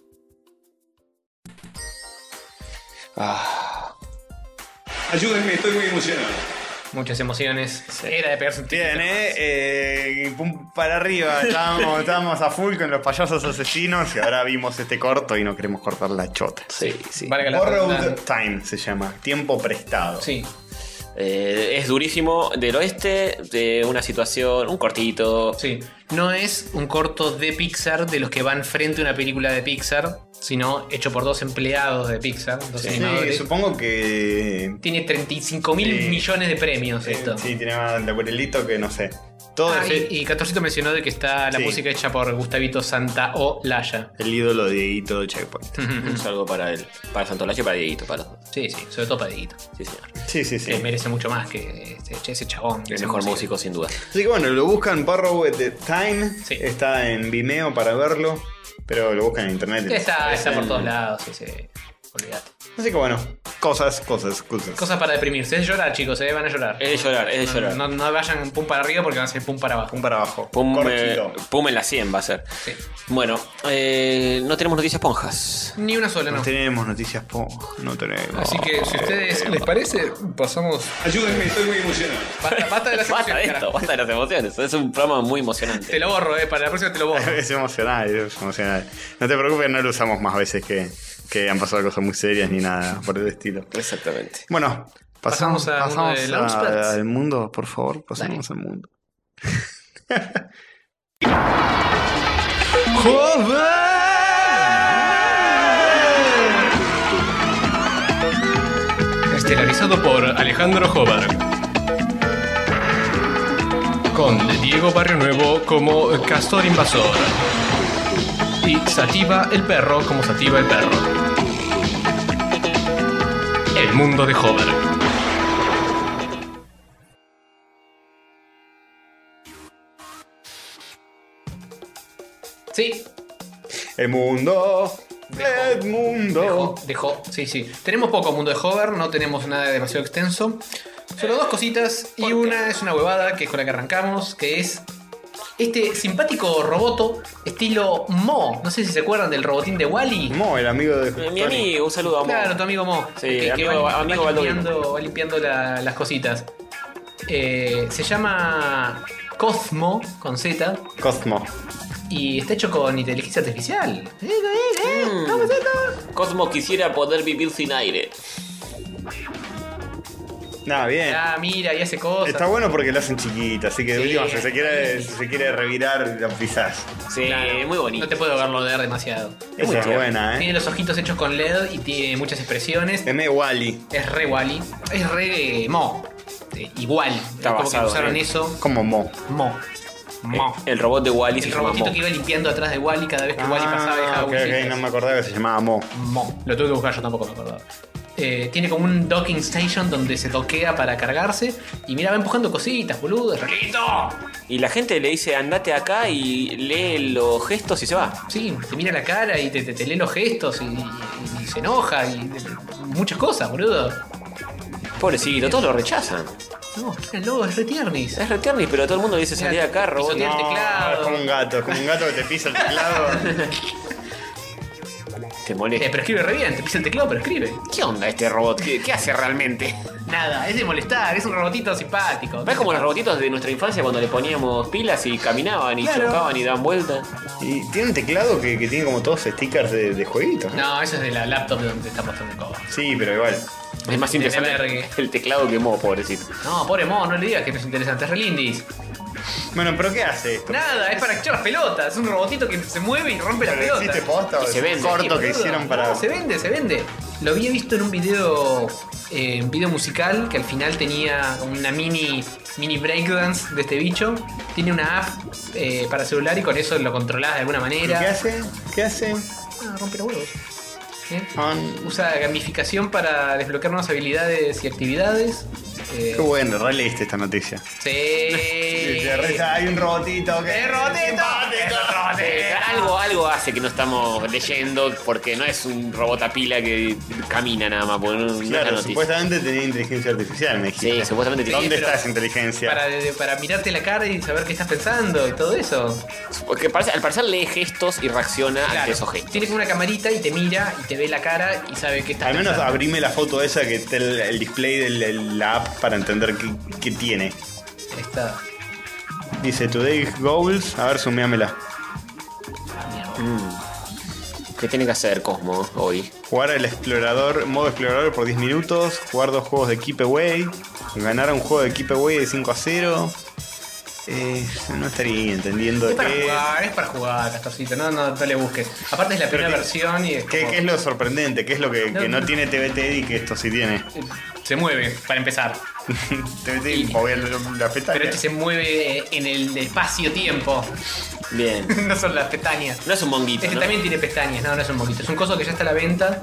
S8: Ayúdenme, estoy muy emocionado.
S3: Muchas emociones. Era de pegarse un tiro.
S4: Bien, eh, eh, pum para arriba. Estábamos, estábamos a full con los payasos asesinos y ahora vimos este corto y no queremos cortar la chota.
S2: Sí, sí.
S3: Valga la
S4: Borrowed
S3: redundancia.
S4: Time se llama. Tiempo prestado.
S3: Sí.
S2: Eh, es durísimo del oeste, de una situación, un cortito.
S3: Sí, no es un corto de Pixar de los que van frente a una película de Pixar, sino hecho por dos empleados de Pixar, dos
S4: Sí,
S3: animadores.
S4: supongo que.
S3: Tiene 35 mil
S4: Sí.
S3: millones de premios
S4: eh,
S3: esto.
S4: sí, tiene más laurelito que no sé. Todo
S3: Ah,
S4: ese-
S3: y, y Catorcito mencionó de que está la
S4: Sí.
S3: música hecha por Gustavito Santa o Laya.
S4: El ídolo de Dieguito de Checkpoint.
S2: Un saludo para él, para Santolacho y para Dieguito, para los dos.
S3: Sí, sí, sobre todo para Dieguito,
S2: Sí, señor.
S4: Sí, sí, sí.
S3: que merece mucho más que ese, ese chabón.
S2: El mejor músico, sin duda.
S4: Así que bueno, lo buscan Borrowed Time.
S3: Sí.
S4: Está en Vimeo para verlo. Pero lo buscan en internet.
S3: Está, está por
S4: Aparecen-
S3: todos lados, sí, sí. Olvídate.
S4: Así que bueno, cosas, cosas, cosas.
S3: Cosas para deprimirse. Es de llorar, chicos, se van a llorar.
S2: Es de llorar, es de
S3: No-
S2: llorar.
S3: No, no vayan pum para arriba porque van a ser pum para abajo.
S4: Pum para abajo.
S2: Pum, eh,
S4: Cortito.
S2: pum en la 100 va a ser.
S3: Sí.
S2: Bueno, eh, no tenemos noticias ponjas.
S3: Ni una sola,
S4: No
S3: no.
S4: tenemos noticias po. No tenemos.
S3: Así que si ustedes les parece, pasamos.
S8: Ayúdenme, estoy muy emocionado.
S3: Basta, basta de
S2: [LAUGHS]
S3: las
S2: Basta de
S3: emociones,
S2: esto,
S3: carajo.
S2: basta de las emociones. Es un programa muy
S3: Te
S2: emocionante.
S3: lo borro, eh. Para la próxima te lo
S2: [LAUGHS]
S3: borro.
S4: [LAUGHS] Es emocional, es emocional. No te preocupes, no lo usamos más veces que, que han pasado cosas muy serias ni nada por el estilo.
S2: Exactamente.
S4: Bueno, pasamos,
S3: Pasamos al mundo
S4: pasamos
S3: de
S4: a-
S3: Launchpads.
S4: al mundo, por favor, pasamos al mundo.
S9: Estelarizado por Alejandro Jobar. Con Diego Barrio Nuevo como Castor Invasor. Y Sativa el Perro como Sativa el Perro. El mundo de Jobar.
S3: Sí,
S4: El mundo,
S3: Dejó.
S4: el mundo.
S3: dejó, dejó. Sí, sí. Tenemos poco mundo de hover, no tenemos nada demasiado extenso. Solo dos cositas y una es una huevada que es con la que arrancamos, que es este simpático roboto estilo Mo. No sé si se acuerdan del robotín de Wally.
S4: Mo, el amigo de.
S2: Eh, Mi
S4: Tony.
S2: amigo, un saludo a Mo.
S3: Claro, tu amigo Mo.
S2: Sí, amigo-
S3: va,
S2: amigo
S3: va
S2: Baldovino.
S3: limpiando, va limpiando la- las cositas. Eh, se llama Cosmo con Z
S4: Cosmo.
S3: y está hecho con inteligencia artificial. Eh, eh, eh,
S2: Mm.
S3: ¿cómo es esto?
S2: Cosmo quisiera poder vivir sin aire.
S4: Nada, bien.
S3: Ah, mira, y hace cosas.
S4: Está bueno porque lo hacen chiquita, así que de
S3: Sí,
S4: última, si se quiere,
S3: sí.
S4: si se quiere revirar, lo pisás.
S2: Sí, muy bonito.
S3: No te puedo verlo leer demasiado.
S4: Esa es
S2: tierno.
S4: buena, eh.
S3: Tiene los ojitos hechos con LED y tiene muchas expresiones.
S4: M. Wally.
S3: Es re Wally. Es re eh, Mo. Eh, igual.
S2: Está
S3: es como
S2: basado,
S3: que usaron
S2: eh.
S3: eso.
S4: Como Mo. Eh,
S3: Mo. Mo.
S2: El robot de Wally se
S3: El
S2: llama Mo.
S3: robotito que iba limpiando atrás de Wally cada vez que Wally pasaba
S4: Ah,
S3: dejaba
S4: ok,
S3: huellitas.
S4: ok, no me acordaba que se llamaba Mo.
S3: Mo. Lo tuve que buscar, yo tampoco me acordaba. Eh, tiene como un docking station donde se doquea para cargarse. Y mira, va empujando cositas, boludo. es ¡Listo!
S2: Y la gente le dice, andate acá y lee los gestos y se va.
S3: Sí, te mira la cara y te, te- te lee los gestos y, y- y se enoja y muchas cosas, boludo.
S2: Pobrecito, todos lo rechazan.
S3: No, es el logo, es re tiernis.
S2: Es re tiernis, pero todo el mundo le dice, salí de acá, robot.
S3: Pisotea el
S4: Ah,
S3: teclado.
S4: es como un gato, es como un gato que te pisa
S3: [LAUGHS]
S4: el teclado.
S2: Te
S3: Eh,
S2: molesta.
S3: pero escribe re bien, te pisa el teclado, pero escribe.
S2: ¿Qué onda este robot? ¿Qué, qué hace
S3: [LAUGHS]
S2: realmente?
S3: Nada, es de molestar, es un robotito simpático.
S2: ¿Ves como los robotitos de nuestra infancia cuando le poníamos pilas y caminaban y
S3: Claro.
S2: chocaban y daban vuelta?
S4: y tiene un teclado que, que tiene como todos stickers de, de jueguitos. ¿no?
S3: No, eso es de la laptop de donde está puesto el cover.
S4: Sí, pero igual.
S2: Es más
S3: vergue.
S2: interesante el teclado que Mo, pobrecito.
S3: No, pobre Mo, no le digas que no es interesante, es re lindis.
S4: Bueno, pero ¿qué hace esto?
S3: Nada, es para echar las pelotas, es un robotito que se mueve y rompe las
S4: ¿Pero
S3: pelotas.
S4: existe posta o
S2: Y se
S4: es un
S2: vende.
S4: corto que
S3: boludo.
S4: hicieron para.
S3: No, se vende, se vende. Lo había visto en un video. eh, un video musical que al final tenía una mini. mini breakdance de este bicho. Tiene una app eh, para celular y con eso lo controlás de alguna
S4: ¿Y
S3: manera.
S4: ¿Qué hace? ¿Qué hace?
S3: Ah, rompe los huevos. ¿Eh?
S4: Son-
S3: Usa gamificación para desbloquear nuevas habilidades y actividades. Eh,
S4: Qué bueno, releíste esta noticia. [LAUGHS]
S3: sí.
S4: Dice, "Reza, hay un robotito que.
S3: Eh, ¡Es robotito! ¡Es
S2: Eh,
S3: robotito!
S2: algo, algo hace que no estamos leyendo porque no es un robot a pila que camina nada más. Porque no, no es la
S4: Claro,
S2: noticia.
S4: supuestamente tenía inteligencia artificial, me dijiste.
S2: Sí, supuestamente tiene-
S4: ¿Dónde
S2: pero-
S4: está esa inteligencia?
S3: Para, para mirarte la cara y saber qué estás pensando y todo eso.
S2: Porque parece- al parecer lee gestos y reacciona
S3: Claro.
S2: ante esos gestos.
S3: Tiene como una camarita y te mira y te ve la cara y sabe qué estás
S4: Al menos
S3: pensando.
S4: abrime la foto esa que está el, el display de la- la app para entender qué, qué tiene.
S3: Está.
S4: Dice Today Goals. A ver, suméamela.
S2: ¿Qué tiene que hacer Cosmo hoy?
S4: Jugar al explorador, modo explorador por 10 minutos. Jugar dos juegos de Keep Away. Ganar un juego de Keep Away de 5 a 0. Eh, no estaría entendiendo
S3: Es
S4: qué
S3: para
S4: es.
S3: jugar, es para jugar, Castorcito. No, no, no le busques. Aparte es la primera
S4: qué-
S3: versión y es
S4: ¿Qué,
S3: como-
S4: qué es lo sorprendente? ¿Qué es lo que que
S3: No,
S4: no,
S3: no.
S4: tiene TBT y que esto
S3: [LAUGHS]
S4: sí tiene?
S3: se mueve para empezar.
S4: TBT y mover la pestaña.
S3: Pero este se mueve en el espacio-tiempo. [LAUGHS]
S2: Bien.
S3: no son las pestañas.
S2: No es un monguito,
S3: Este
S2: ¿no?
S3: también tiene pestañas, no, no es un poquito. Es un coso que ya está a la venta.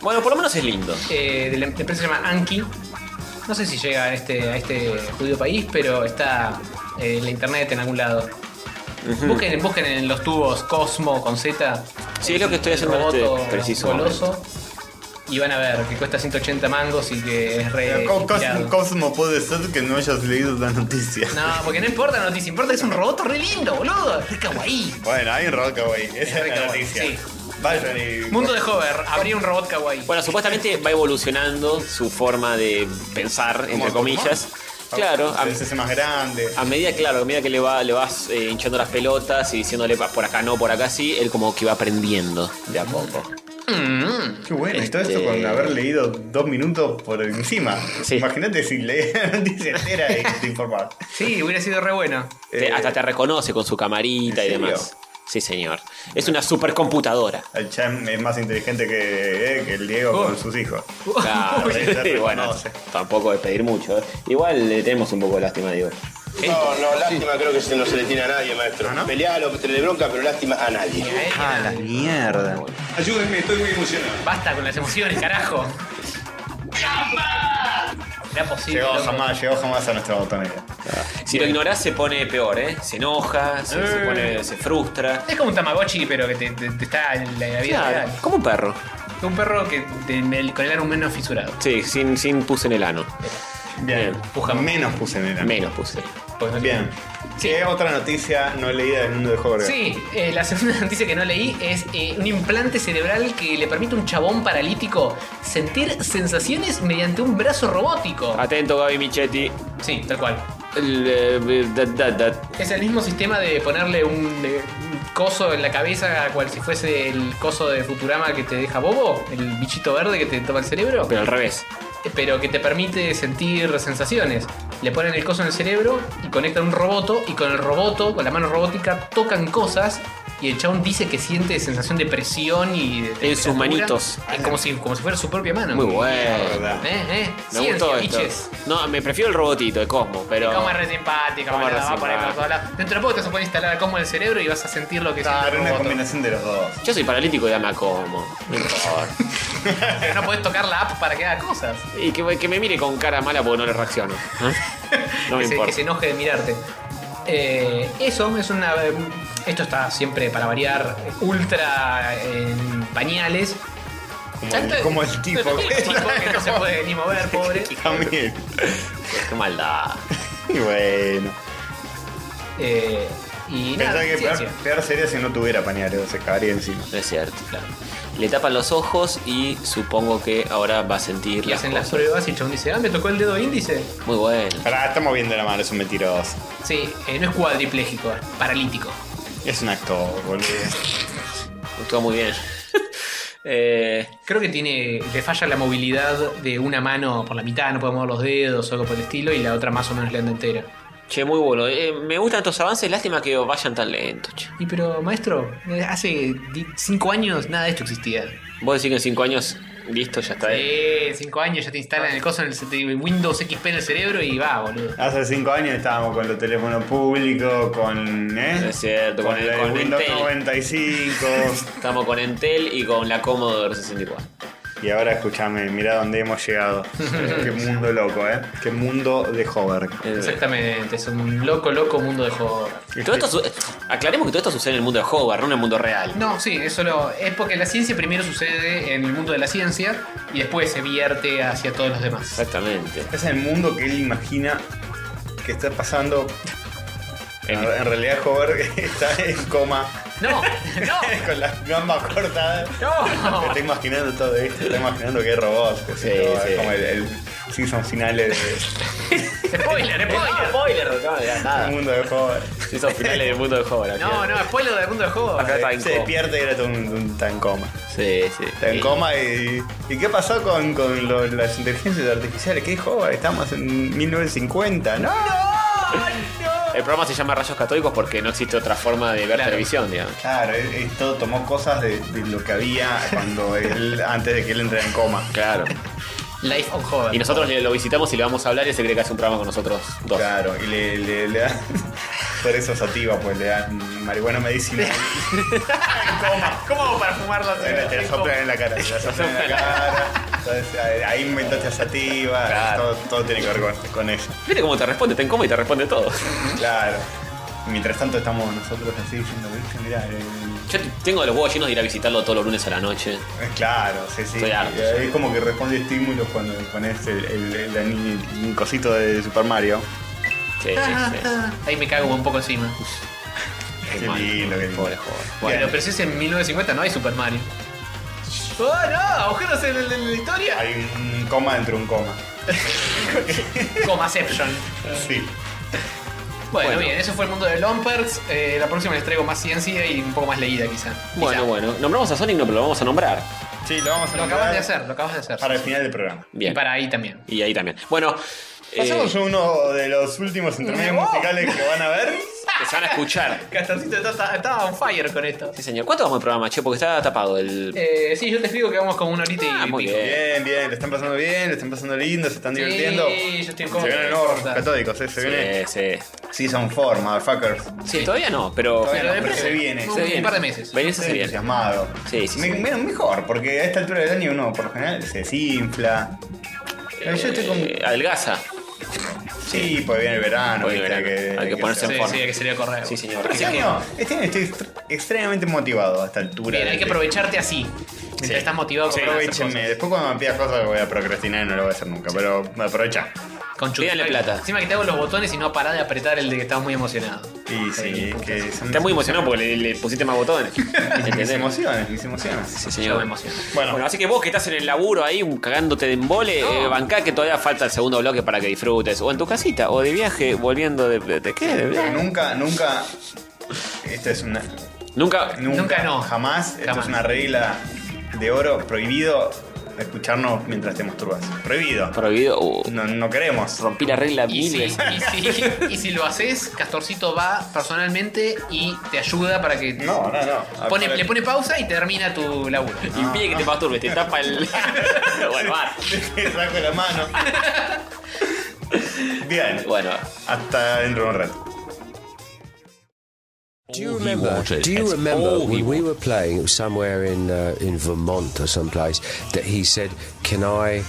S2: Bueno, por lo menos es lindo.
S3: eh, de la empresa se llama Anki. No sé si llega a este, a este judío país, pero está eh, en la internet en algún lado. Busquen, busquen en los tubos Cosmo con Z.
S2: Sí, es lo que estoy
S3: el
S2: haciendo en
S3: roboto
S2: este preciso
S3: goloso, Y van a ver que cuesta 180 mangos y que es re.
S4: Pero co- cos-
S3: inspirado.
S4: Cosmo puede ser que no hayas leído la noticia.
S3: No, porque no importa la noticia, importa que es un robot re lindo, boludo. Es kawaii.
S4: Bueno, hay un robot kawaii.
S3: Es
S4: Esa es
S3: re
S4: la
S3: kawaii,
S4: noticia.
S3: sí.
S4: Vayan y...
S3: Mundo de Hover, habría un robot kawaii.
S2: Bueno, supuestamente va evolucionando su forma de pensar, entre
S4: Pokémon?
S2: comillas.
S4: Ah,
S2: Claro, a,
S4: A veces es más grande.
S2: a medida, claro, a medida que le, va, le vas eh, hinchando las pelotas y diciéndole "Pa- por acá no, por acá sí, él como que va aprendiendo de a poco.
S4: Qué bueno, y todo esto
S2: Este-
S4: con haber leído dos minutos por encima.
S2: Sí.
S4: Imagínate si leías [LAUGHS] la noticia entera y te informabas.
S3: Sí, hubiera sido re bueno.
S2: Te-
S4: Eh,
S2: hasta te reconoce con su camarita y
S4: ¿en serio?
S2: demás. Sí, señor. Es una supercomputadora.
S4: El Cham es más inteligente que, eh, que el Diego
S3: Oh.
S4: con sus hijos.
S2: Claro,
S4: Uy.
S2: [LAUGHS] sí, bueno, tampoco es pedir mucho. ¿eh? Igual le tenemos un poco de lástima, digo.
S8: No, no, lástima creo que se- no se le tiene a nadie, maestro. Pelealo, le bronca, pero lástima a nadie.
S3: Eh,
S2: Ah,
S4: Mierda.
S8: Ayúdenme, estoy muy emocionado.
S3: Basta con las emociones, carajo. Era posible.
S4: Llegó
S3: loco.
S4: jamás, llegó jamás a nuestra botonera.
S2: Si lo ignorás se pone peor, ¿eh? Se enoja, se, se pone, se frustra.
S3: Es como un Tamagotchi, pero que te, te- te está en la, la vida
S2: Claro,
S3: real.
S2: como un perro.
S3: Un perro que te- el- con el ano menos fisurado.
S2: Sí, sin, sin puse en el ano.
S4: Bien.
S2: Bien.
S3: Puja.
S4: Menos puse en el
S2: Menos puse.
S3: Porque Pues, no-
S4: Bien.
S3: Sí.
S4: ¿Qué otra noticia no leída del mundo de Jorge?
S3: Sí, eh, la segunda [LAUGHS] noticia que no leí es eh, un implante cerebral que le permite a un chabón paralítico sentir sensaciones mediante un brazo robótico.
S4: Ah.
S2: Atento, Gaby Michetti.
S3: Sí, tal cual.
S2: El, eh, da, da, da.
S3: Es el mismo sistema de ponerle un, eh, un coso en la cabeza, cual si fuese el coso de Futurama que te deja bobo, el bichito verde que te toma el cerebro.
S2: Pero al revés.
S3: pero que te permite sentir sensaciones. Le ponen el coso en el cerebro y conectan un roboto y con el roboto, con la mano robótica, tocan cosas y el chabón dice que siente sensación de presión y de
S2: En sus
S3: temperatura.
S2: manitos.
S3: Es como si, como si fuera su propia mano.
S2: Muy bueno.
S4: Mierda.
S3: Eh, eh.
S2: Me
S3: Ciencia,
S2: gustó esto.
S3: biches.
S2: No, me prefiero el robotito de Cosmo, pero.
S3: Cómo es re simpática,
S2: Cómo es
S3: boludo,
S2: re
S3: va por ahí por
S2: simpática.
S3: todos lados. Dentro de poco te vas a poder instalar a Cosmo en el cerebro y vas a sentir lo que siente
S4: Claro,
S3: el
S4: Ah, una
S3: roboto.
S4: combinación de los dos.
S2: Yo soy paralítico y dame a Cosmo. No importa.
S3: Pero no podés tocar la app para que haga cosas.
S2: Y que, que me mire con cara mala porque no le reacciono. ¿eh?
S3: [LAUGHS]
S2: No me
S3: que, se,
S2: importa.
S3: que se enoje de mirarte. Eh, eso es una. Esto está siempre para variar ultra en pañales.
S4: Como
S3: Tanto-
S4: el, como el tipo.
S3: Como el tipo que no se puede ni
S4: [LAUGHS]
S3: mover, pobre.
S4: También.
S2: Qué maldad.
S4: Y bueno.
S3: Eh, y nada,
S4: Pensaba que peor,
S3: ciencia.
S4: peor sería si no tuviera pañales, se cagaría encima.
S2: No es cierto. Le tapan los ojos y supongo que ahora va a sentir
S3: Y
S2: las
S3: hacen las
S2: cosas.
S3: pruebas y el chabón dice, ah, me tocó el dedo índice.
S2: Muy bueno.
S4: Pará, estamos viendo la mano, es un mentiroso.
S3: Sí, eh, no es cuadripléjico, es paralítico.
S4: Es un actor, boludo.
S2: Estuvo muy bien. [LAUGHS] Eh,
S3: Creo que tiene. le falla la movilidad de una mano por la mitad, no puede mover los dedos o algo por el estilo, y la otra más o menos le anda entera.
S2: che, muy bueno. Eh, me gustan estos avances. Lástima que vayan tan lentos, che.
S3: Y pero, maestro, eh, hace 5 años nada de esto existía.
S2: Vos decís que en 5 años, listo, ya está.
S3: Eh, 5 años ya te instalan el coso en el se- te- Windows XP en el cerebro y va, boludo.
S4: Hace cinco años estábamos con los teléfonos públicos, con. ¿eh?
S2: Es cierto, con el-
S4: la de
S2: con el
S4: Windows
S2: Intel.
S4: 95.
S2: [LAUGHS] Estamos con Entel y con la Commodore 64.
S4: Y ahora escúchame, mira dónde
S2: [LAUGHS]
S4: hemos llegado. Qué mundo loco, ¿eh? Qué mundo de Hover.
S3: Exactamente, es un loco, loco mundo de juego.
S2: Todo esto su- aclaremos que todo esto sucede en el mundo de Hogwarts, no en el mundo real.
S3: No, sí, eso lo, es porque la ciencia primero sucede en el mundo de la ciencia y después se vierte hacia todos los demás.
S2: Exactamente.
S4: Es el mundo que él imagina que está pasando. En,
S2: En-
S4: en realidad, Hover [LAUGHS] está en coma. [LAUGHS]
S3: No, no,
S4: Con las gambas cortadas.
S3: no.
S4: Me estoy imaginando todo esto, estoy imaginando que hay robots, que
S2: Sí,
S4: sé yo,
S2: sí.
S4: es como el, el season final de
S3: Spoiler, spoiler.
S2: spoiler, no, ya,
S4: el
S2: nada.
S4: mundo de Hover.
S2: Sí, son finales del mundo de Hogwarts.
S3: No, no, spoiler del mundo de juego.
S2: Acá está en
S4: Eh, Se
S2: coma.
S4: despierta y era todo un, un- está en coma.
S2: Sí, sí.
S4: Está en
S2: Sí.
S4: coma y. ¿Y qué pasó con, con lo- las inteligencias artificiales? ¿Qué Hover? Estamos en 1950, ¿no?
S2: El programa se llama Rayos Católicos porque no existe otra forma de ver
S3: Claro.
S2: televisión, digamos.
S4: Claro, él- él todo tomó cosas de, de lo que había cuando él, antes de que él entrara en coma.
S2: Claro.
S3: Life on Hover.
S2: Y nosotros le- lo visitamos y le vamos a hablar y él se cree que hace un programa con nosotros dos.
S4: Claro, y le, le, le dan. [LAUGHS] Por eso sativa, pues le dan marihuana medicinal. [LAUGHS]
S3: ¿Cómo hago para fumarla?
S4: Te, la soplan en la cara, te la soplan en la cara. Entonces ahí- ahí inventaste a Sativa,
S2: Claro.
S4: todo, todo tiene que ver con, con eso.
S2: Mire cómo te responde, te en coma y te responde todo.
S4: Claro. Y mientras tanto estamos nosotros así diciendo, viste, mirá, eh, el-
S2: Yo tengo los huevos llenos de ir a visitarlo todos los lunes a la noche.
S4: eh, Claro, sí, sí.
S2: Estoy harto,
S4: Eh, Es como que responde estímulos cuando pones el, el, el ani- un cosito de Super Mario.
S2: Sí, sí,
S3: [LAUGHS]
S2: sí.
S3: Ahí me cago un poco encima.
S4: Qué
S2: mal.
S4: lindo, qué lindo.
S2: Pobre joven.
S3: Bueno, pero si es en 1950 no hay Super Mario. ¡Oh, no! ¡Agujeros en, el- en la historia!
S4: Hay un coma dentro de un coma.
S3: Comaception.
S4: Sí.
S3: Bueno,
S2: Bueno.
S3: bien, eso fue el mundo de Lomperts. Eh, la próxima les traigo más ciencia y un poco más leída, quizá.
S2: Bueno, bueno. Nombramos a Sonic, no, pero lo vamos a nombrar.
S4: Sí, lo vamos a
S3: Lo acabas
S4: nombrar
S3: de hacer, lo acabas de hacer.
S4: Para el final del programa.
S2: Bien.
S3: Y para ahí también.
S2: Y ahí también. Bueno,
S4: Pasamos
S2: eh,
S4: a uno de los últimos intermedios
S3: ¡Oh!
S4: musicales que van
S2: [LAUGHS]
S4: a ver.
S2: que se van a escuchar.
S3: Castorcito está- está- estaba on fire con esto.
S2: Sí, señor. ¿Cuánto vamos el programa, che? Porque está tapado el.
S3: Eh, sí, yo te explico que vamos como una horita
S2: Ah,
S3: y
S2: muy
S3: pico.
S2: bien.
S4: Bien, bien, lo están pasando bien, lo están pasando lindo, se están
S3: Sí,
S4: divirtiendo.
S3: yo estoy en
S4: Se
S3: coma,
S4: vienen
S3: no
S4: nuevos
S3: importa.
S4: catódicos, eh, se viene
S2: Sí, sí.
S4: Season 4, motherfuckers.
S2: Sí, todavía no, pero.
S4: Todavía no,
S3: de
S4: pero se
S3: pronto-
S4: viene.
S3: Un
S2: Se viene.
S3: par de meses.
S2: Venís a
S4: Estoy
S2: hacer bien.
S4: entusiasmado.
S2: Sí, sí,
S4: Me-
S2: sí.
S4: me- mejor, porque a esta altura del año uno por lo general se desinfla. Pero yo estoy con.
S2: Eh, Algaza.
S4: Sí, pues viene el verano,
S2: Porque
S4: viste,
S2: verano. Hay que ponerse
S4: hacer.
S2: en
S3: Sí,
S2: forma.
S3: sí, hay que sería correr.
S2: Sí, señor.
S4: Este
S2: Así que-
S4: año, este año estoy extr- extremadamente motivado a esta altura.
S3: Bien, hay que
S4: del-
S3: aprovecharte así. Mientras
S2: Sí.
S3: estás motivado con
S4: Aprovechenme. Después cuando me pidas cosas voy a procrastinar y no lo voy a hacer nunca, pero aprovecha.
S3: Con chuta.
S2: Pídale plata.
S3: Encima que te hago los botones y no pará de apretar el de que estás muy emocionado.
S4: Y sí, que son- Ah,
S2: Está muy emocionado porque le, le pusiste más
S3: [LAUGHS]
S2: botones.
S4: Mis
S2: ¿Entendés?
S4: emociones, mis emociones.
S2: Sí,
S3: Yo
S2: señor.
S3: me emociono.
S4: Bueno.
S2: Bueno, así que vos que estás en el laburo ahí un- cagándote de embole,
S3: No.
S2: eh, bancá que todavía falta el segundo bloque para que disfrutes. O en tu casita, o de viaje, volviendo de. ¿De, de qué?
S4: Pero
S2: De-
S4: nunca, nunca. Esta es una.
S2: Nunca.
S4: Nunca,
S3: Nunca no.
S4: Jamás. Esta
S3: Jamás.
S4: es una regla de oro. Prohibido escucharnos mientras te masturbas. Prohibido.
S2: Prohibido. uh,
S4: No, no queremos.
S2: rompí la regla
S3: Y
S2: mil
S3: si,
S2: veces.
S3: y, si, y si lo haces, Castorcito va personalmente y te ayuda para que.
S4: No, no, no.
S3: Pone, le pone pausa y termina tu laburo.
S2: Impide que te masturbes, te tapa el. [LAUGHS] bueno, va.
S4: [LAUGHS] Te saco
S2: [LAUGHS]
S4: la mano. Bien.
S2: Bueno,
S4: Hasta dentro de un rato.
S10: Do you remember? Do you remember when we were playing somewhere in uh, in Vermont or someplace that he said, "Can I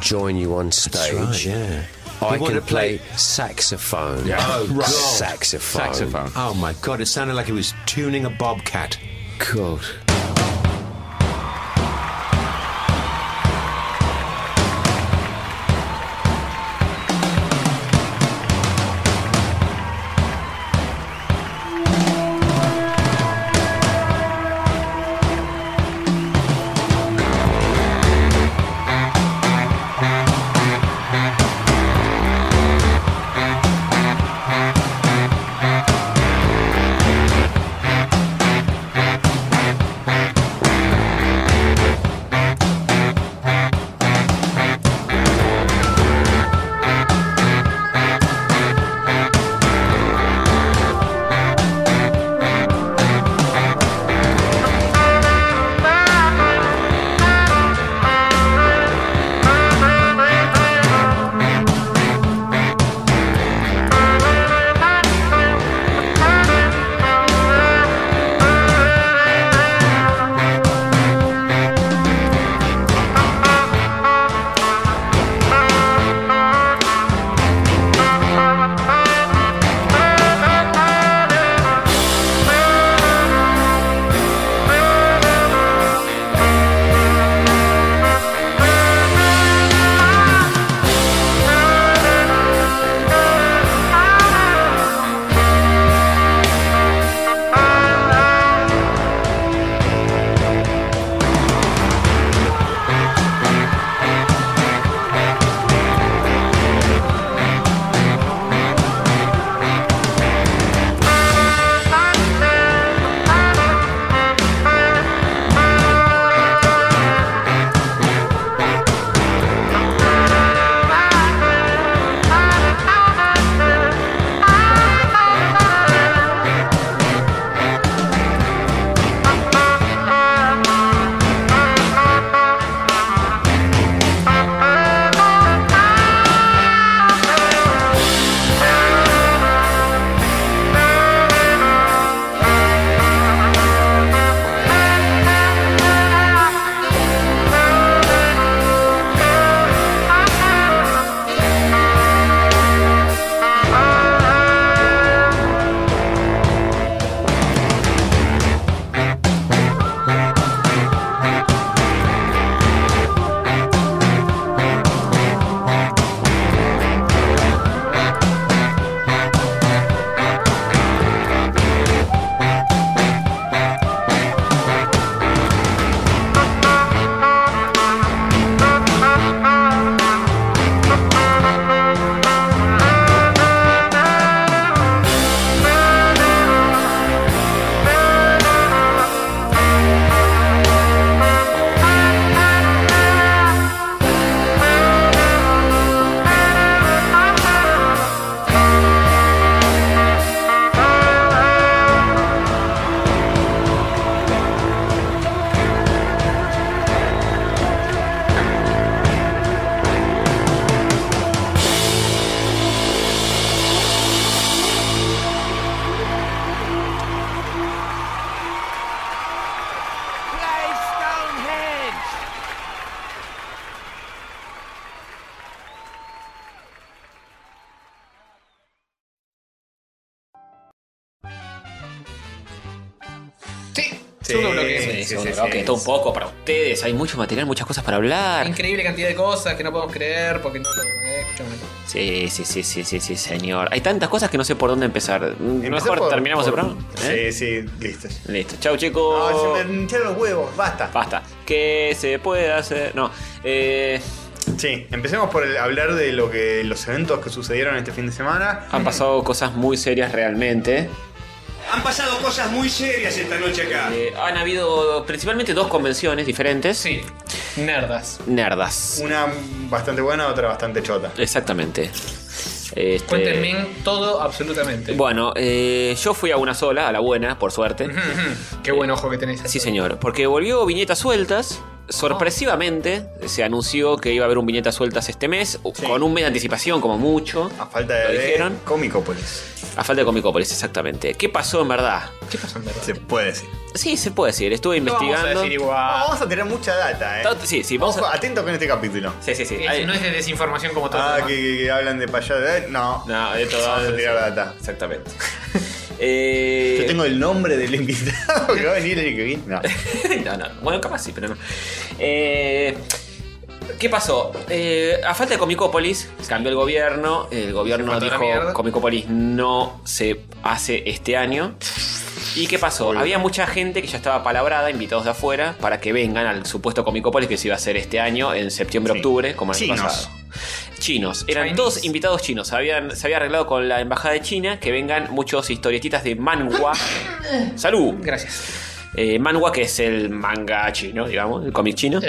S10: join you on stage?"
S7: yeah.
S10: I
S7: He wanted
S10: can
S7: to
S10: play,
S7: play-
S10: saxophone.
S7: Oh, God.
S10: saxophone.
S7: Saxophone. Oh my god, it sounded like he was tuning a bobcat.
S10: God.
S7: Thank
S3: Segundo bloque.
S2: Sí, sí, sí, ok, todo un poco para ustedes. Hay mucho material, muchas cosas para hablar.
S3: Increíble cantidad de cosas que no podemos creer porque no lo. eh, escúchame.
S2: Sí, sí, sí, sí, sí, sí, señor. Hay tantas cosas que no sé por dónde empezar. Mm, Mejor terminamos el programa. ¿eh? Oh.
S4: Sí, sí, listo.
S2: Listo. Chau, chicos.
S4: No, se me hincharon los huevos, basta.
S2: Basta. Que se puede hacer. No. Eh,
S4: Sí, empecemos por el- hablar de lo que los eventos que sucedieron este fin de semana.
S2: han pasado cosas muy serias realmente.
S5: Han pasado cosas muy serias esta noche acá.
S2: Eh, han habido principalmente dos convenciones diferentes.
S3: Sí. Nerdas.
S2: Nerdas.
S4: Una bastante buena, otra bastante chota.
S2: Exactamente. Este,
S3: Cuéntenme todo absolutamente.
S2: Bueno, eh, yo fui a una sola, a la buena, por suerte.
S3: Qué buen ojo que tenés.
S2: Sí, señor. Porque volvió viñetas sueltas. Sorpresivamente se anunció que iba a haber un viñetas sueltas este mes, con un mes de anticipación como mucho.
S4: A falta
S2: Lo
S4: de
S2: dijeron.
S4: Comicópolis.
S2: A falta de Comicópolis, exactamente. ¿Qué pasó en verdad?
S3: ¿Qué pasó en verdad?
S4: Se puede decir.
S2: Sí, se puede decir. Estuve
S3: No vamos a
S2: investigando.
S3: decir igual.
S4: No, vamos a tener mucha data, eh.
S2: Ta- Sí, sí, vamos
S4: Ojo,
S2: a...
S4: atento con este capítulo.
S2: Sí, sí, sí.
S3: Es-
S2: Ahí-
S3: no es de desinformación como todo. lo
S4: Ah,
S3: demás.
S4: que, que hablan de payada. eh, No.
S2: No, de todo.
S4: Vamos a tirar data.
S2: Exactamente. Eh,
S4: Yo tengo el nombre del invitado que va a venir el año que viene. No.
S2: [LAUGHS] no, no. Bueno, capaz sí, pero no. Eh, ¿Qué pasó? Eh, a falta de Comicópolis, cambió el gobierno. El
S3: Se
S2: gobierno
S3: fue toda la
S2: dijo
S3: mierda.
S2: Comicópolis no se hace este año. ¿Y qué pasó? Había mucha gente que ya estaba palabrada, invitados de afuera, para que vengan al supuesto Comicópolis que se iba a hacer este año, en septiembre-octubre, como el año
S4: Chinos.
S2: pasado. Chinos. Eran
S3: Chinese.
S2: todos invitados chinos. Habían, se había arreglado con la Embajada de China que vengan muchos historietitas de
S3: [LAUGHS]
S2: manhua. ¡Salud!
S3: Gracias.
S2: Eh, manhwa, que es el manga chino, digamos, el cómic chino.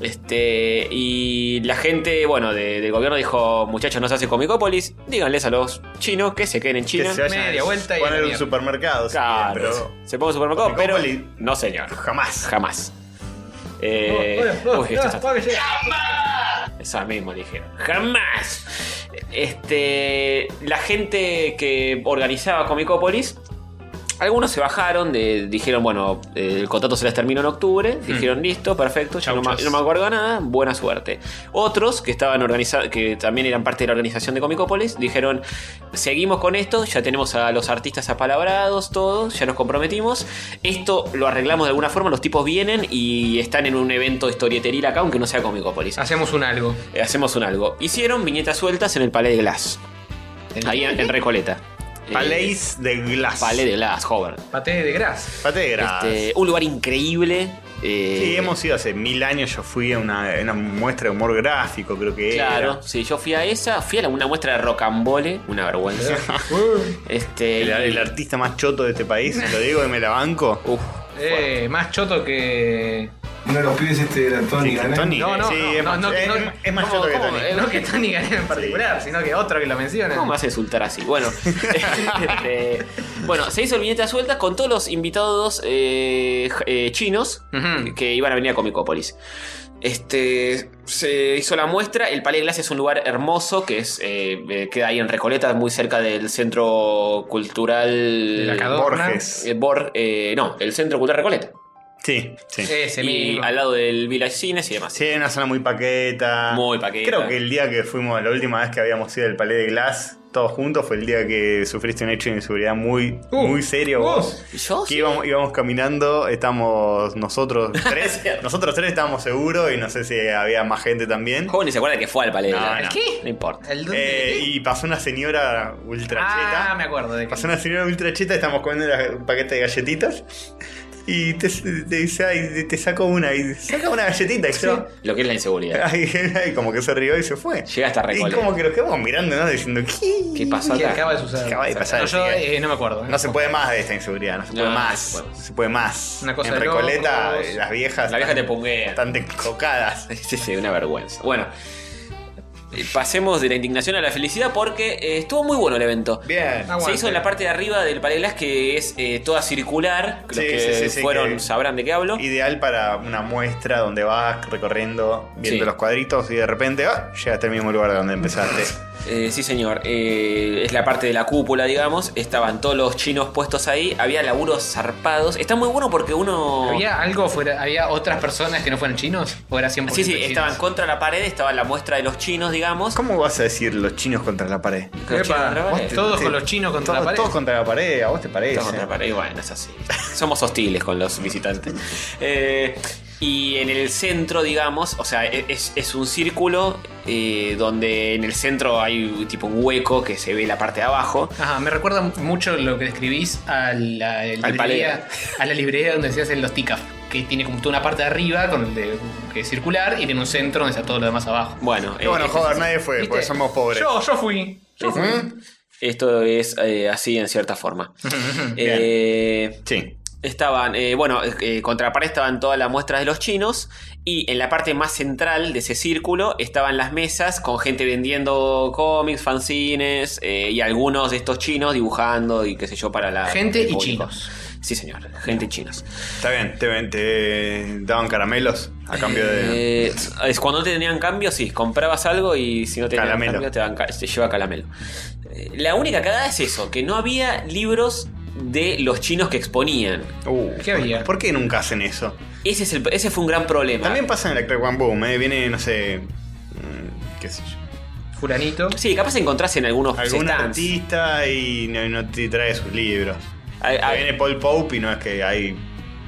S2: Este, y la gente, bueno, de- del gobierno dijo, muchachos, no se hace Comicópolis, díganles a los chinos que se queden en China.
S4: Que se vayan
S3: media
S4: a
S3: vuelta y a
S4: poner
S3: la
S4: un
S3: mierda.
S4: supermercado. si
S2: Claro,
S4: quieren, pero
S2: se ponga un supermercado, pero
S4: Comicópolis.
S2: no señor,
S4: jamás.
S2: jamás. Eh, uy, esto está- Esa misma le dijeron. ¡Jamás! Este. La gente que organizaba Comicópolis. Algunos se bajaron, de- dijeron, bueno, eh, el contrato se les terminó en octubre. Dijeron, listo, perfecto, yo no, me-
S3: chas.
S2: no me acuerdo nada, buena suerte. Otros que estaban organizados, que también eran parte de la organización de Comicópolis, dijeron, seguimos con esto, ya tenemos a los artistas apalabrados, todos, ya nos comprometimos. Esto lo arreglamos de alguna forma, los tipos vienen y están en un evento historieteril acá, aunque no sea Comicópolis
S4: Ah.
S3: Hacemos un algo.
S2: eh, hacemos un algo. Hicieron viñetas sueltas en el Palais de Glass. Ahí en, en Recoleta. Eh,
S4: Palais de Glass.
S2: Palais de Glass, joven.
S3: Paté de gras.
S4: Palais de Glass.
S2: Este, un lugar increíble. eh,
S4: Sí, hemos ido hace mil años. Yo fui a una, una muestra de humor gráfico, creo
S3: Eh,
S4: que
S2: Claro, sí, yo fui a esa, fui a la- una muestra de rocambole, una
S3: [LAUGHS]
S2: vergüenza. este,
S4: era. El, el artista más choto de este país, lo digo y me la banco.
S2: uf,
S3: Eh, más choto que.
S11: Uno de los pibes este de la
S4: Sí,
S11: Tony,
S4: que
S11: ¿no?
S4: Tony,
S3: No, no,
S4: sí,
S3: no,
S4: es
S3: no,
S4: más,
S3: no,
S4: es-
S3: no,
S4: es más
S3: ¿cómo-
S4: choto que
S3: cómo?
S4: Tony.
S3: Eh, No que Tony Garena en particular, sino que otro que lo menciona.
S2: ¿Cómo me vas a insultar así?
S3: [LAUGHS]
S2: Bueno, este, bueno, se hizo el viñeta suelta con todos los invitados eh, j- eh, chinos
S3: Ujú.
S2: que iban a venir a Comicópolis. Este, se hizo la muestra. El Palais Glass es un lugar hermoso que es, eh, eh, queda ahí en Recoleta, muy cerca del Centro Cultural
S3: La Cadorna.
S4: Borges.
S2: eh, Bor- eh, no, el Centro Cultural Recoleta.
S4: Sí, sí.
S3: Ese
S2: y
S3: mismo.
S2: al lado del Village Cines y demás.
S4: Sí, hay una zona muy paqueta.
S2: Muy paqueta.
S4: Creo que el día que fuimos, la última vez que habíamos ido al Palais de Glass, todos juntos, fue el día que sufriste un hecho de inseguridad muy,
S3: Uh,
S4: muy serio vos.
S2: Yo
S4: Que
S2: sí.
S4: íbamos, íbamos caminando,
S3: [LAUGHS]
S4: estamos nosotros tres. nosotros tres estábamos seguros y no sé si había más gente también.
S2: Joven ni se acuerda que fue al Palais
S4: No,
S2: Glass.
S4: no.
S3: ¿Qué?
S2: No importa.
S3: ¿El dónde?
S4: Eh, y pasó una señora ultra
S3: ah,
S4: cheta.
S3: me acuerdo de que.
S4: Pasó una señora ultra cheta, estamos comiendo la- un paquete de galletitas. Y te, te dice, ay, te- te saco una. Y dice, saca una galletita. Y yo,
S2: Lo que es la inseguridad.
S4: ay, ay, como que se rió y se fue.
S2: Llega hasta
S4: Y
S2: Recoleta.
S4: como que nos quedamos mirando, ¿no? Diciendo, ¿qué?
S2: ¿Qué pasó
S3: que
S2: acá?
S3: acaba de suceder.
S4: Acaba de pasar,
S3: No, yo
S4: así que-
S3: eh, no me acuerdo.
S4: No se puede más de esta inseguridad, no se
S2: No,
S4: puede
S2: no
S4: más.
S2: se puede.
S4: se puede más.
S3: Una cosa
S4: en
S3: de
S4: Recoleta,
S3: locos.
S4: eh, las viejas.
S2: La vieja te
S4: están-
S2: punguea.
S4: [LAUGHS] Están cocadas.
S2: Sí, sí, una vergüenza. Bueno, eh, pasemos de la indignación a la felicidad porque eh, estuvo muy bueno el evento.
S4: Bien.
S3: Ah,
S2: Se
S3: Aguante.
S2: hizo en la parte de arriba del Palais que es eh, toda circular. Los
S4: Sí,
S2: que
S4: sí, sí, sí,
S2: fueron
S4: que-
S2: sabrán de qué hablo.
S4: Ideal para una muestra donde vas recorriendo, viendo
S2: Sí.
S4: los cuadritos y de repente ah, llegaste al mismo lugar de donde empezaste.
S2: Eh, sí, señor. Eh, es la parte de la cúpula, digamos. Estaban todos los chinos puestos ahí. Había laburos zarpados. Está muy bueno porque uno.
S3: ¿Había algo fuera? ¿Había otras personas que no fueran chinos? ¿O era 100%
S2: Sí, sí,
S3: chinos?
S2: estaban contra la pared. Estaba la muestra de los chinos, digamos.
S4: ¿Cómo vas a decir los chinos contra la pared?
S2: Los chinos contra la pared.
S3: Todos con los chinos contra la
S4: Todos-
S3: pared.
S4: Todos contra la pared, a vos te parece.
S2: Estamos contra la pared, y bueno, es así. [LAUGHS] Somos hostiles con los visitantes. Eh, y en el centro, digamos, o sea, e- es, es un círculo eh, donde en el centro hay tipo un hueco que se ve la parte de abajo.
S3: Ajá, me recuerda mucho lo que describís a la librería,
S2: Palera.
S3: a la librería donde se hacen los TICAF, que tiene como toda una parte de arriba con el de- que es circular y tiene un centro donde está todo lo demás abajo.
S2: Bueno,
S4: Y
S2: eh,
S4: bueno,
S2: es-
S4: joder, nadie fue,
S3: ¿Viste?
S4: porque somos pobres.
S3: Yo, yo fui. Yo fui.
S2: esto es eh, así en cierta forma.
S4: [LAUGHS] Bien.
S2: Eh,
S4: Sí.
S2: Estaban, eh, bueno, eh, contra la pared estaban todas las muestras de los chinos y en la parte más central de ese círculo estaban las mesas con gente vendiendo cómics, fanzines eh, y algunos de estos chinos dibujando y qué sé yo para la...
S3: Gente
S2: el
S3: y
S2: público.
S3: chinos.
S2: Sí, señor, gente y chinos.
S4: Está bien, te, te daban caramelos a cambio de.
S2: Eh, es cuando no tenían cambio, sí, comprabas algo y si no tenían
S4: Calamelo.
S2: cambio te, dan ca- te lleva calamelo. Eh, La única cagada es eso, que no había libros de los chinos que exponían.
S4: Uh,
S3: ¿Qué había?
S4: ¿Por qué nunca hacen eso?
S2: Ese, es el- ese fue un gran problema.
S4: También pasa en el Crack One Boom, eh, viene, no sé. mm, qué sé yo.
S3: Fulanito.
S2: Sí, capaz encontrás en algunos
S4: Algún
S2: stands.
S4: artista y no, no te trae sus libros.
S3: Eh,
S2: Hay-
S4: Ahí
S2: hay-
S4: viene Paul Pope y no es que hay.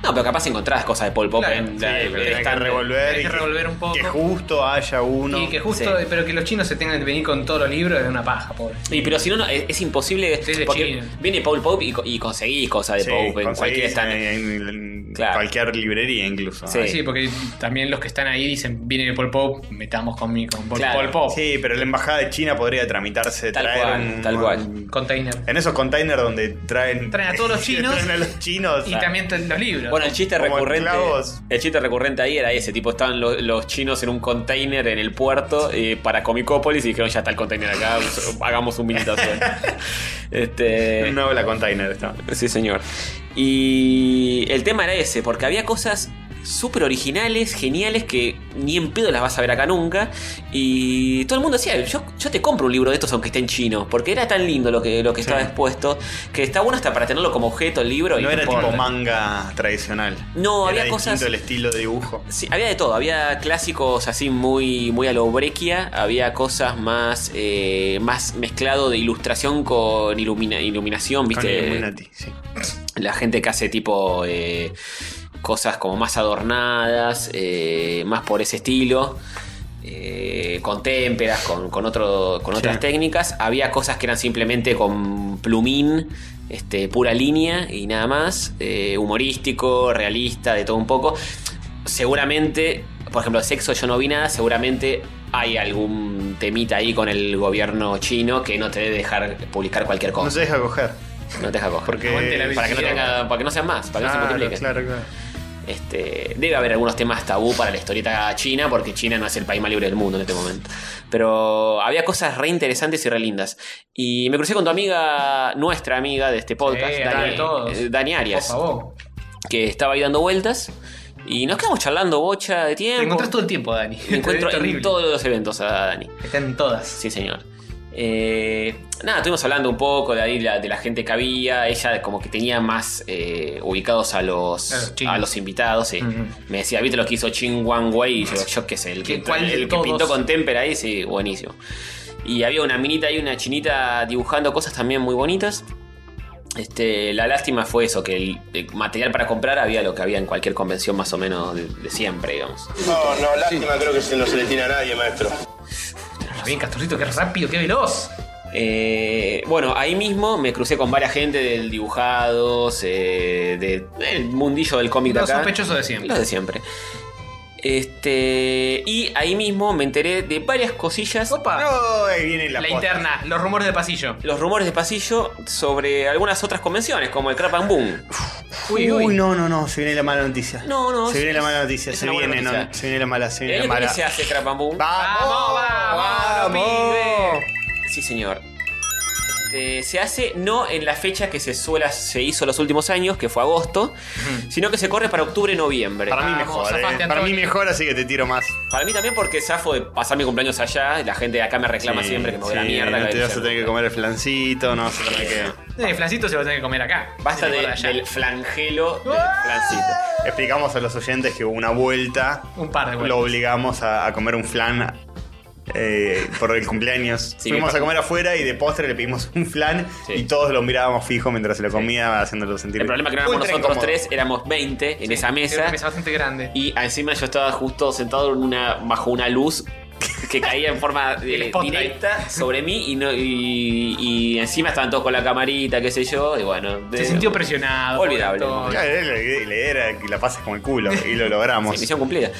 S2: no, pero capaz encontrás cosas de Paul Pope
S3: Claro,
S2: en
S4: sí,
S2: la-
S4: pero
S2: el
S4: tenés que
S2: stand de-
S4: revolver.
S3: Hay
S4: y
S3: que revolver un poco.
S4: Que justo haya uno.
S3: y que justo,
S2: sí.
S3: pero que los chinos se tengan que venir con todos los libros es una paja, pobre.
S2: Y pero si no, no, es, es imposible.
S3: Sí, es de
S2: porque
S3: China.
S2: viene Paul Pope y, co- y conseguís cosas de
S4: Sí,
S2: Pope en
S4: conseguís eh,
S2: cualquier stand.
S4: en- en- en
S2: Claro.
S4: cualquier librería incluso.
S2: Sí.
S3: Sí, porque también los que están ahí dicen, viene Paul Pop, metamos con mi con Paul,
S2: Claro.
S3: Paul Pop.
S4: Sí, pero la embajada de China podría tramitarse,
S2: Oh. Tal
S4: traer
S2: cual,
S4: un-
S2: tal cual.
S3: Container.
S4: En esos containers donde traen.
S3: Traen a todos
S4: [LAUGHS]
S3: los chinos.
S4: traen a los chinos.
S3: Y también t- los libros.
S2: Bueno, el chiste
S4: Como
S2: recurrente.
S4: esclavos.
S2: El chiste recurrente ahí era ese, tipo, estaban lo- los chinos en un container en el puerto eh, para Comicópolis y dijeron, ya está el container acá, [LAUGHS] hagamos un
S4: [LAUGHS]
S2: minutazón. este.
S4: No la container está.
S2: Sí, señor. Y el tema era ese, porque había cosas súper originales, geniales, que ni en pedo las vas a ver acá nunca. Y todo el mundo decía, yo, yo te compro un libro de estos aunque esté en chino, porque era tan lindo lo que, lo que estaba expuesto, que está bueno hasta para tenerlo como objeto el libro. y
S4: No era
S2: importa.
S4: tipo manga tradicional.
S2: No,
S4: Era
S2: había
S4: distinto
S2: cosas-
S4: el estilo de dibujo.
S2: Sí, había de todo, había clásicos así muy, muy a lo Breccia, había cosas más, eh, más mezclado de ilustración con ilumina- iluminación,
S4: Con
S2: ¿viste?
S4: Illuminati, sí.
S2: la gente que hace tipo eh, cosas como más adornadas, eh, más por ese estilo, eh, con témperas, con, con otro, con otras técnicas. Había cosas que eran simplemente con plumín, este, pura línea y nada más, eh, humorístico, realista, de todo un poco. Seguramente, por ejemplo, sexo yo no vi nada, seguramente hay algún temita ahí con el gobierno chino que no te debe dejar publicar cualquier cosa.
S4: No se deja coger.
S2: No te deja coger.
S4: Porque-
S3: Aguante la
S2: Oh. para que no
S3: visión.
S2: tenga- para que no sean más, para que no se
S4: Claro,
S2: multipliquen.
S4: claro, claro.
S2: Este, debe haber algunos temas tabú para la historieta china, porque China no es el país más libre del mundo en este momento. Pero había cosas re interesantes y re lindas. Y me crucé con tu amiga, nuestra amiga de este podcast,
S3: Sí, acá de
S2: Dani,
S3: todos.
S2: eh, Dani
S3: Por
S2: Arias,
S3: favor.
S2: que estaba ahí dando vueltas. Y nos quedamos charlando bocha de
S3: Te
S2: tiempo.
S3: encontrás todo el tiempo, Dani.
S2: Me encuentro
S3: [LAUGHS] Es terrible.
S2: en todos los eventos a Dani.
S3: Está en todas.
S2: Sí, señor. Eh, nada, estuvimos hablando un poco de ahí la, de la gente que había. Ella como que tenía más eh, ubicados a los,
S3: A los chinos.
S2: a los invitados. sí.
S3: Ujú.
S2: Me decía, ¿viste lo que hizo Ching Wang Wei? Y yo, yo qué sé, el que,
S3: ¿Qué- cuál de
S2: el que
S3: todos?
S2: pintó con témpera ahí, sí, buenísimo. Y había una minita y una chinita dibujando cosas también muy bonitas. Este, la lástima fue eso, que el, el material para comprar había lo que había en cualquier convención más o menos de, de siempre, digamos.
S8: No, no, lástima creo que se- no se le tiene a nadie, maestro.
S3: Bien, Castorcito, qué rápido, qué veloz.
S2: Eh, bueno, ahí mismo me crucé con varias gente del dibujados, eh, de- del mundillo del cómic de
S3: Los
S2: acá.
S3: sospechosos de siempre.
S2: Los de siempre. Este, y ahí mismo me enteré de varias cosillas.
S3: Opa.
S4: No, ahí viene la,
S3: la
S4: posta.
S3: interna, los rumores de pasillo.
S2: Los rumores de pasillo sobre algunas otras convenciones, como el Crap and Boom.
S3: Uy,
S4: Uy,
S3: uy.
S4: no, no, no, se viene la mala noticia.
S2: No, no,
S4: Se
S2: es-
S4: viene la mala noticia,
S2: es
S4: se
S2: una buena
S4: viene,
S2: noticia.
S4: no, se viene la mala, se
S2: El
S4: viene la
S2: año que
S4: mala.
S2: viene se hace Crap and Boom.
S4: ¡Vamos!
S3: ¡Vamos, vamos,
S4: ¡Vamos!
S3: pibe!
S2: Sí, señor. este, se hace no en la fecha que se, suela, se hizo los últimos años, que fue agosto, sino que se corre para octubre-noviembre.
S4: Para mí mejor, eh. Para mí mejor, así que te tiro más.
S2: Para mí también porque zafo de pasar mi cumpleaños allá, y la gente de acá me reclama
S4: Sí,
S2: siempre que me voy a la
S4: sí,
S2: mierda.
S4: No
S2: que
S4: te
S2: la
S4: vas a tener que comer el flancito, no vas a tener que.
S3: El flancito Eh, se va a tener que comer acá.
S2: Basta
S3: Se
S2: de-
S3: guarda allá. Ah.
S2: del flangelo del flancito.
S4: Explicamos a los oyentes que hubo una vuelta.
S3: Un par de vueltas.
S4: Lo obligamos a, a comer un flan eh, por el cumpleaños.
S2: Sí,
S4: Fuimos
S2: me
S4: a comer afuera y de postre le pedimos un flan y todos lo mirábamos fijo mientras se lo comía, haciéndolo sentir.
S2: El problema es que no éramos
S4: ultra
S2: nosotros
S4: incómodo.
S2: tres, éramos 20 en esa
S3: Era una
S2: mesa.
S3: mesa bastante grande.
S2: Y encima yo estaba justo sentado en una, bajo una luz que caía en
S3: [LAUGHS]
S2: forma
S3: El
S2: eh,
S3: spotlight.
S2: directa sobre mí y, no, y, y encima estaban todos con la camarita, qué sé yo, y bueno.
S3: Se
S2: de-
S3: sintió presionado.
S2: Olvidable.
S3: pobre todo.
S4: Claro, la idea- la idea era que la pases como el culo y lo
S2: Sí,
S4: logramos.
S2: misión cumplida.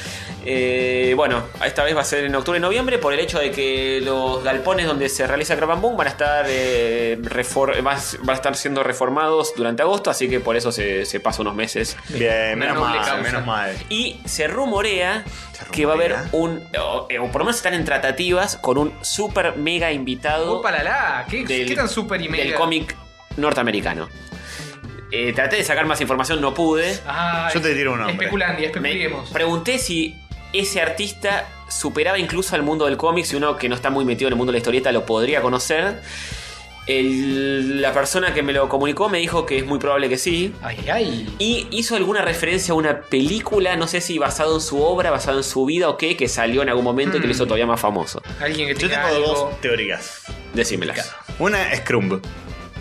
S2: Eh, bueno, esta vez va a ser en octubre y noviembre por el hecho de que los galpones donde se realiza Crab Boom van a estar eh, refor- vas- van a estar siendo reformados durante agosto, así que por eso se, se pasa unos meses.
S4: Bien, menos
S3: Una noble
S4: mal,
S3: causa.
S4: menos mal.
S2: Y se rumorea,
S4: rumorea?
S2: que va a haber un, o, eh, o por lo menos están en tratativas con un super mega invitado
S3: Opa, la, la. ¿Qué,
S2: Del-
S3: qué tan super y
S2: del
S3: mega?
S2: cómic norteamericano. Eh, traté de sacar más información, no pude.
S3: Ay,
S4: Yo te tiro un nombre.
S3: Especulandia,
S2: Me
S3: especulemos.
S2: pregunté si ese artista superaba incluso al mundo del cómic, si uno que no está muy metido en el mundo de la historieta lo podría conocer. El- la persona que me lo comunicó me dijo que es muy probable que sí.
S3: Ay, ay.
S2: Y hizo alguna referencia a una película, no sé si basado en su obra, basado en su vida o qué, que salió en algún momento y que lo hizo todavía más famoso.
S3: Alguien que
S4: Yo
S3: tenga
S4: tengo
S3: algo.
S4: dos teorías.
S2: Decímelas.
S4: Una es Crumb.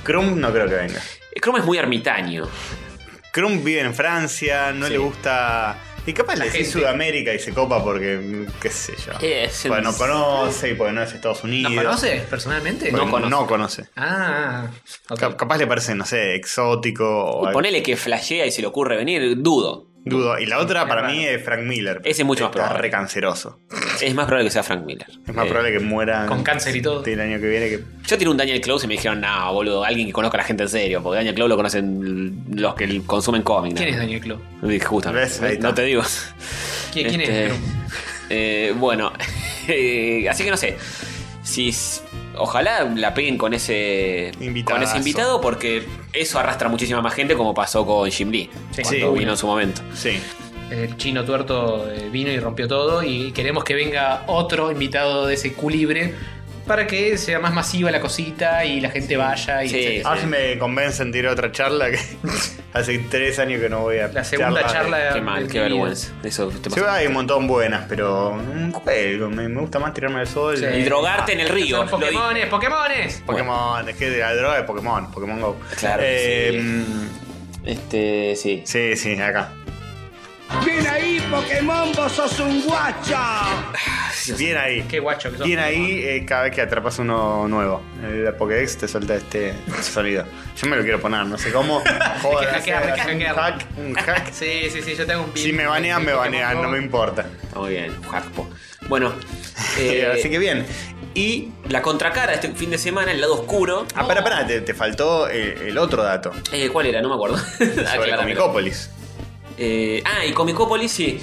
S4: Crumb no creo que venga.
S2: Eh, Chrome es muy ermitaño.
S4: Crumb vive en Francia, no
S2: Sí.
S4: le gusta. Y capaz le decís
S3: gente.
S4: Sudamérica y se copa porque, mm, qué sé yo.
S2: Eh, es-
S4: Porque no conoce y porque no es Estados Unidos.
S3: ¿Nos conoce personalmente?
S4: Porque
S2: No conoce.
S4: No conoce.
S3: Ah, ok.
S4: Cap- Capaz le parece, no sé, exótico o
S2: Y ponele que flashea y se le ocurre venir, dudo.
S4: dudo. Y la otra para
S3: Claro.
S4: mí es Frank Miller.
S2: Ese es mucho más
S4: Está
S2: probable.
S4: re canceroso.
S2: Es más probable que sea Frank Miller.
S4: Es más
S2: Eh,
S4: probable que muera
S3: Con cáncer y todo.
S4: el año que viene que
S2: Yo tiré un Daniel Close y me dijeron, no, boludo, alguien que conozca a la gente en serio, porque Daniel Close lo conocen los que consumen cómics.
S3: ¿Quién es
S2: nada.
S3: Daniel Clo?
S2: Dije,
S4: ¿Ves? Ahí
S2: Justamente,
S4: está.
S2: no te digo.
S3: ¿Quién, quién
S2: Este,
S3: es Clo?
S2: eh, bueno, [LAUGHS] eh, así que no sé. Si, s- ojalá la peguen con ese, con
S4: Invitadazo.
S2: ese invitado, porque eso arrastra muchísima más gente, como pasó con Jim Lee,
S3: Sí,
S2: cuando
S4: sí,
S2: vino
S3: obvio.
S2: en su momento.
S4: sí.
S3: El chino tuerto eh, vino y rompió todo y queremos que venga otro invitado de ese culibre para que sea más masiva la cosita y la gente vaya y
S2: Sí.
S3: etcétera.
S4: A ver si me convencen de ir a otra charla que [LAUGHS] hace tres años que no voy a
S3: la segunda
S4: charlas de-
S3: charla de-
S2: Ah, Qué mal,
S3: de
S2: qué
S3: mi vida.
S2: vergüenza. Eso te
S4: Sí,
S2: pasa.
S4: hay un montón buenas, pero un juego. Me, me gusta más tirarme al sol.
S3: Sí.
S2: Y drogarte en el río.
S3: Son
S2: lo di-
S3: Pokémones, Pokémones.
S4: Pokémon, es que la droga de Pokémon, Pokémon Go.
S2: Claro que
S4: Eh,
S2: Este, sí.
S4: sí. sí, acá.
S5: Ven ahí, Pokémon, vos sos un guacha.
S4: Bien ahí.
S3: Qué guacho que sos.
S4: Bien ahí eh, cada vez que atrapas uno nuevo. En La Pokédex te suelta este sonido. Yo me lo quiero poner, no
S3: [LAUGHS]
S4: sé cómo. Joder,
S3: Hay que hackearlo, hay que
S4: un
S3: hackearlo.
S4: hack, un
S3: [LAUGHS]
S4: hack.
S3: Sí, sí, sí, yo tengo un
S4: Si me banean, me banean, no me importa.
S2: Muy bien, Harpo.
S4: [LAUGHS]
S2: Bueno, eh,
S4: Eh, [LAUGHS] Así que bien. Y.
S2: La contracara este fin de semana, el lado oscuro.
S4: Ah, pará, pará, te, te faltó eh, el otro dato.
S2: Eh, ¿Cuál era? No me acuerdo.
S4: [LAUGHS]
S2: [LAUGHS]
S4: Sobre
S2: Acláramelo.
S4: Comicópolis.
S2: Eh, ah, y Comicópolis, sí.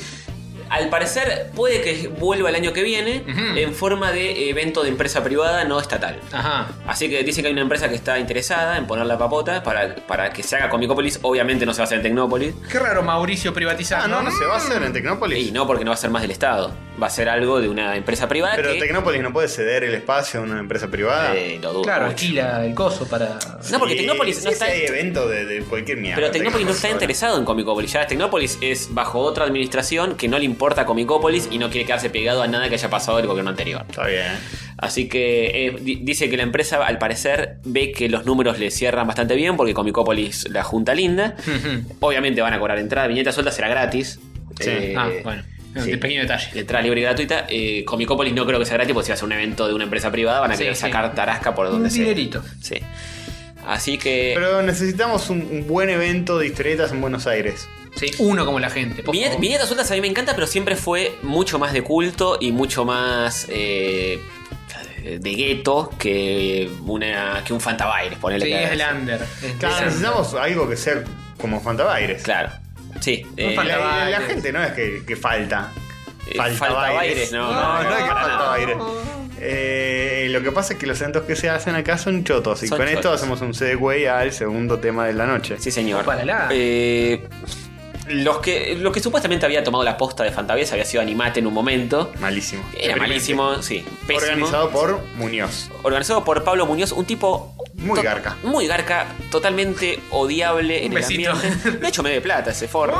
S2: Al parecer puede que vuelva el año que viene
S3: Ujú.
S2: en forma de evento de empresa privada no estatal.
S3: Ajá.
S2: Así que dicen que hay una empresa que está interesada en poner la papota para, para que se haga Comicópolis. Obviamente no se va a hacer en Tecnópolis.
S3: Qué raro Mauricio privatizar.
S4: Ah, no, no se va a hacer en Tecnópolis.
S2: Y no porque no va a ser más del Estado. Va a ser algo de una empresa privada
S4: Pero
S2: que...
S4: Tecnópolis no puede ceder el espacio a una empresa privada.
S2: Eh, lo dudo
S3: Claro,
S2: mucho.
S3: alquila el coso para.
S2: No, porque
S4: Sí,
S2: Tecnópolis no
S4: sí,
S2: está-
S4: sí, hay evento de, de cualquier mierda.
S2: Pero Tecnópolis no está interesado en Comicópolis. Ya Tecnópolis es bajo otra administración que no le importa Comicópolis y no quiere quedarse pegado a nada que haya pasado del gobierno anterior.
S4: Está bien.
S2: Así que eh, di- dice que la empresa, al parecer, ve que los números le cierran bastante bien porque Comicópolis la junta linda. Obviamente van a cobrar entrada, viñeta suelta será gratis.
S4: Sí.
S3: Ah, bueno.
S2: sí.
S3: Un pequeño detalle.
S2: Entrada libre y gratuita. Eh, Comicópolis no creo que sea gratis porque si va a ser un evento de una empresa privada van a
S3: Sí,
S2: querer
S3: sí.
S2: sacar tarasca por donde
S3: Un
S2: sea.
S3: dinerito.
S2: Sí. Así que.
S4: Pero necesitamos un, un buen evento de historietas en Buenos Aires.
S3: Sí, uno como la gente. por
S2: Viñeta-
S3: favor.
S2: Viñetas sueltas a mí me encanta, pero siempre fue mucho más de culto y mucho más eh, de gueto que una que un fantabailes, ponele
S3: Sí,
S2: que-
S3: es el under. Es
S4: Claro,
S3: el
S4: necesitamos algo que sea como Fantabaires.
S2: Claro. Sí. eh,
S4: La, la- la
S3: Fantabaires.
S4: gente no es que, que falta.
S2: eh,
S4: Faltabaires.
S2: Fantabaires, no, no,
S4: no,
S2: no,
S4: es que
S2: para nada.
S4: Fantabaires. Eh, Eh, lo que pasa es que los eventos que se hacen acá son chotos. Y
S2: Son
S4: con esto
S2: chotos.
S4: hacemos un segue al segundo tema de la noche.
S2: Sí, señor. Eh, los que, lo que supuestamente había tomado la posta de Fantavies había sido Animate en un momento.
S4: Malísimo.
S2: Era
S4: Deprimente.
S2: malísimo, sí. pésimo.
S4: Organizado por
S2: [LAUGHS]
S4: Muñoz.
S2: Organizado por Pablo Muñoz, un tipo.
S4: Muy
S2: to-
S4: garca.
S2: Muy garca, totalmente odiable en
S4: Un
S2: el
S4: besito.
S2: ambiente. De hecho, me de plata ese forro.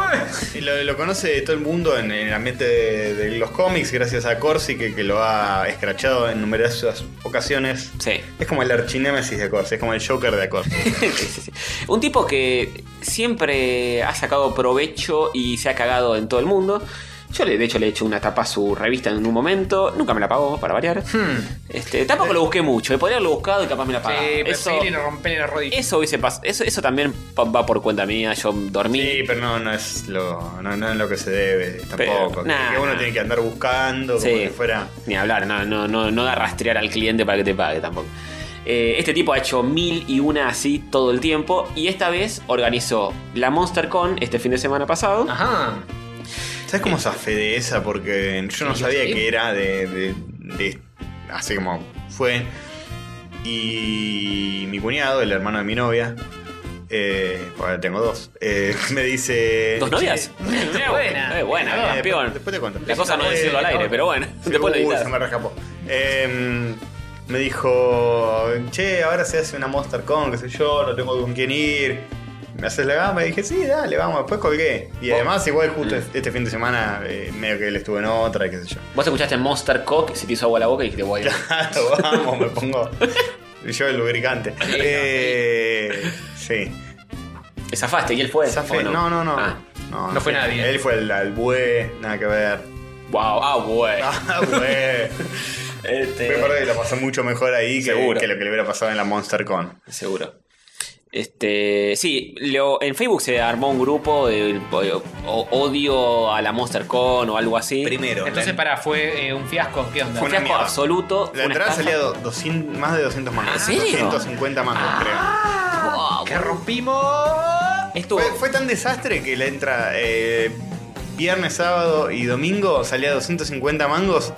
S4: Y Lo, lo conoce todo el mundo en, en el ambiente de, de los cómics, gracias a Corsi, que, que lo ha escrachado en numerosas ocasiones.
S2: Sí.
S4: Es como el archinémesis de Corsi, es como el Joker de Corsi.
S2: [LAUGHS] Un tipo que siempre ha sacado provecho y se ha cagado en todo el mundo. Yo, le, de hecho, le he hecho una tapa a su revista en un momento. Nunca me la pagó, para variar.
S3: Hmm.
S2: Este, tampoco lo busqué mucho. eh, Podría haberlo buscado y capaz me la
S3: Ah.
S2: pagaba. eso,
S3: perseguir y no romper las rodillas.
S2: eso hubiese pas- Eso, eso también pa- va por cuenta mía. Yo dormí.
S4: Sí, pero no, no es lo, no, no es lo que se debe tampoco. Que-
S2: nah,
S4: que uno
S2: nah.
S4: tiene que andar buscando,
S2: Sí.
S4: como que fuera.
S2: Ni hablar, no, no, no, no da rastrear al cliente para que te pague tampoco. Eh, este tipo ha hecho mil y una así todo el tiempo. Y esta vez organizó la MonsterCon este fin de semana pasado.
S3: Ajá.
S4: ¿Sabes cómo zafé de esa? Porque yo no
S2: Sí,
S4: sabía
S2: sí.
S4: que era de, de- de- Así como fue. Y mi cuñado, el hermano de mi novia. Eh, bueno, tengo dos. eh, [LAUGHS] me dice.
S2: ¿Dos novias?
S4: Che,
S2: buena, buena,
S4: Eh,
S2: campeón.
S4: Después, después te cuento.
S2: La cosa no es
S4: Eh,
S2: decirlo al aire, pero bueno,
S4: Sí,
S2: después lo
S4: uy,
S2: editas.
S4: se me rescapó. Eh, me dijo, che, ahora se hace una Monster Con, qué sé yo, no tengo con quién ir. ¿Me haces la gama? Y dije, sí, dale, vamos. Después colgué. Y además, igual, justo este fin de semana, eh, medio que él estuvo en otra, qué sé yo. [LAUGHS]
S2: Vos escuchaste Monster Cock, se te hizo agua la boca y dijiste, guay.
S4: Claro, vamos, me pongo. Yo el lubricante. Eh, sí.
S2: Zafaste y él fue.
S4: Zafé.
S2: ¿o
S4: No, no, no.
S2: Ah.
S3: No fue
S4: sí.
S3: nadie.
S4: Él fue el albue, nada que ver.
S2: Wow, ah, güey.
S4: Ah, güey.
S2: Este-
S4: Me parece que la pasó mucho mejor ahí que,
S2: Seguro.
S4: que lo que le hubiera pasado en la Monster Con.
S2: Seguro. Este, sí, lo- en Facebook se armó un grupo de, o- o- odio a la MonsterCon o algo así.
S4: Primero.
S3: Entonces, pará, fue eh, un fiasco. ¿Qué onda?
S2: Fue un
S4: una
S2: fiasco
S4: mierda.
S2: absoluto.
S4: La
S2: fue una
S4: entrada
S2: estafa. ¿Ah,
S4: salía do- 200, más de 200 mangos.
S2: ¿En serio? Ah,
S4: 250 mangos,
S2: Wow.
S3: Que rompimos.
S2: Estuvo-
S4: creo. Fue, fue tan desastre que la entra eh, viernes, sábado y domingo salía 250 mangos.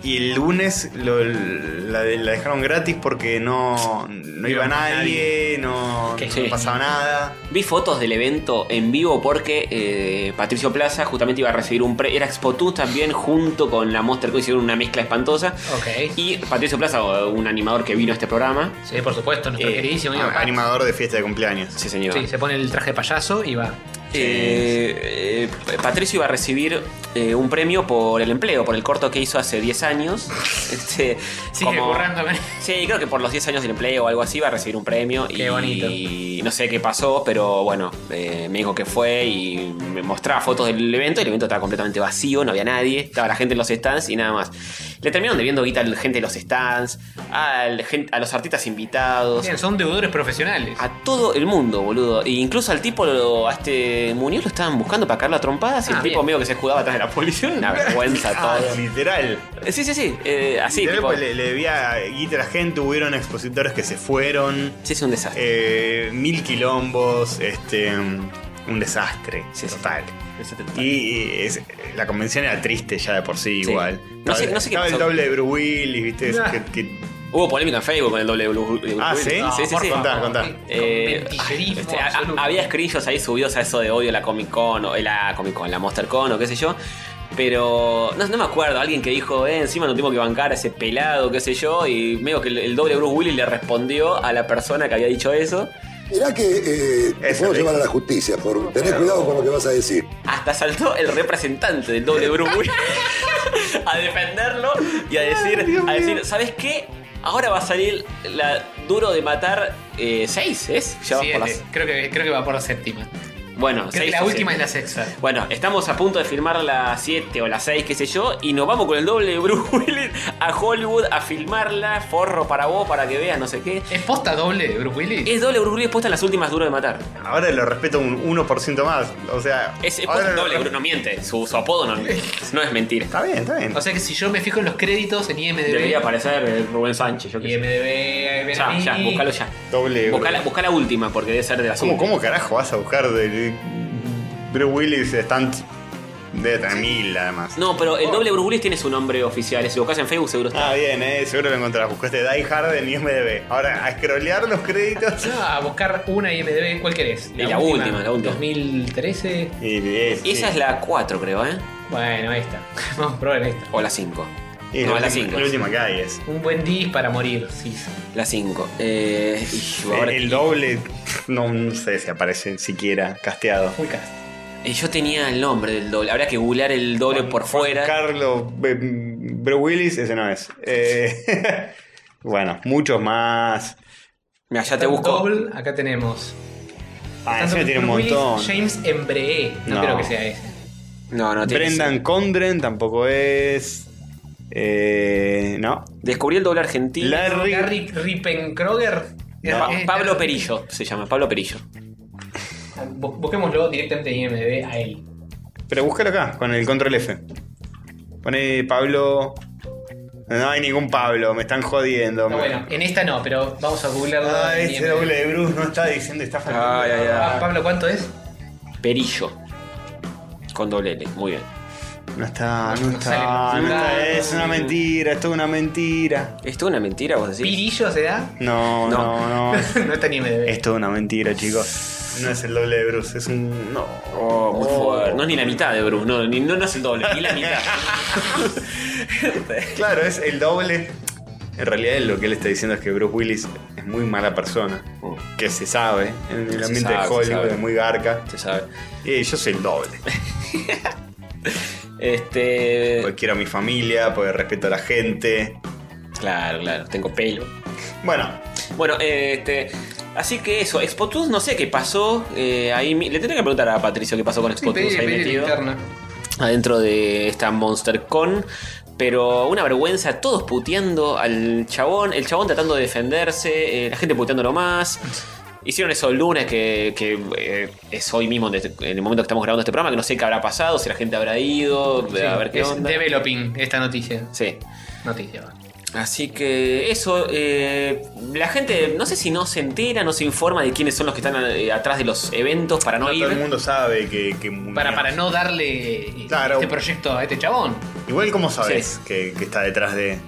S4: Y el lunes lo- la, de- la dejaron gratis porque no, no iba nadie, no,
S2: Qué
S4: no
S2: sí.
S4: pasaba nada.
S2: Vi fotos del evento en vivo porque eh, Patricio Plaza justamente iba a recibir un pre. Era Expotu también junto con la MonsterCon, hicieron una mezcla espantosa.
S3: Ok.
S2: Y Patricio Plaza, o- un animador que vino a este programa.
S3: Sí, por supuesto, nuestro
S2: Eh,
S3: queridísimo amigo
S4: Ah,
S3: Pat.
S4: animador de fiesta de cumpleaños.
S2: Sí, señor.
S3: Sí, se pone el traje de payaso y va.
S2: Eh, eh, Patricio iba a recibir eh, un premio por el empleo, por el corto que hizo hace 10 años. [LAUGHS] Este,
S3: Sigue
S2: como-
S3: currando con
S2: Sí, creo que por los 10 años del empleo o algo así va a recibir un premio.
S3: Qué
S2: y
S3: bonito.
S2: no sé qué pasó, pero bueno, eh, me dijo que fue y me mostraba fotos del evento. y El evento estaba completamente vacío, no había nadie, estaba la gente en los stands y nada más. Le terminaron debiendo guita a la gente de los stands, al gen- a los artistas invitados.
S3: [LAUGHS] Bien, son deudores profesionales.
S2: A todo el mundo, boludo. E incluso al tipo, lo- a este Muñoz lo estaban buscando para cagarlo a trompadas y
S3: Ah,
S2: el tipo
S3: bien.
S2: medio que se escudaba atrás de la policía. Una [LAUGHS] vergüenza
S4: Ah,
S2: todo.
S4: literal.
S2: Eh, Sí, sí, sí. eh, así,
S4: Literal,
S2: tipo.
S4: pues, le, le debía guita a la gente, hubieron expositores que se fueron.
S2: Sí, es un desastre.
S4: Eh, mil quilombos, este, um, un desastre
S2: Sí, sí.
S4: total.
S2: Es
S4: Y, y es- la convención era triste ya de por sí,
S2: Sí.
S4: igual.
S2: No sé- no sé qué
S4: Estaba el
S2: pasó.
S4: doble de Bruce Willis, ¿viste?
S3: Ah.
S4: Que- que-
S2: Hubo polémica en Facebook con el doble de Blue- de Blue
S4: ah,
S2: Willis.
S4: ¿sí?
S2: Sí, sí,
S4: No,
S2: sí.
S4: Contá, contá.
S2: Eh,
S3: Mentijerismo
S2: este, a- a-
S3: absoluto.
S2: había screenshots ahí subidos a eso de odio a la Comic Con o eh, la Comic Con, la Monster Con o qué sé yo. Pero no, no me acuerdo, alguien que dijo, eh, encima no tengo que bancar a ese pelado, qué sé yo, y medio que el, el doble Bruce Willis le respondió a la persona que había dicho eso.
S6: Mirá que eh, te
S4: Eso
S6: puedo
S4: sí.
S6: llevar a la justicia por tener cuidado con lo que vas a decir.
S2: Hasta saltó el representante del doble Bruce Willis [LAUGHS] a defenderlo y a decir, a decir ¿sabes qué? Ahora va a salir la duro de matar 6, ¿es? Ya vas por
S3: Siete.
S2: las-
S3: creo, que, creo que va por la séptima.
S2: Bueno,
S3: Creo
S2: seis
S3: que la
S2: o
S3: última
S2: siete.
S3: es la sexta.
S2: Bueno, estamos a punto de filmar la 7 o la 6, qué sé yo, y nos vamos con el doble de Bruce Willis a Hollywood a filmarla, forro para vos, para que veas, no sé qué.
S3: ¿Es posta doble de Bruce Willis?
S2: Es doble Bruce Willis puesta en las últimas duro de matar.
S4: Ahora lo respeto un 1% más. O sea,
S2: Es, es
S4: ahora
S2: posta en
S4: lo-
S2: doble, Bruce, no miente, su, su apodo no, no es mentira.
S4: Está bien, está bien.
S3: O sea que si yo me fijo en los créditos en IMDB.
S2: Debería aparecer eh, Rubén Sánchez, yo qué sé.
S3: IMDB,
S2: Ya,
S3: IMDb.
S2: ya, búscalo ya.
S4: doble.
S2: Busca la, busca la última, porque debe ser de las
S4: ¿Cómo,
S2: últimas.
S4: ¿Cómo carajo vas a buscar de, de Bruce Willis stand Debe tener mil, además.
S2: No, pero el doble Bruce Willis tiene su nombre oficial. Si buscas en Facebook, seguro está.
S4: Oh. Ah, bien, eh, seguro lo encontrás. Buscaste Die Hard en IMDB. Ahora, a scrollear los créditos.
S2: [LAUGHS]
S3: No, a buscar una IMDB, ¿cuál querés?
S2: Y la última, la última.
S3: 2013.
S4: Y diez, sí.
S2: Esa es la 4, creo, ¿eh?
S3: Bueno, esta. [LAUGHS] Vamos a probar esta.
S2: O la 5.
S4: Y
S2: no,
S4: la
S2: la
S4: última-
S2: 5.
S4: La última que hay es.
S3: Un buen dis para morir, sí. sí.
S2: La 5. Eh, y yo ahora-
S4: El, el doble, no, no sé si aparece siquiera casteado.
S3: Uy, cast.
S2: eh, yo tenía el nombre del doble. Habría que googlear el doble por fuera.
S4: Carlos Bro Willis, ese no es. Eh, [LAUGHS] bueno, muchos más.
S2: Mira, ya te busco.
S3: Double, acá tenemos.
S4: Ah,
S3: Tanto
S4: encima tiene un
S3: Bruce Willis,
S4: montón.
S3: James Embree. No,
S4: No.
S3: creo que sea ese.
S2: No, no tiene que ser.
S4: Brendan Condren tampoco es. Eh, no.
S2: Descubrí el doble argentino.
S4: Larry.
S3: Gary Rippenkroger.
S2: Pa-
S3: Eh, eh,
S2: Pablo Perillo se llama, Pablo Perillo.
S3: bu- Busquémoslo directamente en IMDB a él.
S4: Pero búscalo acá, con el control F. Pone Pablo. No hay ningún Pablo, me están jodiendo.
S3: No,
S4: me-
S3: bueno, en esta no, pero vamos a googlearlo.
S4: Ah,
S3: en
S4: ese
S3: IMDb.
S4: doble de Bruce no está diciendo, está faltando.
S2: Ay, ay, ay.
S3: Ah, Pablo, ¿cuánto es?
S2: Perillo. Con doble L, muy bien.
S4: No está, no,
S3: No
S4: está,
S3: sale.
S4: no
S2: No.
S4: está. Es una mentira, es toda una mentira.
S2: ¿Esto es una mentira, vos decís?
S3: ¿Pirillo se da? [LAUGHS]
S4: No,
S2: No.
S4: no, no. es-
S3: no está en IMDB.
S4: Es toda una mentira, chicos. No es el doble de Bruce, es un. No.
S2: Oh, muy fuerte. No es ni la mitad de Bruce, no, ni- no, no es el doble, ni la [LAUGHS] mitad.
S4: Claro, es el doble. En realidad lo que él está diciendo es que Bruce Willis es muy mala persona.
S2: Mm.
S4: Que se sabe en el
S2: Se
S4: ambiente
S2: sabe,
S4: de
S2: se
S4: Hollywood,
S2: sabe.
S4: es muy garca.
S2: Se sabe.
S4: Y yo soy el doble.
S2: Este.
S4: Porque quiero a mi familia, porque respeto a la gente.
S2: Claro, claro, tengo pelo.
S4: Bueno,
S2: Bueno, eh, este. Así que eso, Expotus, no sé qué pasó. eh, ahí mi- Le tendría que preguntar a Patricio qué pasó con
S3: Sí,
S2: Expotus
S3: pedí,
S2: ahí
S3: pedí
S2: metido.
S3: linterna.
S2: adentro de esta MonsterCon. Pero una vergüenza, todos puteando al chabón, el chabón tratando de defenderse, eh, la gente puteándolo más. Hicieron eso el lunes, que, que, eh, es hoy mismo, desde- en el momento que estamos grabando este programa, que no sé qué habrá pasado, si la gente habrá ido,
S3: Sí,
S2: a ver qué
S3: es
S2: onda.
S3: developing esta noticia.
S2: Sí.
S3: Noticia. va.
S2: Así que eso, eh, la gente no sé si no se entera, no se informa de quiénes son los que están eh, atrás de los eventos para no,
S4: no
S2: ir.
S4: todo el mundo sabe que. que
S3: Para, para no darle
S4: Claro.
S3: este proyecto a este chabón.
S4: Igual, ¿cómo sabes
S2: Sí.
S4: que, que está detrás de.?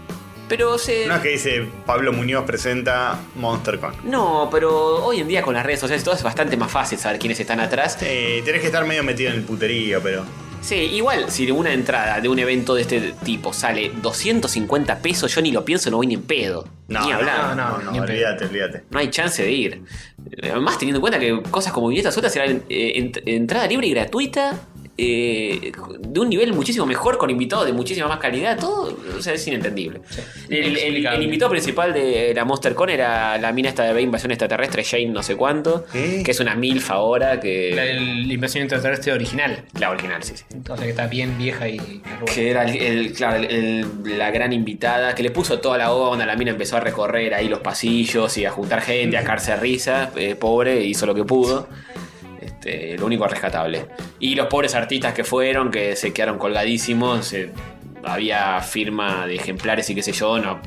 S2: Pero se...
S4: No es que dice Pablo Muñoz presenta MonsterCon.
S2: No, pero hoy en día con las redes sociales y todo es bastante más fácil saber quiénes están atrás.
S4: Eh, tenés que estar medio metido en el puterío, pero.
S2: Sí, igual si de una entrada de un evento de este tipo sale 250 pesos, yo ni lo pienso, no voy ni en pedo. ni hablar. No,
S4: No, no,
S3: no,
S4: no,
S3: ni en pedo.
S4: olvídate, olvídate.
S2: hay chance de ir. Además, teniendo en cuenta que cosas como viñetas sueltas serán eh, ent- entrada libre y gratuita. eh, de un nivel muchísimo mejor, con invitados de muchísima más calidad, todo o sea, es inentendible. el, el- el invitado principal de la MonsterCon era la mina esta de invasión extraterrestre, Jane no sé cuánto,
S4: ¿Eh?
S2: que es una milf ahora, que
S3: La, el invasión extraterrestre original.
S2: La original, sí, sí.
S3: O sea que está bien vieja y.
S2: Que era el, el- claro, el- el- la gran invitada, que le puso toda la onda, la mina empezó a recorrer ahí los pasillos y a juntar gente, a carse risa, eh, pobre, hizo lo que pudo. Este, lo único rescatable. Y los pobres artistas que fueron, que se quedaron colgadísimos, eh, había firma de ejemplares y qué sé yo, no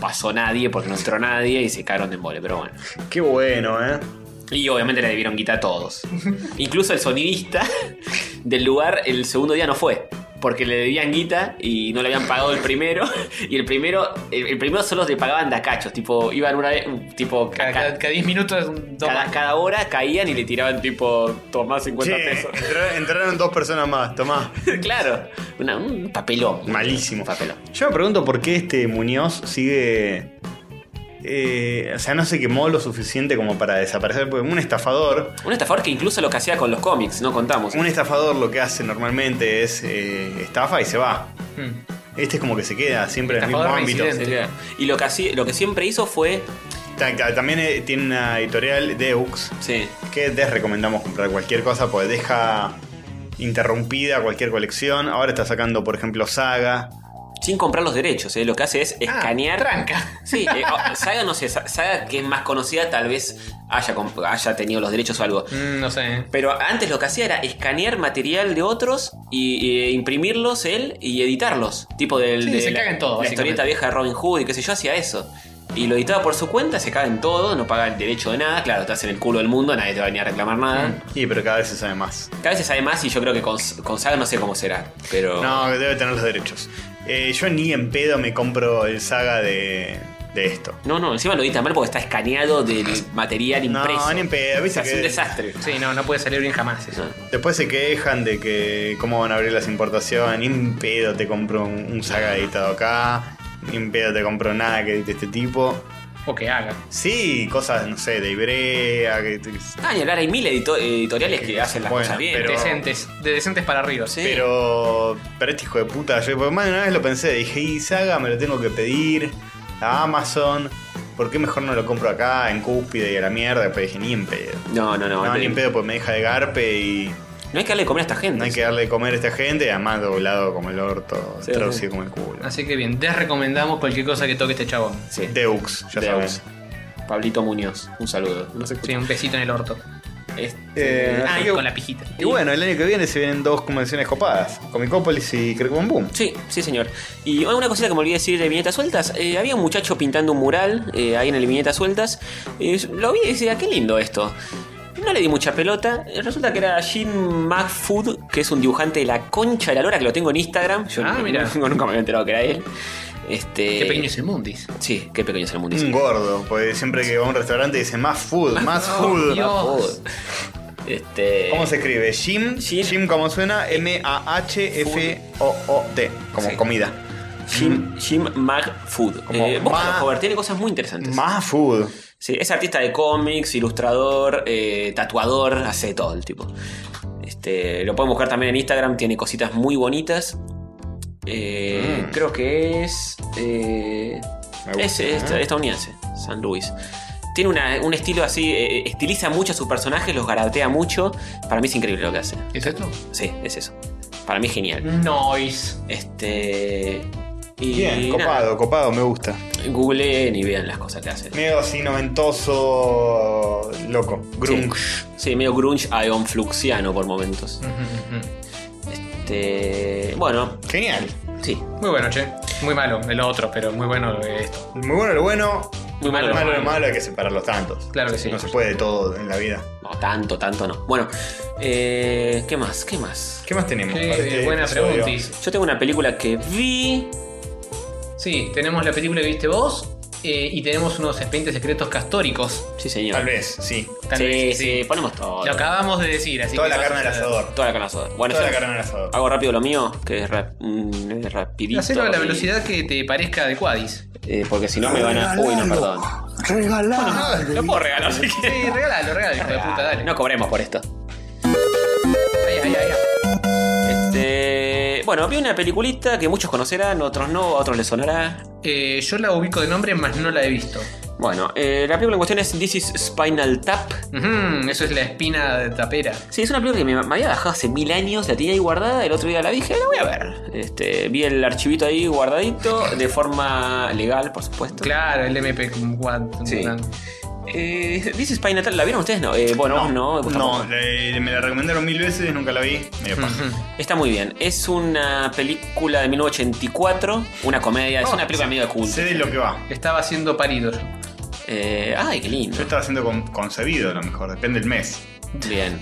S2: pasó nadie porque no entró nadie y se cagaron de embole, pero bueno.
S4: Qué bueno, ¿eh?
S2: Y obviamente le debieron guita a todos. Incluso el sonidista [LAUGHS] del lugar el segundo día no fue. Porque le debían guita y no le habían pagado el primero. [LAUGHS] Y el primero, el, el primero solo le pagaban dacachos. Tipo, iban una vez, uh, tipo, ca-
S3: Cada, cada,
S2: ca-
S3: cada 10 minutos es un
S2: cada,
S3: toma.
S2: cada hora caían y le tiraban tipo, tomá 50
S4: Che,
S2: pesos. [LAUGHS]
S4: entra- entraron dos personas más, tomá.
S2: claro, Una- un papelón.
S4: Malísimo.
S2: Un papelón.
S4: Yo me pregunto por qué este Muñoz sigue. eh, o sea, no se quemó lo suficiente como para desaparecer. Porque un estafador.
S2: Un estafador que incluso lo que hacía con los cómics, no contamos.
S4: Un estafador lo que hace normalmente es eh, estafa y se va.
S3: Mm.
S4: Este es como que se queda siempre en el mismo
S3: Estafador
S4: ámbito.
S3: reincidente.
S2: Sería- Este, Y lo que, hacía- lo que siempre hizo fue.
S4: Ta- ta- También eh, tiene una editorial Deux
S2: Sí.
S4: que desrecomendamos comprar cualquier cosa porque deja interrumpida cualquier colección. Ahora está sacando, por ejemplo, Saga.
S2: Sin comprar los derechos, ¿eh? lo que hace es escanear.
S3: Ah, tranca.
S2: Sí, eh, o- Saga no sé, Sa- Saga que es más conocida tal vez haya, comp- haya tenido los derechos o algo.
S3: Mm, no sé.
S2: Pero antes lo que hacía era escanear material de otros y eh, imprimirlos él y editarlos. Tipo del,
S3: Sí,
S2: de
S3: se
S2: la,
S3: caga en todo,
S2: la historieta
S3: básicamente.
S2: vieja de Robin Hood y qué sé yo, hacía eso. Y lo editaba por su cuenta, se caga en todo, no paga el derecho de nada. Claro, estás en el culo del mundo, nadie te va a venir a reclamar nada.
S4: Sí, pero cada vez se sabe más.
S2: Cada vez se sabe más y yo creo que con, con Saga no sé cómo será. Pero.
S4: No, debe tener los derechos. Eh, yo ni en pedo me compro el saga de, de esto.
S2: No, no, encima lo edita mal porque está escaneado del material
S4: No,
S2: impreso.
S4: ni en pedo, viste
S2: O sea, es
S4: que-
S2: un desastre.
S3: Sí, no, no puede salir bien jamás eso.
S4: Después se quejan de que cómo van a abrir las importaciones. Ni en pedo te compro un, un saga editado acá. Ni en pedo te compro nada que edite este tipo.
S3: O que haga.
S4: Sí, cosas, no sé, de Ibrea. Que,
S2: Ah, ni hablar, hay mil edito- editoriales que hacen las
S4: Bueno,
S2: cosas bien.
S4: pero-
S3: Decentes, de decentes para arriba.
S4: Pero, pero este hijo de puta, yo por más de una vez lo pensé, dije, y Saga me lo tengo que pedir a Amazon, ¿por qué mejor no lo compro acá en Cúspide y a la mierda? Después dije, ni en pedo.
S2: No, no, no.
S4: No, ni en
S2: no
S4: pedo, pues me deja de garpe y
S2: hay que darle de comer a esta gente.
S4: no hay que darle de comer a esta gente, además doblado como el orto,
S2: Sí,
S4: traducido
S2: sí.
S4: como el culo.
S3: Así que bien, desrecomendamos cualquier cosa que toque este chabón.
S2: Sí.
S4: Deux, ya
S2: Deux.
S4: sabes.
S2: Pablito Muñoz, un saludo. No sé
S3: Sí, un besito en el orto.
S2: Este-
S4: Eh,
S3: Ah,
S4: así
S3: y
S4: que-
S3: con la pijita.
S4: Y bueno, el año que viene se vienen dos convenciones copadas, Comicopolis y Crack Boom Boom.
S2: Sí, sí, señor. Y una cosita que me olvidé decir de viñetas sueltas. eh, había un muchacho pintando un mural eh, ahí en el viñetas sueltas. Eh, lo vi y decía, qué lindo esto. No le di mucha pelota. Eh, Resulta que era Jim McFood, que es un dibujante de la concha de la lora, que lo tengo en Instagram. Yo
S3: Ah,
S2: no-
S3: mira.
S2: no- [LAUGHS] nunca me había enterado que era él. Este,
S3: Qué pequeño es el mundis.
S2: Sí, qué pequeño es el mundo.
S4: Un gordo, pues siempre que va a un restaurante dice más food, más food.
S3: Dios.
S2: Este,
S4: ¿Cómo se escribe? Jim, Jim, como suena, M-A-H-F-O-O-D, como comida.
S2: Jim, Jim McFood.
S4: Como
S2: Eh, búscalo,
S4: Ma-
S2: Hover, tiene cosas muy interesantes.
S4: Más food.
S2: Sí, es artista de cómics, ilustrador, eh, tatuador, hace de todo el tipo. Este, lo pueden buscar también en Instagram, tiene cositas muy bonitas. Eh, Creo que es. eh,
S4: Mm. Me gusta,
S2: es
S4: ¿eh?
S2: esta- estadounidense, San Luis. Tiene una- un estilo así, eh, estiliza mucho a sus personajes, los garatea mucho. Para mí es increíble lo que hace.
S3: ¿Es esto?
S2: Sí, es eso. Para mí es genial.
S3: Noise.
S2: Este. Y
S4: Bien,
S2: nada,
S4: copado, copado, me gusta.
S2: Googleen y vean las cosas que hace.
S4: Medio así noventoso, loco. Grunge.
S2: Sí, medio grunge Ion Fluxiano por momentos. Este, bueno,
S4: Genial.
S2: sí.
S3: Muy bueno, che. Muy malo el otro, pero muy bueno eh, esto.
S4: Muy bueno lo bueno,
S2: Muy malo.
S4: malo,
S2: lo
S4: lo malo, hay que separarlos tantos.
S3: Claro que sí.
S4: No se puede de todo en la vida.
S2: No, tanto, tanto no. Bueno, eh, ¿qué más? ¿Qué más?
S4: ¿Qué más tenemos?
S3: Qué
S4: para este
S3: eh, buena
S4: episodio?
S3: pregunta.
S2: Yo tengo una película que vi.
S3: Sí, tenemos la película que viste vos eh, y tenemos unos expedientes secretos castóricos.
S2: Sí, señor.
S4: Tal vez, sí.
S3: Tal
S2: sí,
S3: vez,
S2: sí, ponemos todo.
S3: Lo acabamos de decir, así
S4: Toda
S3: que
S4: la
S3: vas
S4: carne
S3: a
S4: al
S3: saber.
S4: asador.
S2: Toda la carne al asador. Bueno,
S4: Toda
S2: yo
S4: la carne al asador.
S2: hago rápido lo mío, que es rap- mm, es rapidito.
S3: Hacelo a la
S2: y-
S3: velocidad que te parezca de Quadis.
S2: eh, porque si no me van a. Uy, no, perdón.
S6: Regalado.
S2: No puedo regalar si quieres.
S3: Sí, regálalo, regálalo, hijo de puta,
S2: [LAUGHS]
S3: dale.
S2: No cobremos por esto.
S3: Ay, ay, ay, ay.
S2: Este, bueno, vi una peliculita que muchos conocerán, otros no, a otros les sonará.
S3: Eh, yo la ubico de nombre, más no la he visto.
S2: Bueno, eh, la película en cuestión es This is Spinal Tap.
S3: Ujú, eso es la espina de tapera.
S2: Sí, es una película que me, me había bajado hace mil años, la tenía ahí guardada, el otro día la vi, dije, la voy a ver. Este, vi el archivito ahí guardadito, de forma legal, por supuesto.
S3: Claro, el MP4.
S2: Sí. Eh, This is Spinal Tap, ¿la vieron ustedes? No, eh, bueno, vos no. vos
S4: No,
S2: tampoco.
S4: le- me la recomendaron mil veces, nunca la vi. Medio paja.
S2: Está muy bien. Es una película de 1984, una comedia, es
S3: Oh,
S2: una película medio de culto.
S4: Sé de lo que va.
S3: Estaba siendo parido yo.
S2: Eh, ay, qué lindo.
S4: Yo estaba siendo con- concebido a lo mejor, depende del mes.
S2: Bien.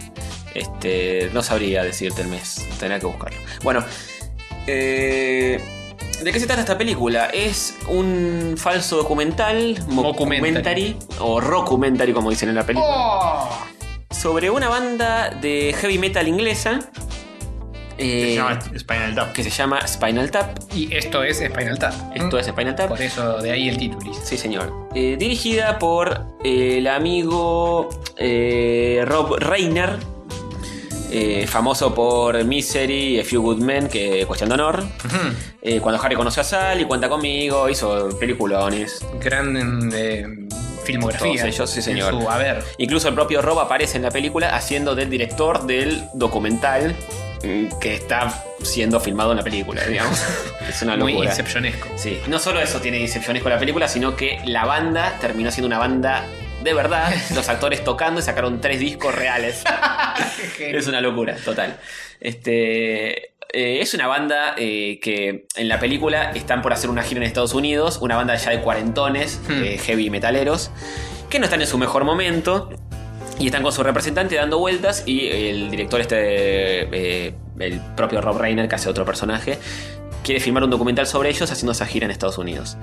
S2: Este, no sabría decirte el mes. Tendría que buscarlo. Bueno. eh, ¿De qué se trata esta película? Es un falso documental,
S3: Mockumentary.
S2: mockumentary o rockumentary como dicen en la película, sobre una banda de heavy metal inglesa eh,
S4: Se llama Spinal Tap.
S2: que se llama Spinal Tap.
S3: Y esto es Spinal Tap.
S2: Esto
S4: ¿Mm?
S2: es Spinal Tap.
S3: Por eso, de ahí el título.
S2: Sí, señor. Eh, dirigida por eh, el amigo eh, Rob Reiner, eh, famoso por Misery y A Few Good Men, que cuestión de honor. Eh, cuando Harry conoció a Sally, cuenta conmigo, hizo peliculones.
S3: Gran eh, filmografía.
S2: Todos ellos, sí, señor.
S3: En su haber.
S2: Incluso el propio Rob aparece en la película haciendo del director del documental mm, que está siendo filmado en la película, digamos. es una
S3: Muy
S2: locura.
S3: incepcionesco.
S2: Sí, no solo eso tiene incepciones con la película, sino que la banda terminó siendo una banda de verdad, los actores tocando y [LAUGHS] sacaron tres discos reales. es una locura, total. Este, eh, es una banda eh, que en la película están por hacer una gira en Estados Unidos, una banda ya de cuarentones, eh, heavy metaleros, que no están en su mejor momento y están con su representante dando vueltas y el director este, eh, el propio Rob Reiner, que hace otro personaje, quiere filmar un documental sobre ellos haciendo esa gira en Estados Unidos.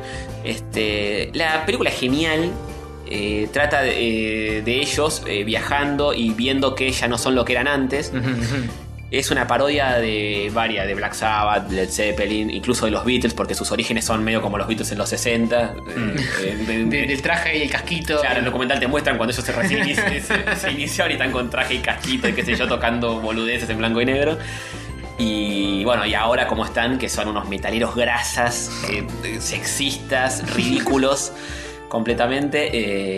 S2: Este, la película es genial. eh, trata de, eh, de ellos eh, viajando y viendo que ya no son lo que eran antes. Es una parodia de varias, de Black Sabbath, Led Zeppelin, incluso de los Beatles, porque sus orígenes son medio como los Beatles en los Eh, 60.
S3: el traje y el casquito.
S2: Claro, en el documental te muestran cuando ellos se recién inici- se- se iniciaron y están con traje y casquito y qué sé yo, tocando boludeces en blanco y negro. Y bueno, y ahora como están, que son unos metaleros grasas, eh, eh, sexistas, ridículos. completamente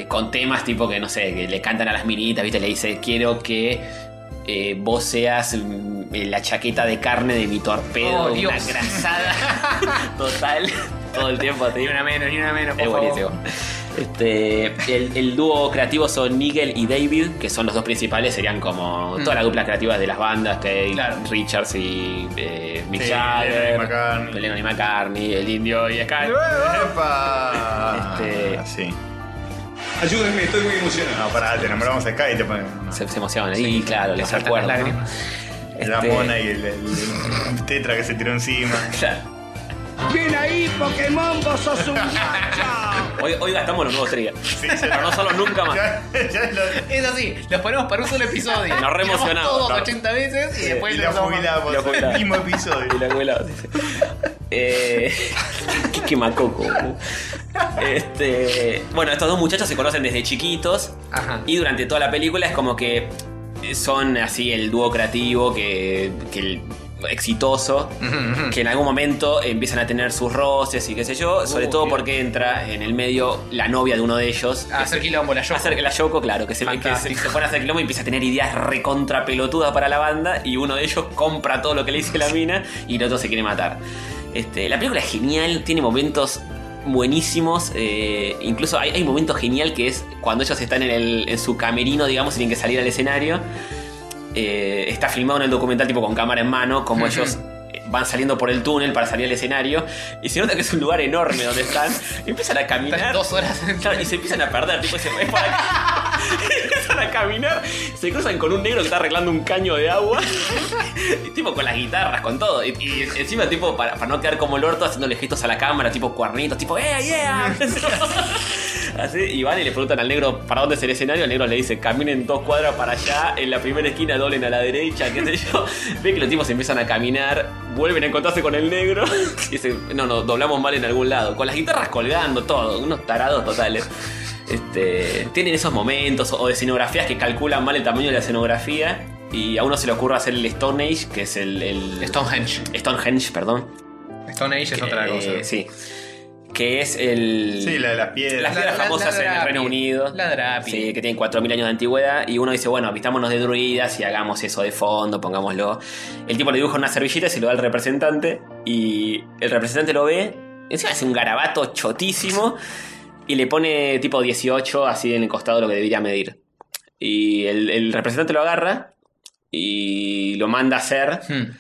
S2: eh, con temas tipo que no sé, que le cantan a las minitas, ¿viste? Le dice, quiero que eh, vos seas mm, la chaqueta de carne de mi torpedo,
S3: Oh,
S2: una
S3: Dios.
S2: grasada total, todo el tiempo. Ni una
S3: menos, ni una menos,
S2: Es
S3: por favor.
S2: buenísimo. Este, el, el dúo creativo son Nigel y David, que son los dos principales, serían como
S3: Mm.
S2: toda la dupla creativa de las bandas, que Richards y eh, Mick
S4: Sí,
S2: Jagger,
S4: Lennon y McCartney.
S2: Lennon y McCartney, el indio y Sky.
S4: ¡Epa!
S2: Este,
S4: Sí. Ayúdenme, estoy muy emocionado. No, pará, te nombramos a Sky y te ponen.
S2: se, se emocionan, y claro, les acuerdo. ¿no?
S4: La
S2: Este-
S4: mona y el, el tetra que se tiró encima.
S5: Bien ahí, Pokémon, vos
S2: [LAUGHS]
S5: sos un guacho.
S2: Hoy, hoy gastamos los nuevos triggers. Pero no solo nunca más.
S3: Es así, los ponemos para un solo episodio.
S2: Nos re
S3: Tiramos
S2: emocionamos,
S3: Todos
S2: claro.
S3: 80 veces y después
S4: la
S3: los-
S4: jubilamos.
S2: La jubilamos.
S4: El mismo episodio.
S2: Y la abuela. Eh, qué quemacoco. boludo. Este, bueno, estos dos muchachos se conocen desde chiquitos.
S3: Ajá.
S2: Y durante toda la película es como que son así el dúo creativo que, que el- exitoso.
S3: Mm.
S2: Que en algún momento empiezan a tener sus roces y qué sé yo. Sobre
S3: Uh,
S2: todo
S3: bien.
S2: porque entra en el medio la novia de uno de ellos.
S3: A Ah, hacer quilombo, la yo.
S2: Hacer que la Yoko, claro, que se, que se,
S3: Fantástico.
S2: se pone a hacer quilombo y empieza a tener ideas recontra pelotudas para la banda y uno de ellos compra todo lo que le dice la mina y el otro se quiere matar. Este, la película es genial, tiene momentos buenísimos, eh, incluso hay, hay un momento genial que es cuando ellos están en, el- en su camerino, digamos, y tienen que salir al escenario. Eh, está filmado en el documental tipo con cámara en mano, como
S3: Ujú.
S2: ellos eh, van saliendo por el túnel para salir al escenario y se nota que es un lugar enorme donde están y empiezan a caminar
S3: dos horas.
S2: Claro, y se empiezan a perder tipo se es por acá Y [LAUGHS] empiezan a caminar se cruzan con un negro que está arreglando un caño de agua [LAUGHS] y, tipo con las guitarras con todo y, y encima tipo para, para no quedar como el orto haciéndole gestos a la cámara tipo cuernitos tipo yeah yeah
S3: [LAUGHS]
S2: Así, y van y le preguntan al negro para dónde es el escenario. El negro le dice: caminen dos cuadras para allá, en la primera esquina doblen a la derecha, qué sé yo. [LAUGHS] Ve que los tipos empiezan a caminar, vuelven a encontrarse con el negro. [LAUGHS] Y dicen: no, no, doblamos mal en algún lado. Con las guitarras colgando, todo, unos tarados totales. Este, tienen esos momentos o de escenografías que calculan mal el tamaño de la escenografía. Y a uno se le ocurre hacer el Stone Age, que es el. el-
S3: Stonehenge.
S2: Stonehenge, perdón.
S3: Stone Age es otra
S2: Eh,
S3: cosa.
S2: sí. Que es el.
S4: Sí, la de las piedras.
S2: Las
S3: La-
S2: piedras
S3: la-
S2: famosas
S3: la
S2: en el
S3: drapi.
S2: Reino Unido.
S3: La drapi.
S2: Sí, que tienen 4.000 años de antigüedad. Y uno dice, bueno, vistámonos de druidas y hagamos eso de fondo, pongámoslo. El tipo le dibuja una servilleta y se lo da al representante. Y el representante lo ve. Encima hace un garabato chotísimo. Y le pone tipo 18 así en el costado lo que debería medir. Y el, el representante lo agarra y lo manda a hacer.
S3: Hmm.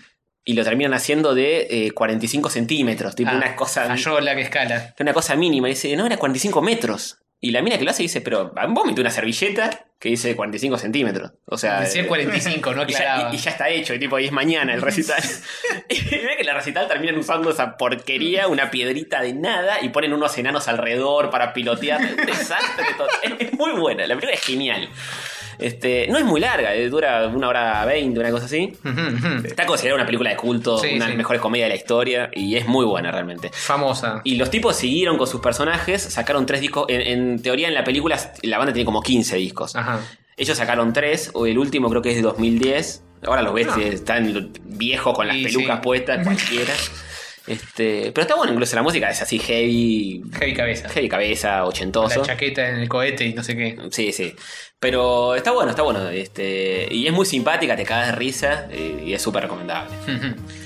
S2: Y lo terminan haciendo de eh, 45 centímetros. Tipo
S3: Ah,
S2: una cosa
S3: falló la que escala.
S2: era una cosa mínima. Y dice, no, era 45 metros. Y la mina que lo hace dice, pero ah, vos metí una servilleta que dice 45 centímetros. O sea.
S3: Decía
S2: eh,
S3: 45, no
S2: [LAUGHS] y ya,
S3: aclaraba.
S2: y- y ya está hecho, y tipo, y es mañana el
S3: [LAUGHS]
S2: recital. [LAUGHS] y ve que en el recital terminan usando esa porquería, una piedrita de nada, y ponen unos enanos alrededor para pilotear. Un desastre total. [LAUGHS] Es muy buena, la película es genial. Este, no es muy larga, eh, dura una hora veinte, una cosa así.
S3: Ujú, ujú.
S2: Está considerada una película de culto,
S3: Mm. Sí,
S2: una de
S3: sí.
S2: las mejores comedias de la historia, y es muy buena realmente.
S3: Famosa.
S2: Y los tipos siguieron con sus personajes, sacaron tres discos. En, en teoría, en la película, la banda tiene como 15 discos.
S3: Ajá.
S2: Ellos sacaron tres, o el último creo que es de 2010. Ahora los ves, eh, están viejos con las
S3: Y
S2: pelucas
S3: sí.
S2: puestas, cualquiera. Este, pero está bueno, incluso la música es así heavy.
S3: Heavy cabeza.
S2: Heavy cabeza, ochentoso.
S3: La chaqueta en el cohete y no sé qué.
S2: Sí, sí. Pero está bueno, está bueno. Este, y es muy simpática, te cagas de risa eh, y es súper recomendable.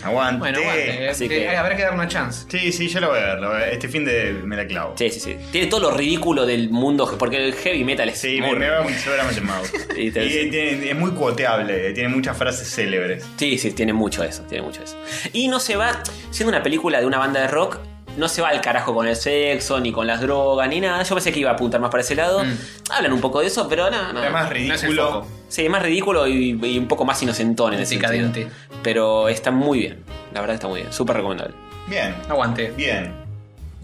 S4: Aguante.
S3: Bueno, aguante, eh,
S2: Así
S3: eh,
S2: que-
S3: habrá que dar una chance.
S4: Sí, sí, yo lo voy a ver. lo voy a ver. Este fin de me la clavo.
S2: Sí, sí, sí. Tiene todo lo ridículo del mundo, porque el heavy metal es
S4: Sí, me,
S2: muy
S4: me va seguramente me va a gustar.
S2: [LAUGHS] Y te-
S4: Y tiene- es muy cuoteable, eh, tiene muchas frases célebres.
S2: Sí, sí, tiene mucho eso, tiene mucho eso. Y no se va, siendo una película de una banda de rock, no se va al carajo con el sexo, ni con las drogas, ni nada. Yo pensé que iba a apuntar más para ese lado. Hablan un poco de eso, pero nada, nada.
S4: Es más ridículo.
S2: Sí, Ah, es más ridículo y, y un poco más inocentón en ese
S3: Picadiente.
S2: sentido. Pero está muy bien, la verdad está muy bien, súper recomendable.
S4: Bien,
S3: Aguante.
S4: bien.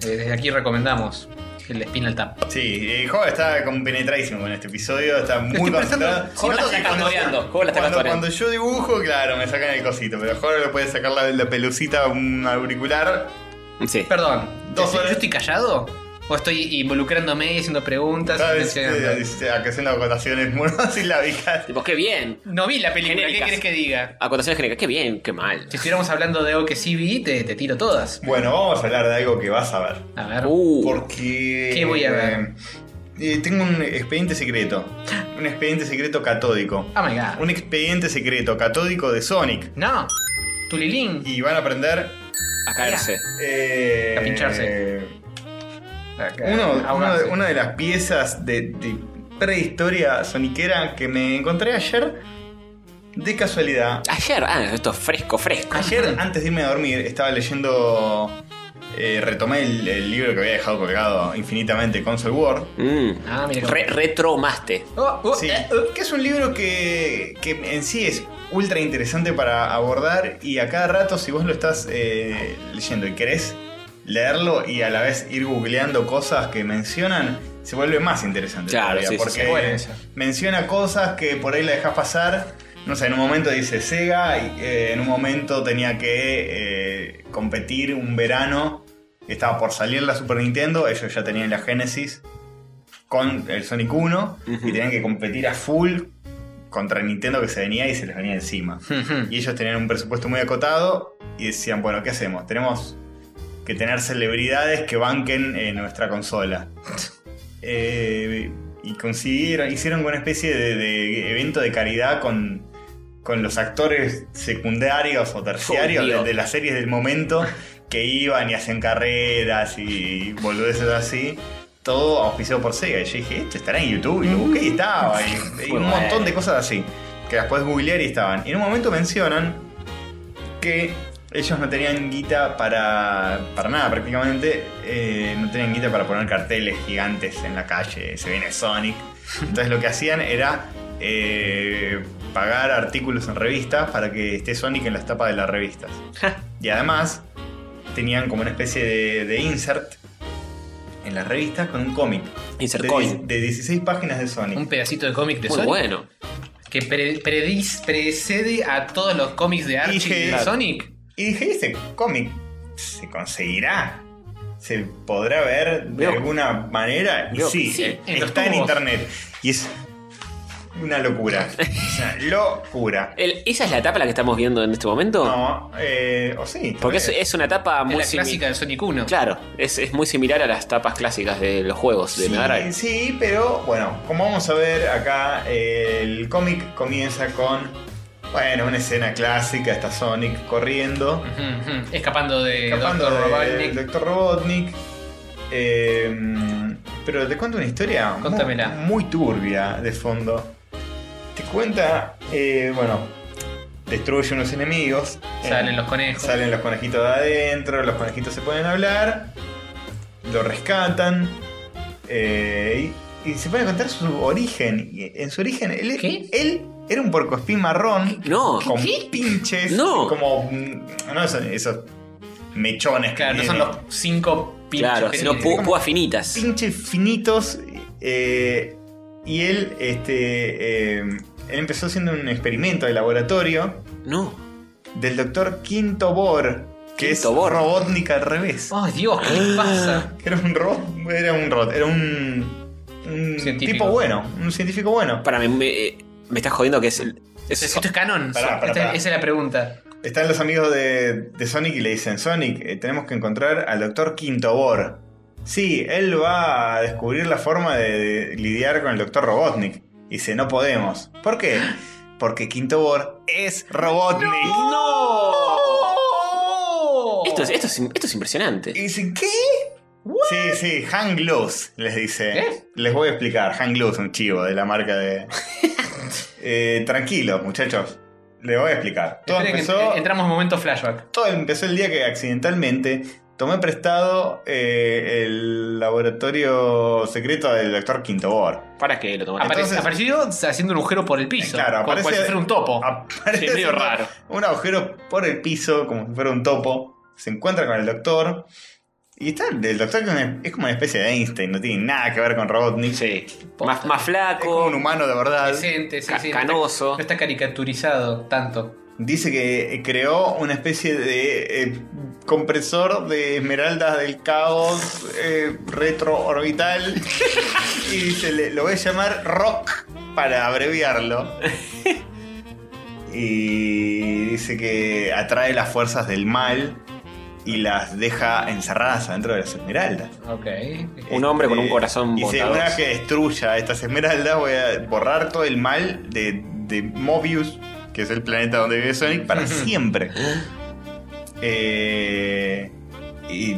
S3: Eh, Desde aquí recomendamos el Spinal Tap.
S4: Sí, eh, Job está compenetradísimo con este episodio, está muy
S3: Estoy prestando-
S4: concentrado.
S2: Job la
S4: noto
S2: está
S4: que cuando-
S2: cantoreando, Job la está
S4: cuando-
S2: cantoreando.
S4: Cuando yo dibujo, claro, me sacan el cosito, pero Job le puede sacar la, la pelucita a un auricular.
S2: Sí.
S3: Perdón,
S4: Dos
S3: ¿yo- ¿yo
S4: horas.
S3: estoy callado? ¿O estoy involucrándome, haciendo preguntas?
S4: Cada vez
S3: mencionando?
S4: Ah, eh, haciendo acotaciones [LAUGHS] muy silábicas.
S2: Tipo, qué bien.
S3: No vi la película, ¿qué
S2: Genéricas.
S3: querés que diga?
S2: Acotaciones genéricas, qué bien, qué mal.
S3: Si estuviéramos hablando de algo que sí vi, te, te tiro todas.
S4: Bueno, vamos a hablar de algo que vas a ver.
S3: A ver.
S2: Uh,
S4: Porque.
S3: ¿Qué voy a ver?
S4: eh, eh, tengo un expediente secreto. Un expediente secreto catódico.
S3: Oh my god.
S4: Un expediente secreto catódico de Sonic.
S3: No. Tulilín.
S4: Y van a aprender.
S2: a caerse.
S4: eh,
S3: A pincharse.
S4: uno- uno-
S3: Ahogarse.
S4: una de las piezas de, de prehistoria soniquera que me encontré ayer. De casualidad.
S2: Ayer, ah, esto es fresco, fresco.
S4: Ayer, antes de irme a dormir, estaba leyendo. eh, retomé el, el libro que había dejado colgado infinitamente, Console War.
S2: Mm.
S3: Ah, mira.
S2: Re- retromaste.
S3: Oh, oh,
S4: Sí,
S3: eh,
S4: que es un libro que, que en sí es ultra interesante para abordar y a cada rato si vos lo estás eh, leyendo y querés leerlo y a la vez ir googleando cosas que mencionan, se vuelve más interesante.
S2: Claro, sí, sí,
S4: porque
S2: sí.
S3: Bueno, eso.
S4: menciona cosas que por ahí la dejas pasar. No sé, en un momento dice Sega, y, eh, en un momento tenía que eh, competir un verano, estaba por salir la Super Nintendo, ellos ya tenían la Genesis con el Sonic 1 y tenían que competir a full contra el Nintendo que se venía y se les venía encima.
S3: Hmm.
S4: y ellos tenían un presupuesto muy acotado y decían, bueno, ¿qué hacemos? Tenemos que tener celebridades que banquen eh, nuestra consola. [LAUGHS] Eh, y consiguieron, hicieron una especie de, de evento de caridad con, con los actores secundarios o terciarios
S2: Oh,
S4: de,
S2: Dios.
S4: de las series del momento que iban y hacían carreras y boludeces así. Todo auspiciado por Sega. Y yo dije, esto estará en YouTube. Y lo busqué y estaba. Y, y un
S2: Bueno.
S4: montón de cosas así. Que las puedes googlear y estaban. Y en un momento mencionan que ellos no tenían guita para, para nada prácticamente. eh, no tenían guita para poner carteles gigantes en la calle. Se viene Sonic. Entonces lo que hacían era eh, pagar artículos en revistas para que esté Sonic en las tapas de las revistas. y además tenían como una especie de, de insert en las revistas con un cómic.
S2: Insert
S4: de,
S2: coin.
S4: de 16 páginas de Sonic.
S3: un pedacito de cómic de
S2: Muy
S3: Sonic
S2: bueno.
S3: que pre- prediz- precede a todos los cómics de Archie
S4: Dije-
S3: y de Sonic.
S4: Y dije, ¿este cómic se conseguirá? ¿Se podrá ver de
S2: Veo-
S4: alguna manera? Y
S2: Veo-
S4: sí,
S2: sí,
S4: eh,
S3: en los
S4: está en
S3: tubos.
S4: internet. Y es una locura. Es una locura.
S2: El- ¿Esa es la etapa la que estamos viendo en este momento?
S4: No, eh, o sí.
S2: Porque es, es una etapa
S3: Es
S2: muy
S3: la
S2: simi-
S3: clásica de Sonic 1.
S2: Claro, es, es muy similar a las tapas clásicas de los juegos de
S4: Sí,
S2: Mega Drive.
S4: sí, pero bueno, como vamos a ver acá, eh, el cómic comienza con, bueno, una escena clásica, está Sonic corriendo.
S3: Ujú, ujú. Escapando de
S4: Escapando
S3: Dr.
S4: de-
S3: Robotnik.
S4: Dr. Robotnik. Eh, pero te cuento una historia mu-
S3: Contámela.
S4: Muy, turbia de fondo. Te cuenta, eh, bueno, destruye unos enemigos.
S3: Salen
S4: Eh,
S3: los conejos.
S4: Salen los conejitos de adentro, los conejitos se pueden hablar, lo rescatan eh, y, y se puede contar su origen. Y en su origen, él,
S3: ¿Qué?
S4: él era un porcoespín marrón
S2: No,
S4: con pinches,
S2: No.
S4: como mm, no son esos mechones que
S3: Claro, no son
S4: tiene.
S3: los cinco pinches
S2: claro,
S3: que
S2: sino
S3: tiene.
S2: pu- púas finitas.
S4: pinches finitos eh, y él este eh, él empezó haciendo un experimento de laboratorio
S2: No.
S4: del doctor Quinto Bor, que
S2: Quinto
S4: es
S2: Bor.
S4: Robotnik al revés.
S3: ¡Ay, Dios! ¿Qué
S2: [GASPS]
S3: les pasa?
S4: Era un robot, era un robot, era un, un
S3: Científico.
S4: tipo bueno, un científico bueno.
S2: Para, me, me, me eh, estás jodiendo que es. el- es-
S3: ¿Esto es canon?
S4: Pará, pará,
S3: Esta-
S4: pará.
S3: Esa es la pregunta.
S4: Están los amigos de, de Sonic y le dicen, Sonic, eh, tenemos que encontrar al doctor Quintobor. Sí, él va a descubrir la forma de, de lidiar con el doctor Robotnik. Y dice, no podemos. ¿Por qué? Porque Quintobor es Robotnik. ¡No!
S2: ¡Oh! Esto es, esto es- esto es impresionante.
S4: Y dicen, ¿qué? Sí, sí, hang loose, les dice. Les voy a explicar, hang loose, un chivo de la
S3: [LAUGHS]
S4: marca de... Eh, tranquilos, muchachos. Les voy a explicar. Todo
S3: Esperen que
S4: empezó...
S3: en- entramos en momento flashback.
S4: Todo empezó el día que accidentalmente tomé prestado eh, el laboratorio secreto del doctor Quintobor.
S2: ¿Para qué lo tomaste?
S3: Apare- apareció haciendo un agujero por el piso.
S4: Claro,
S3: como
S4: aparece-
S3: si fuera un topo.
S4: Aparece
S3: Oh, Sí, medio
S4: un-
S3: raro.
S4: Un agujero por el piso, como si fuera un topo. Se encuentra con el doctor. Y está, el doctor que es una- es como una especie de Einstein, no tiene nada que ver con Robotnik.
S2: Sí, más, más flaco.
S4: Es como un humano de verdad.
S3: Decente, sí,
S2: Ca-
S3: sí, no está-
S2: canoso.
S3: No está caricaturizado tanto.
S4: Dice que eh, creó una especie de eh, compresor de esmeraldas del caos eh, retroorbital y se le, lo voy a llamar Rock para abreviarlo. Y dice que atrae las fuerzas del mal y las deja encerradas adentro de las esmeraldas.
S3: Ok.
S2: Un hombre con un corazón
S4: Este, Y dice,
S2: botado.
S4: una vez que destruya estas esmeraldas, voy a borrar todo el mal de, de Mobius, que es el planeta donde vive Sonic, para siempre. Eh, y,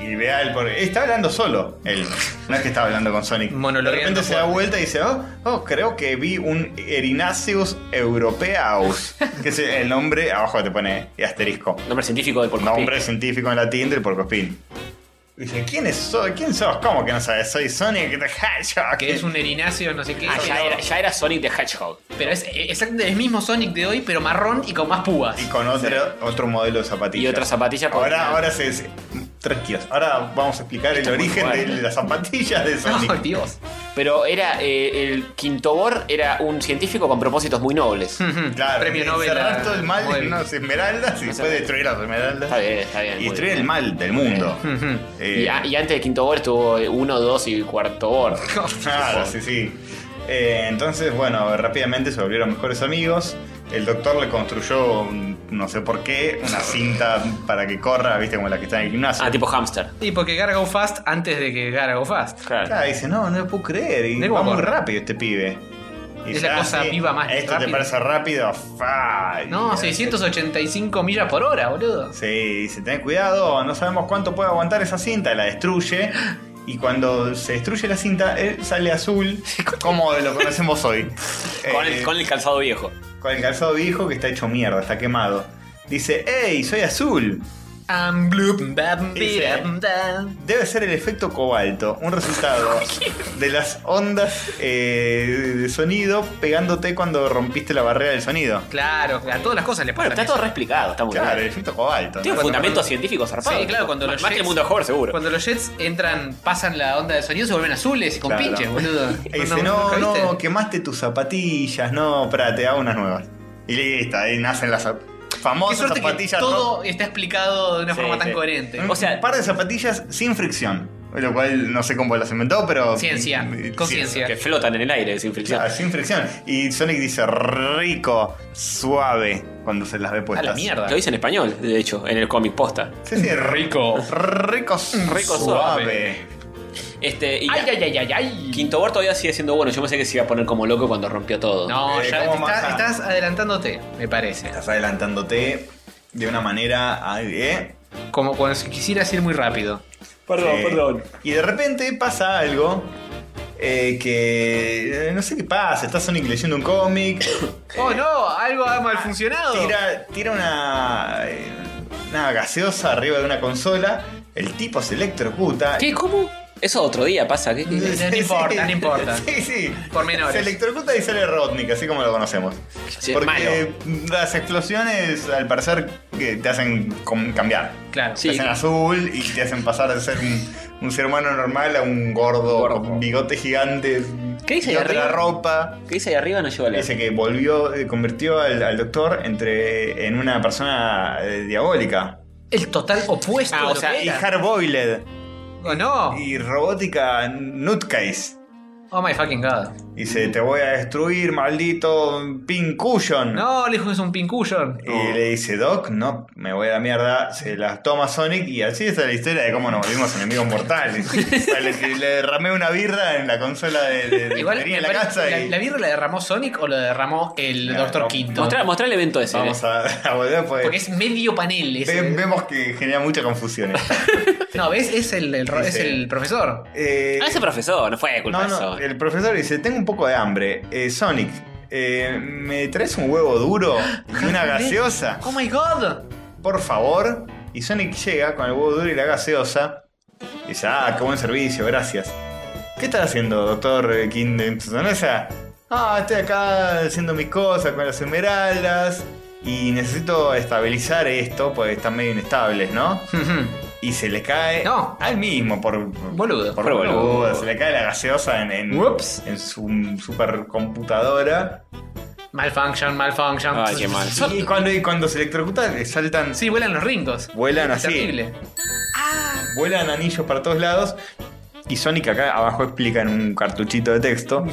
S4: y vea el por- Está hablando solo él. No es que está hablando con Sonic. De repente se da vuelta y dice, oh, oh, creo que vi un Erinaceus europeaus. que es el nombre, abajo te pone asterisco.
S2: Nombre científico del porcospín.
S4: Nombre científico en latín del porcospín. Y Dice, ¿quién es soy? ¿Quién sos? ¿Cómo que no sabes? Soy Sonic [LAUGHS] the Hedgehog.
S3: Que es un erináceo, no sé qué.
S2: Ah, ya era, ya era Sonic the Hedgehog.
S3: Pero es exactamente el mismo Sonic de hoy, pero marrón y con más púas.
S4: Y con otro, otro modelo de zapatillas.
S2: Y otra zapatilla con-
S4: Ahora, ahora se, se- Tranquilos, ahora vamos a explicar el
S2: es muy
S4: origen de
S2: fuerte.
S4: las zapatillas de
S2: [LAUGHS]
S3: [LAUGHS]
S4: Sonic.
S3: Ay, Dios.
S2: Pero era eh, el Quintobor era un científico con propósitos muy nobles.
S4: Claro,
S3: Premio Nobel
S4: Cerrar
S3: a-
S4: todo el mal
S3: Nobel.
S4: en unas esmeraldas y
S2: No sé.
S4: después destruir las esmeraldas.
S2: Está bien, está bien.
S4: Y
S2: muy
S4: destruir
S2: bien.
S4: el mal del mundo. Eh,
S2: Y, a- y antes de Quintobor estuvo eh, uno, dos y cuarto Bor.
S4: Claro, sí, sí. Eh, entonces, bueno, rápidamente se volvieron mejores amigos. El doctor le construyó, un- no sé por qué,
S3: [LAUGHS]
S4: una cinta para que corra, viste, como la que está en el gimnasio.
S2: Ah, tipo hamster.
S3: Y porque Gargo Fast antes de que Gargo Fast.
S2: Claro.
S4: Claro, Ah, dice, no, no lo puedo creer. Y
S3: Mira
S4: va
S3: cómo
S4: muy
S3: corre.
S4: rápido este pibe. Y
S3: Es la
S4: dice,
S3: cosa viva más
S4: Esto te
S3: rápida".
S4: parece rápido. fa". Y
S3: No,
S4: dice,
S3: 685 millas por hora, boludo.
S4: Sí, dice, ten cuidado, no sabemos cuánto puede aguantar esa cinta, la destruye. Y cuando se destruye la cinta, él
S3: [LAUGHS]
S4: sale azul, como lo conocemos hoy.
S2: Con,
S4: Eh,
S2: el, con el calzado viejo.
S4: con el calzado viejo que está hecho mierda, está quemado. Dice, hey, soy azul.
S3: Am, bloop, bam,
S4: Dice-
S3: bidam, dam.
S4: Debe ser el efecto cobalto,
S3: [LAUGHS]
S4: un resultado de las ondas eh, de sonido pegándote cuando rompiste la barrera del sonido.
S3: Claro, a todas las cosas le
S2: Bueno,
S3: pasan.
S2: está todo
S3: eso.
S2: re explicado, está muy
S4: Claro, el
S2: bien.
S4: efecto cobalto.
S2: Tiene
S4: ¿no?
S2: un fundamento científico zarpado.
S3: Sí, claro, cuando los
S2: Más que el
S3: Jets-
S2: mundo Howard, seguro.
S3: Cuando los jets entran, pasan la onda de sonido, se vuelven azules y con
S4: Claro.
S3: pinches,
S2: [LAUGHS]
S3: boludo.
S4: Y dice, no,
S3: nunca
S4: no,
S3: viste?
S4: quemaste tus zapatillas, no, espera, te hago unas nuevas. Y listo, ahí nacen las zap-
S3: Qué
S4: famosas
S3: suerte que
S4: zapatillas.
S3: todo está explicado de una
S2: Sí,
S3: forma tan
S2: sí.
S3: coherente.
S4: rock.
S2: O sea-
S4: un par de zapatillas sin fricción. Lo cual no sé cómo las inventó, pero. eh,
S3: Ciencia,
S4: Sí,
S3: con ciencia.
S2: Que flotan en el aire sin fricción.
S4: Ah, sin fricción. Y Sonic dice rico, suave, cuando se las ve
S3: A
S4: puestas.
S3: la mierda.
S2: Lo dice en español, de hecho, en el cómic posta.
S4: Sí, sí, rico,
S9: Rico.
S4: rico,
S2: Rico,
S4: suave.
S2: Este, y
S3: Ay, ay, ay, ay, ay.
S2: Quintobor todavía sigue siendo bueno. Yo pensé que se iba a poner como loco cuando rompió todo.
S3: No,
S4: Eh,
S3: ya
S4: ¿cómo
S3: te está-
S4: baja?
S3: estás adelantándote, me parece.
S4: Estás adelantándote de una manera. ay, ¿eh?
S3: Como cuando si quisieras ir muy rápido.
S4: Eh, Y de repente pasa algo. eh, que eh, no sé qué pasa, está Sonic leyendo un cómic,
S3: Oh no, algo ha mal funcionado.
S4: tira, tira una, eh, una gaseosa arriba de una consola, el tipo se electrocuta,
S2: ¿Qué? ¿Cómo? Eso otro día pasa. ¿Qué, qué-
S3: No importa, no importa.
S4: Sí, sí.
S3: Pormenores.
S4: Se electrocuta y sale Rodnik, así como lo conocemos.
S2: Sí,
S4: Porque
S2: malo.
S4: las explosiones, al parecer, que te hacen com- cambiar.
S3: Claro.
S2: Sí.
S4: Te hacen azul y te hacen pasar de ser un, un ser humano normal a un gordo,
S2: Gordo.
S4: con bigote gigante.
S2: ¿Qué dice ahí
S4: y otra
S2: arriba?
S4: ropa.
S2: ¿Qué dice ahí arriba? No llegó a leer.
S4: Dice que volvió, eh, convirtió al, al doctor entre, en una persona eh, diabólica.
S3: El total opuesto.
S2: Ah,
S3: de
S2: o
S3: lo
S2: sea,
S3: que
S4: Y
S3: era.
S4: hardboiled
S3: Oh, no.
S4: y robótica nutcase.
S3: Oh my fucking god.
S4: Dice, te voy a destruir, maldito pincushion.
S3: No, le dijo que es un pincushion.
S4: Y le dice, Doc, no, me voy a la mierda. Se las toma Sonic y así está la historia de cómo nos volvimos
S3: [LAUGHS]
S4: enemigos mortales. O sea, le, le derramé una birra en la consola de, de, de-
S3: Igual,
S4: que tenía
S3: me
S4: en la
S3: parece-
S4: casa
S3: la,
S4: y
S3: la birra la derramó Sonic o la derramó el
S4: Claro,
S3: Doctor
S4: no,
S3: Quinto.
S2: Mostrá, mostrá el evento ese.
S4: vamos a, a volver pues.
S3: Porque es medio panel ese.
S4: Ve- vemos que genera
S3: [LAUGHS]
S4: mucha confusión. esto.
S3: No, ¿ves? Es el, el ro- es
S4: Dice-
S3: el profesor.
S4: Eh,
S2: Ah, ese profesor, no fue culpa
S4: no,
S2: de
S4: no,
S2: Sonic.
S4: el profesor dice, tengo un poco de hambre. Eh, Sonic, eh, ¿me traes un huevo duro y
S3: [LAUGHS]
S4: una gaseosa?
S3: ¡Oh my god!
S4: por favor. Y Sonic llega con el huevo duro y la gaseosa. Y dice, ah, qué buen servicio, gracias. ¿Qué estás haciendo, doctor eh, King de tu sonrisa? Ah, estoy acá haciendo mis cosas con las esmeraldas. Y necesito estabilizar esto, porque están medio inestables, ¿no? Y se le cae
S3: No.
S4: al mismo por,
S3: Boludo.
S4: por
S2: Por
S4: boludo.
S2: boludo.
S4: Se le cae la gaseosa en, en,
S3: Ups.
S4: en su supercomputadora.
S3: Malfunction, malfunction.
S2: Ay, qué mal.
S4: Y cuando, y cuando se electrocuta, le saltan
S3: Sí, vuelan los rincos.
S4: Vuelan
S3: Es
S4: así.
S3: Terrible.
S4: Vuelan anillos para todos lados. Y Sonic acá abajo explica en un cartuchito de texto.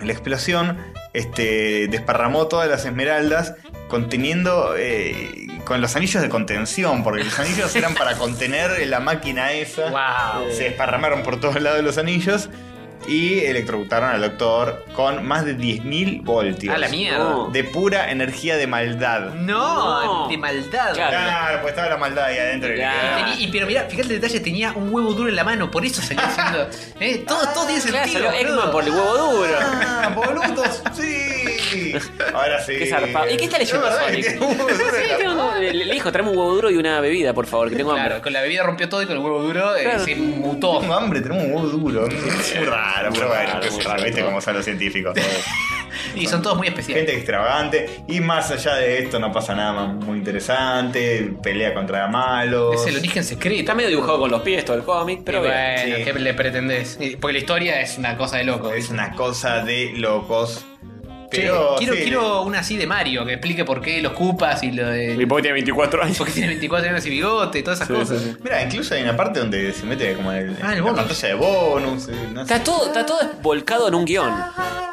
S4: La explosión este, desparramó todas las esmeraldas conteniendo eh, con los anillos de contención, porque los anillos
S3: [LAUGHS]
S4: eran para contener la máquina esa.
S3: Wow.
S4: Se desparramaron por todos lados los anillos y electrocutaron al doctor con más de 10.000 voltios.
S3: A la mierda.
S2: No.
S4: De pura energía de maldad.
S3: No,
S2: No.
S3: de maldad.
S2: Claro.
S4: Claro, pues estaba la maldad ahí adentro.
S2: Claro.
S3: Tení- y, pero mirá, fíjate el detalle, tenía un huevo duro en la mano, por eso salió haciendo. ¿eh? Todo, todo tiene
S2: Claro,
S3: sentido.
S2: salió Eggman
S3: boludo.
S2: por el huevo
S4: [LAUGHS]
S2: duro.
S4: Ah, boludos, sí. Ahora sí.
S2: Qué zarpado. ¿Y qué está leyendo
S4: Es verdad
S2: Sonic?
S4: que [LAUGHS] tiene
S2: [LAUGHS]
S4: un huevo duro en la-
S2: Le, le dijo, tráeme un huevo duro y una bebida, por favor, que tengo
S3: Claro,
S2: hambre.
S3: con la bebida rompió todo y con el huevo duro eh,
S2: Claro.
S3: se mutó.
S2: [LAUGHS]
S4: Tengo hambre, tenemos un huevo duro. Es muy raro, pero bueno, qué sé yo, viste cómo son los científicos.
S3: Y son todos muy especiales.
S4: Gente extravagante. Y más allá de esto, no pasa nada más muy interesante. Pelea contra malos.
S3: Es el origen secreto.
S2: Está medio dibujado con los pies todo el cómic, pero
S3: Pero
S2: bien.
S3: bueno,
S4: sí.
S3: ¿qué le pretendés? Y- Porque la historia es una cosa de loco.
S4: Es una cosa de locos.
S3: Che,
S4: Pero,
S3: quiero,
S4: sí,
S3: quiero una así de Mario que explique por qué los cupas y lo de.
S2: pobre tiene 24 años.
S3: Porque tiene 24 años y bigote y todas esas cosas.
S4: Mira, incluso hay una parte donde se mete como en, el,
S3: Ah, el
S4: en la
S3: bonus.
S4: pantalla de bonus. eh, no sé.
S2: Está todo, está todo volcado en un guión.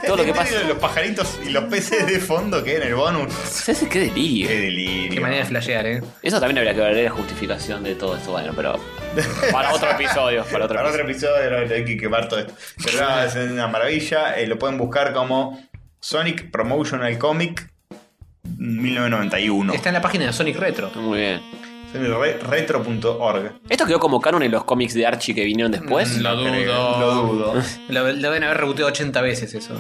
S2: Todo lo que pasa. [LAUGHS]
S4: Los pajaritos y los peces de fondo que hay en el bonus.
S2: ¿Sabes qué delirio?
S4: Qué delirio.
S3: Qué manera de flashear, eh.
S2: Eso también habría que ver la justificación de todo esto, bueno, pero. Para otro episodio, para otro
S4: Para
S2: episodio.
S4: otro episodio lo- lo hay que quemar todo esto. Pero nada, es una maravilla. Eh, lo pueden buscar como Sonic Promotional Comic 1991.
S3: Está en la página de Sonic Retro.
S2: Muy bien.
S4: Re- Retro.org.
S2: ¿Esto quedó como canon en los cómics de Archie que vinieron
S4: Mm,
S2: después?
S3: Lo
S4: Creo, Lo dudo.
S3: Lo, lo deben haber reboteado 80 veces [LAUGHS] eso.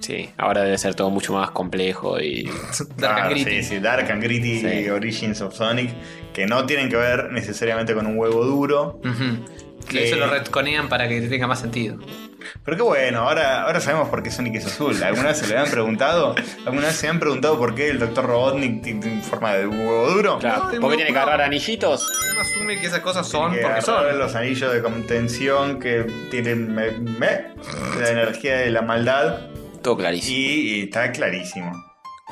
S2: Sí, ahora debe ser todo mucho más complejo y.
S3: Dark and
S4: Claro,
S3: Gritty.
S4: Ah, sí, sí, Dark and Gritty
S2: Sí.
S4: Origins of Sonic. Que no tienen que ver necesariamente con un huevo duro.
S3: Ujú.
S4: Que-
S3: Eso lo retconean para que tenga más sentido.
S4: Pero qué bueno, ahora, ahora sabemos por qué Sonic es azul. ¿Alguna vez se le han preguntado? ¿Alguna vez se han preguntado por qué el Dr. Robotnik tiene forma de huevo duro?
S2: Claro, ¿Por qué tiene que agarrar anillitos?
S3: Uno asume que esas cosas
S4: Tienen que agarrar los anillos de contención que tienen me- me- la energía de la maldad
S2: Todo clarísimo.
S4: y, y está clarísimo.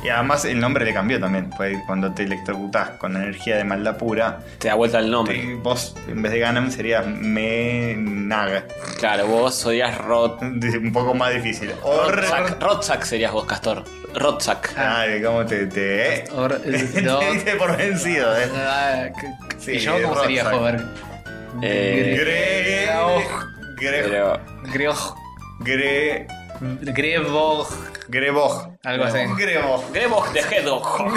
S4: Y además el nombre le cambió también, fue cuando te electrocutás con energía de maldad pura,
S2: Te da vuelta el nombre.
S4: te- vos en vez de Ganem serías Menag.
S2: Claro, vos odias Rod.
S4: Un poco más difícil. Or,
S2: Rodzak. Rodzak serías vos, Castor. Rodzak.
S4: ah, cómo te... te eh? [LAUGHS]
S3: Or- eh, [LAUGHS]
S4: te diste por vencido, eh.
S3: Ah, que-
S4: Sí,
S3: ¿Y yo cómo sería,
S4: Rodzak.
S3: joder?
S2: Eh,
S4: Gre...
S3: oh.
S4: Gre...
S2: pero.
S3: Greoj.
S4: Gre...
S3: Grevoj.
S4: Greboj.
S3: Algo así.
S4: Greboj.
S2: Grevok de
S4: [LAUGHS]
S2: Hedgehog.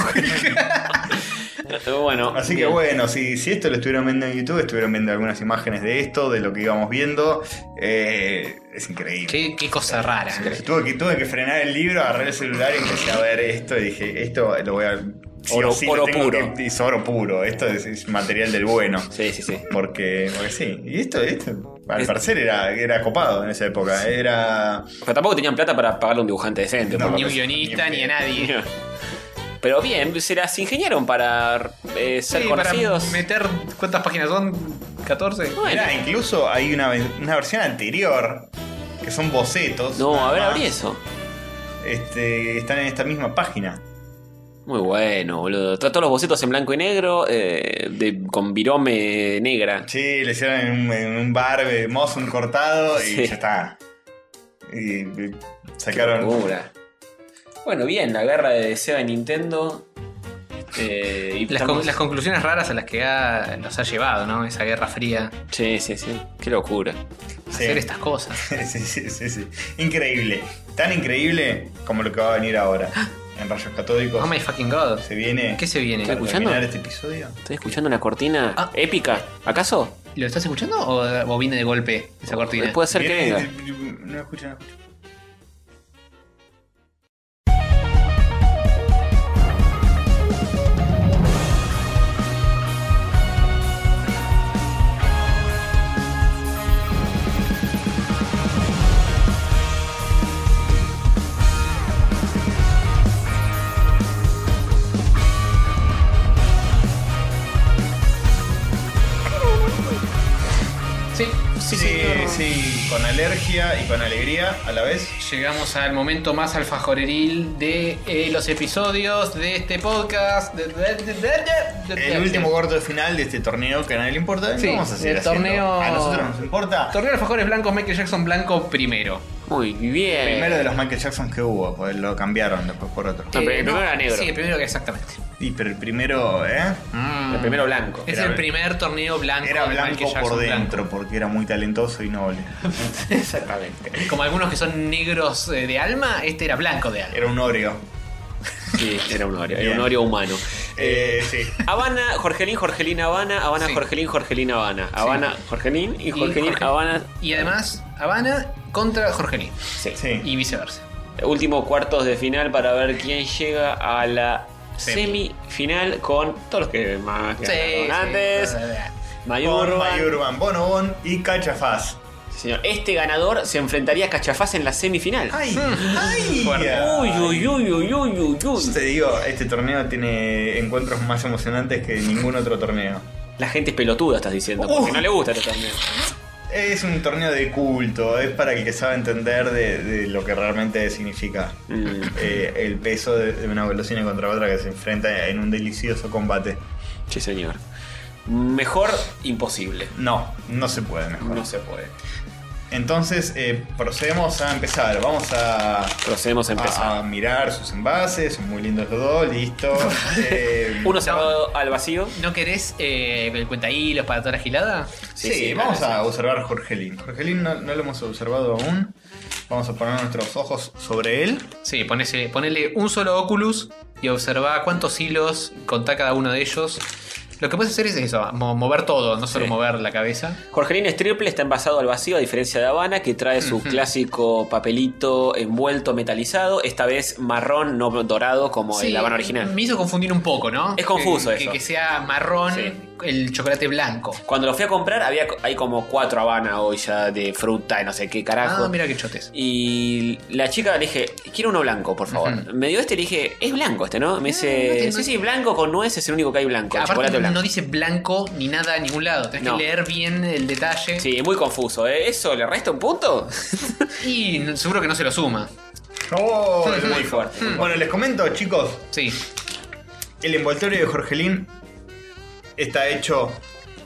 S2: bueno.
S4: Así que
S2: bien.
S4: bueno, si, si esto lo estuvieron viendo en YouTube, estuvieron viendo algunas imágenes de esto, de lo que íbamos viendo. Eh, es increíble.
S3: Qué, qué cosa rara.
S4: Tuve que, tuve que frenar el libro, agarré el celular y empecé a ver esto y dije, esto lo voy a... sí o
S2: Oro-
S4: sí lo
S2: oro
S4: tengo
S2: puro.
S4: que- es oro puro, esto es, es material del bueno.
S2: Sí, sí, sí.
S4: Porque, porque sí, y esto, esto al parecer era, era copado en esa época, era...
S2: Pero tampoco tenían plata para pagarle a un dibujante decente.
S4: No.
S2: por
S3: Ni un guionista, ni a nadie.
S2: lo- Pero bien, se las ingeniaron para eh, ser
S3: Sí, para
S2: conocidos.
S3: meter. ¿Cuántas páginas son? ¿14?
S2: Bueno.
S4: Mirá, incluso hay una, ve- una versión anterior, que son bocetos.
S2: No,
S4: nada
S2: a ver,
S4: más,
S2: abrí eso.
S4: Este, están en esta misma página.
S2: Muy bueno, boludo. Todos los bocetos en blanco y negro, eh, de, con virome negra.
S4: Sí, le hicieron en un, en un bar de mozo un eh, cortado y
S2: Sí.
S4: ya está. Y, y sacaron.
S2: Bueno, bien, la guerra de Sega y Nintendo. Eh, y
S3: Las,
S2: estamos-
S3: con- las conclusiones raras a las que ha- nos ha llevado, ¿no? Esa guerra fría.
S2: Sí, sí, sí. Qué locura.
S3: Hacer estas cosas.
S4: [LAUGHS] sí, sí, sí, sí. Increíble. Tan increíble como lo que va a venir ahora. En Rayos Catódicos.
S3: Oh my fucking god.
S4: Se viene.
S3: ¿Qué se viene?
S4: para
S2: ¿Estás escuchando?
S4: terminar este episodio?
S2: ¿Estoy escuchando una cortina épica? ¿Acaso?
S3: ¿Lo estás escuchando o, o viene de golpe esa cortina?
S2: Puede ser que
S4: Viene-
S2: venga.
S4: No escucho, no escucho.
S3: Sí, sí,
S4: Sí, sí, con alergia y con alegría a la vez.
S3: Llegamos al momento más alfajoreril de eh, los episodios de este podcast. De- de- de- de- de- de-
S4: El último cuarto de final de este torneo que a nadie le importa.
S3: Sí,
S4: ¿Qué vamos a hacer
S3: el
S4: haciendo?
S3: torneo-
S4: A nosotros nos importa.
S3: Torneo de alfajores blancos, Michael Jackson blanco primero.
S2: Muy bien.
S4: Primero de los Michael Jackson que hubo, pues lo cambiaron después por otro.
S2: No, pero el primero era negro.
S3: Eh, Sí, el primero que exactamente.
S4: Y pero el primero, ¿eh?
S2: El primero blanco.
S3: Es
S4: Era-
S3: el primer torneo blanco.
S4: Era
S3: de
S4: blanco
S3: Michael Jackson
S4: por
S3: blanco.
S4: dentro porque era muy talentoso y noble.
S2: Exactamente.
S3: Como algunos que son negros eh, de alma, este era blanco de alma.
S4: Era un
S3: [LAUGHS]
S4: Oreo.
S2: Sí, era un Oreo. Era
S4: Bien.
S2: un Oreo humano.
S4: Eh, sí.
S2: Habana, Jorgelín, Jorgelín, Habana. Habana,
S3: Sí.
S2: Jorgelín, Jorgelín, Habana. Habana, Jorgelín y Jorgelín,
S3: Jorge-
S2: Habana.
S3: Y además, Habana contra Jorgelín.
S2: Sí.
S4: Sí.
S3: Y viceversa.
S2: Último cuartos de final para ver quién llega a la
S3: Semi.
S2: semifinal con todos los que más ganaron antes.
S4: Bon,
S2: Mayor.
S4: Mayurban, Bonobon y Cachafaz.
S2: Señor, este ganador se enfrentaría a Cachafaz en la semifinal. [LAUGHS]
S4: ¡Ay! ¡Ay!
S2: Uy, uy, uy, uy, uy, uy, uy.
S4: Te digo, este torneo tiene encuentros más emocionantes que ningún otro torneo.
S2: La gente es pelotuda, estás diciendo, porque
S4: Uh.
S2: no le gusta este torneo.
S4: Es un torneo de culto, es para el que sabe entender de, de lo que realmente significa
S2: Mm.
S4: eh, el peso de, de una golosina contra otra que se enfrenta en un delicioso combate.
S2: Sí, señor. Mejor imposible.
S4: No, no se puede mejor.
S2: No se puede.
S4: Entonces eh, procedemos a empezar. Vamos a,
S2: Procedemos a empezar.
S4: a- a mirar sus envases, son muy lindos los dos,
S2: [LAUGHS]
S4: listo. Eh,
S2: Uno cerrado al vacío.
S3: ¿No querés eh, el cuentahilos para toda la gilada?
S4: Sí,
S2: Sí, sí,
S4: vamos
S2: claro,
S4: a observar a Jorgelín. Jorgelín no, no lo hemos observado aún. Vamos a poner nuestros ojos sobre él.
S3: Sí, ponese, ponele un solo Oculus y observa cuántos hilos contá cada uno de ellos. Lo que puedes hacer es eso, mo- mover todo, no solo
S2: Sí.
S3: mover la cabeza.
S2: Jorgelín Triple está envasado al vacío, a diferencia de Habana, que trae su clásico papelito envuelto metalizado, esta vez marrón, no dorado como el Habana original.
S3: Me hizo confundir un poco, ¿no?
S2: Es confuso
S3: que, que-
S2: eso.
S3: Que, sea marrón
S2: Sí.
S3: el chocolate blanco.
S2: Cuando lo fui a comprar, había hay como cuatro Habana hoy ya de fruta y no sé qué carajo.
S3: Ah, mira qué chotes.
S2: Y la chica le dije, quiero uno blanco, por favor.
S3: Ujú.
S2: Me dio este y le dije, es blanco este, ¿no? Me dice,
S3: Ah, no te-
S2: sí, sí, blanco con nueces es el único que hay blanco, el
S3: Aparte
S2: chocolate Ah, blanco.
S3: no dice blanco ni nada a ningún lado. Tenés
S2: No.
S3: que leer bien el detalle.
S2: Sí, muy confuso, ¿eh? ¿Eso le resta un punto?
S3: Y n- seguro que no se lo suma.
S4: ¡Oh!
S2: Es muy fuerte. Mm.
S4: Bueno, les comento, chicos,
S3: Sí.
S4: el envoltorio de Jorgelín está hecho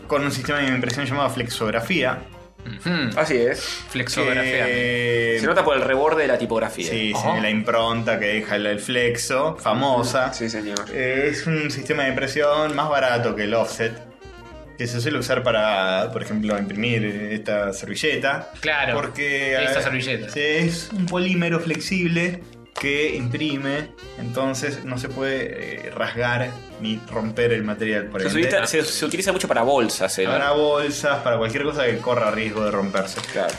S4: con un sistema de impresión llamado flexografía.
S3: Ujú.
S2: Así es.
S3: Flexografía.
S4: Que-
S2: Se nota por el reborde de la tipografía.
S4: eh, Sí,
S3: Ajá.
S4: sí, la impronta que deja el, el flexo,
S2: Mm.
S4: famosa.
S2: Sí, señor.
S4: Eh, es un sistema de impresión más barato que el offset. Que se suele usar para, por ejemplo, imprimir esta servilleta.
S3: Claro,
S4: Porque.
S3: esta
S4: eh,
S3: servilleta.
S4: sí, Es un polímero flexible que imprime. Entonces no se puede eh, rasgar ni romper el material. Por
S2: Se,
S4: ende,
S2: utiliza, se- se utiliza mucho para bolsas, ¿eh?
S4: Para bolsas, para cualquier cosa que corra riesgo de romperse.
S2: Claro.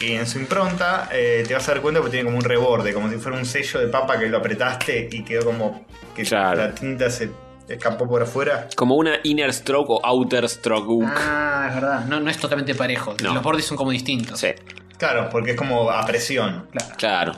S4: Y en su impronta eh, te vas a dar cuenta porque tiene como un reborde, como si fuera un sello de papa que lo apretaste y quedó como que
S2: Claro.
S4: la tinta se escapó por afuera.
S2: Como una inner stroke o outer stroke uh, book.
S3: Ah, es verdad. No, no es totalmente parejo.
S2: No.
S3: Los bordes son como distintos.
S2: Sí,
S4: Claro, porque es como a presión.
S3: Claro.
S2: claro.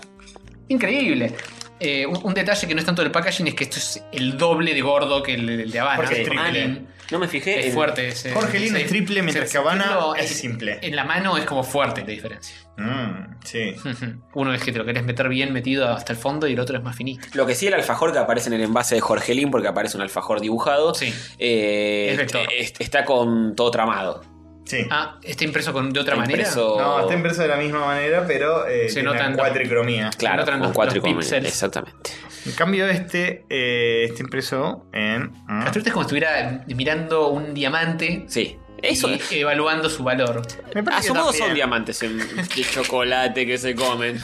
S3: Increíble. Eh, un, un detalle que no es tanto del packaging es que esto es el doble de gordo que el, el de Habana.
S4: Porque es
S3: Sí.
S4: triple.
S3: Allen.
S2: No me fijé.
S3: Es
S2: en-
S3: fuerte ese.
S4: Jorge Lin
S3: ese-
S4: es triple, mientras
S3: ese-
S4: que Habana
S3: sentirlo
S4: es
S3: en-
S4: simple.
S3: En la mano es como fuerte la diferencia.
S4: Mm, sí.
S3: Ujú. Uno es que te lo querés meter bien metido hasta el fondo y el otro es más finito.
S2: Lo que sí, el alfajor que aparece en el envase de Jorgelín, porque aparece un alfajor dibujado,
S3: Sí.
S2: eh,
S3: Es vector.
S2: est- está con todo tramado.
S4: Sí.
S3: Ah, está impreso con, de otra manera.
S4: No, está impreso de la misma manera, pero eh,
S3: Se
S4: tiene una
S3: notan los-
S4: cuatricromía.
S3: Claro, Se notan con los- cuatricromía, los píxeles.
S2: Exactamente.
S4: En cambio, este eh, está impreso en. ah,
S3: Castrute es como si estuviera mirando un diamante.
S2: Sí. Eso
S3: y evaluando su valor.
S4: Me
S2: A
S4: parece
S2: su
S4: que
S2: modo
S4: también.
S2: ah, son diamantes en- de chocolate que se
S3: [LAUGHS]
S2: comen.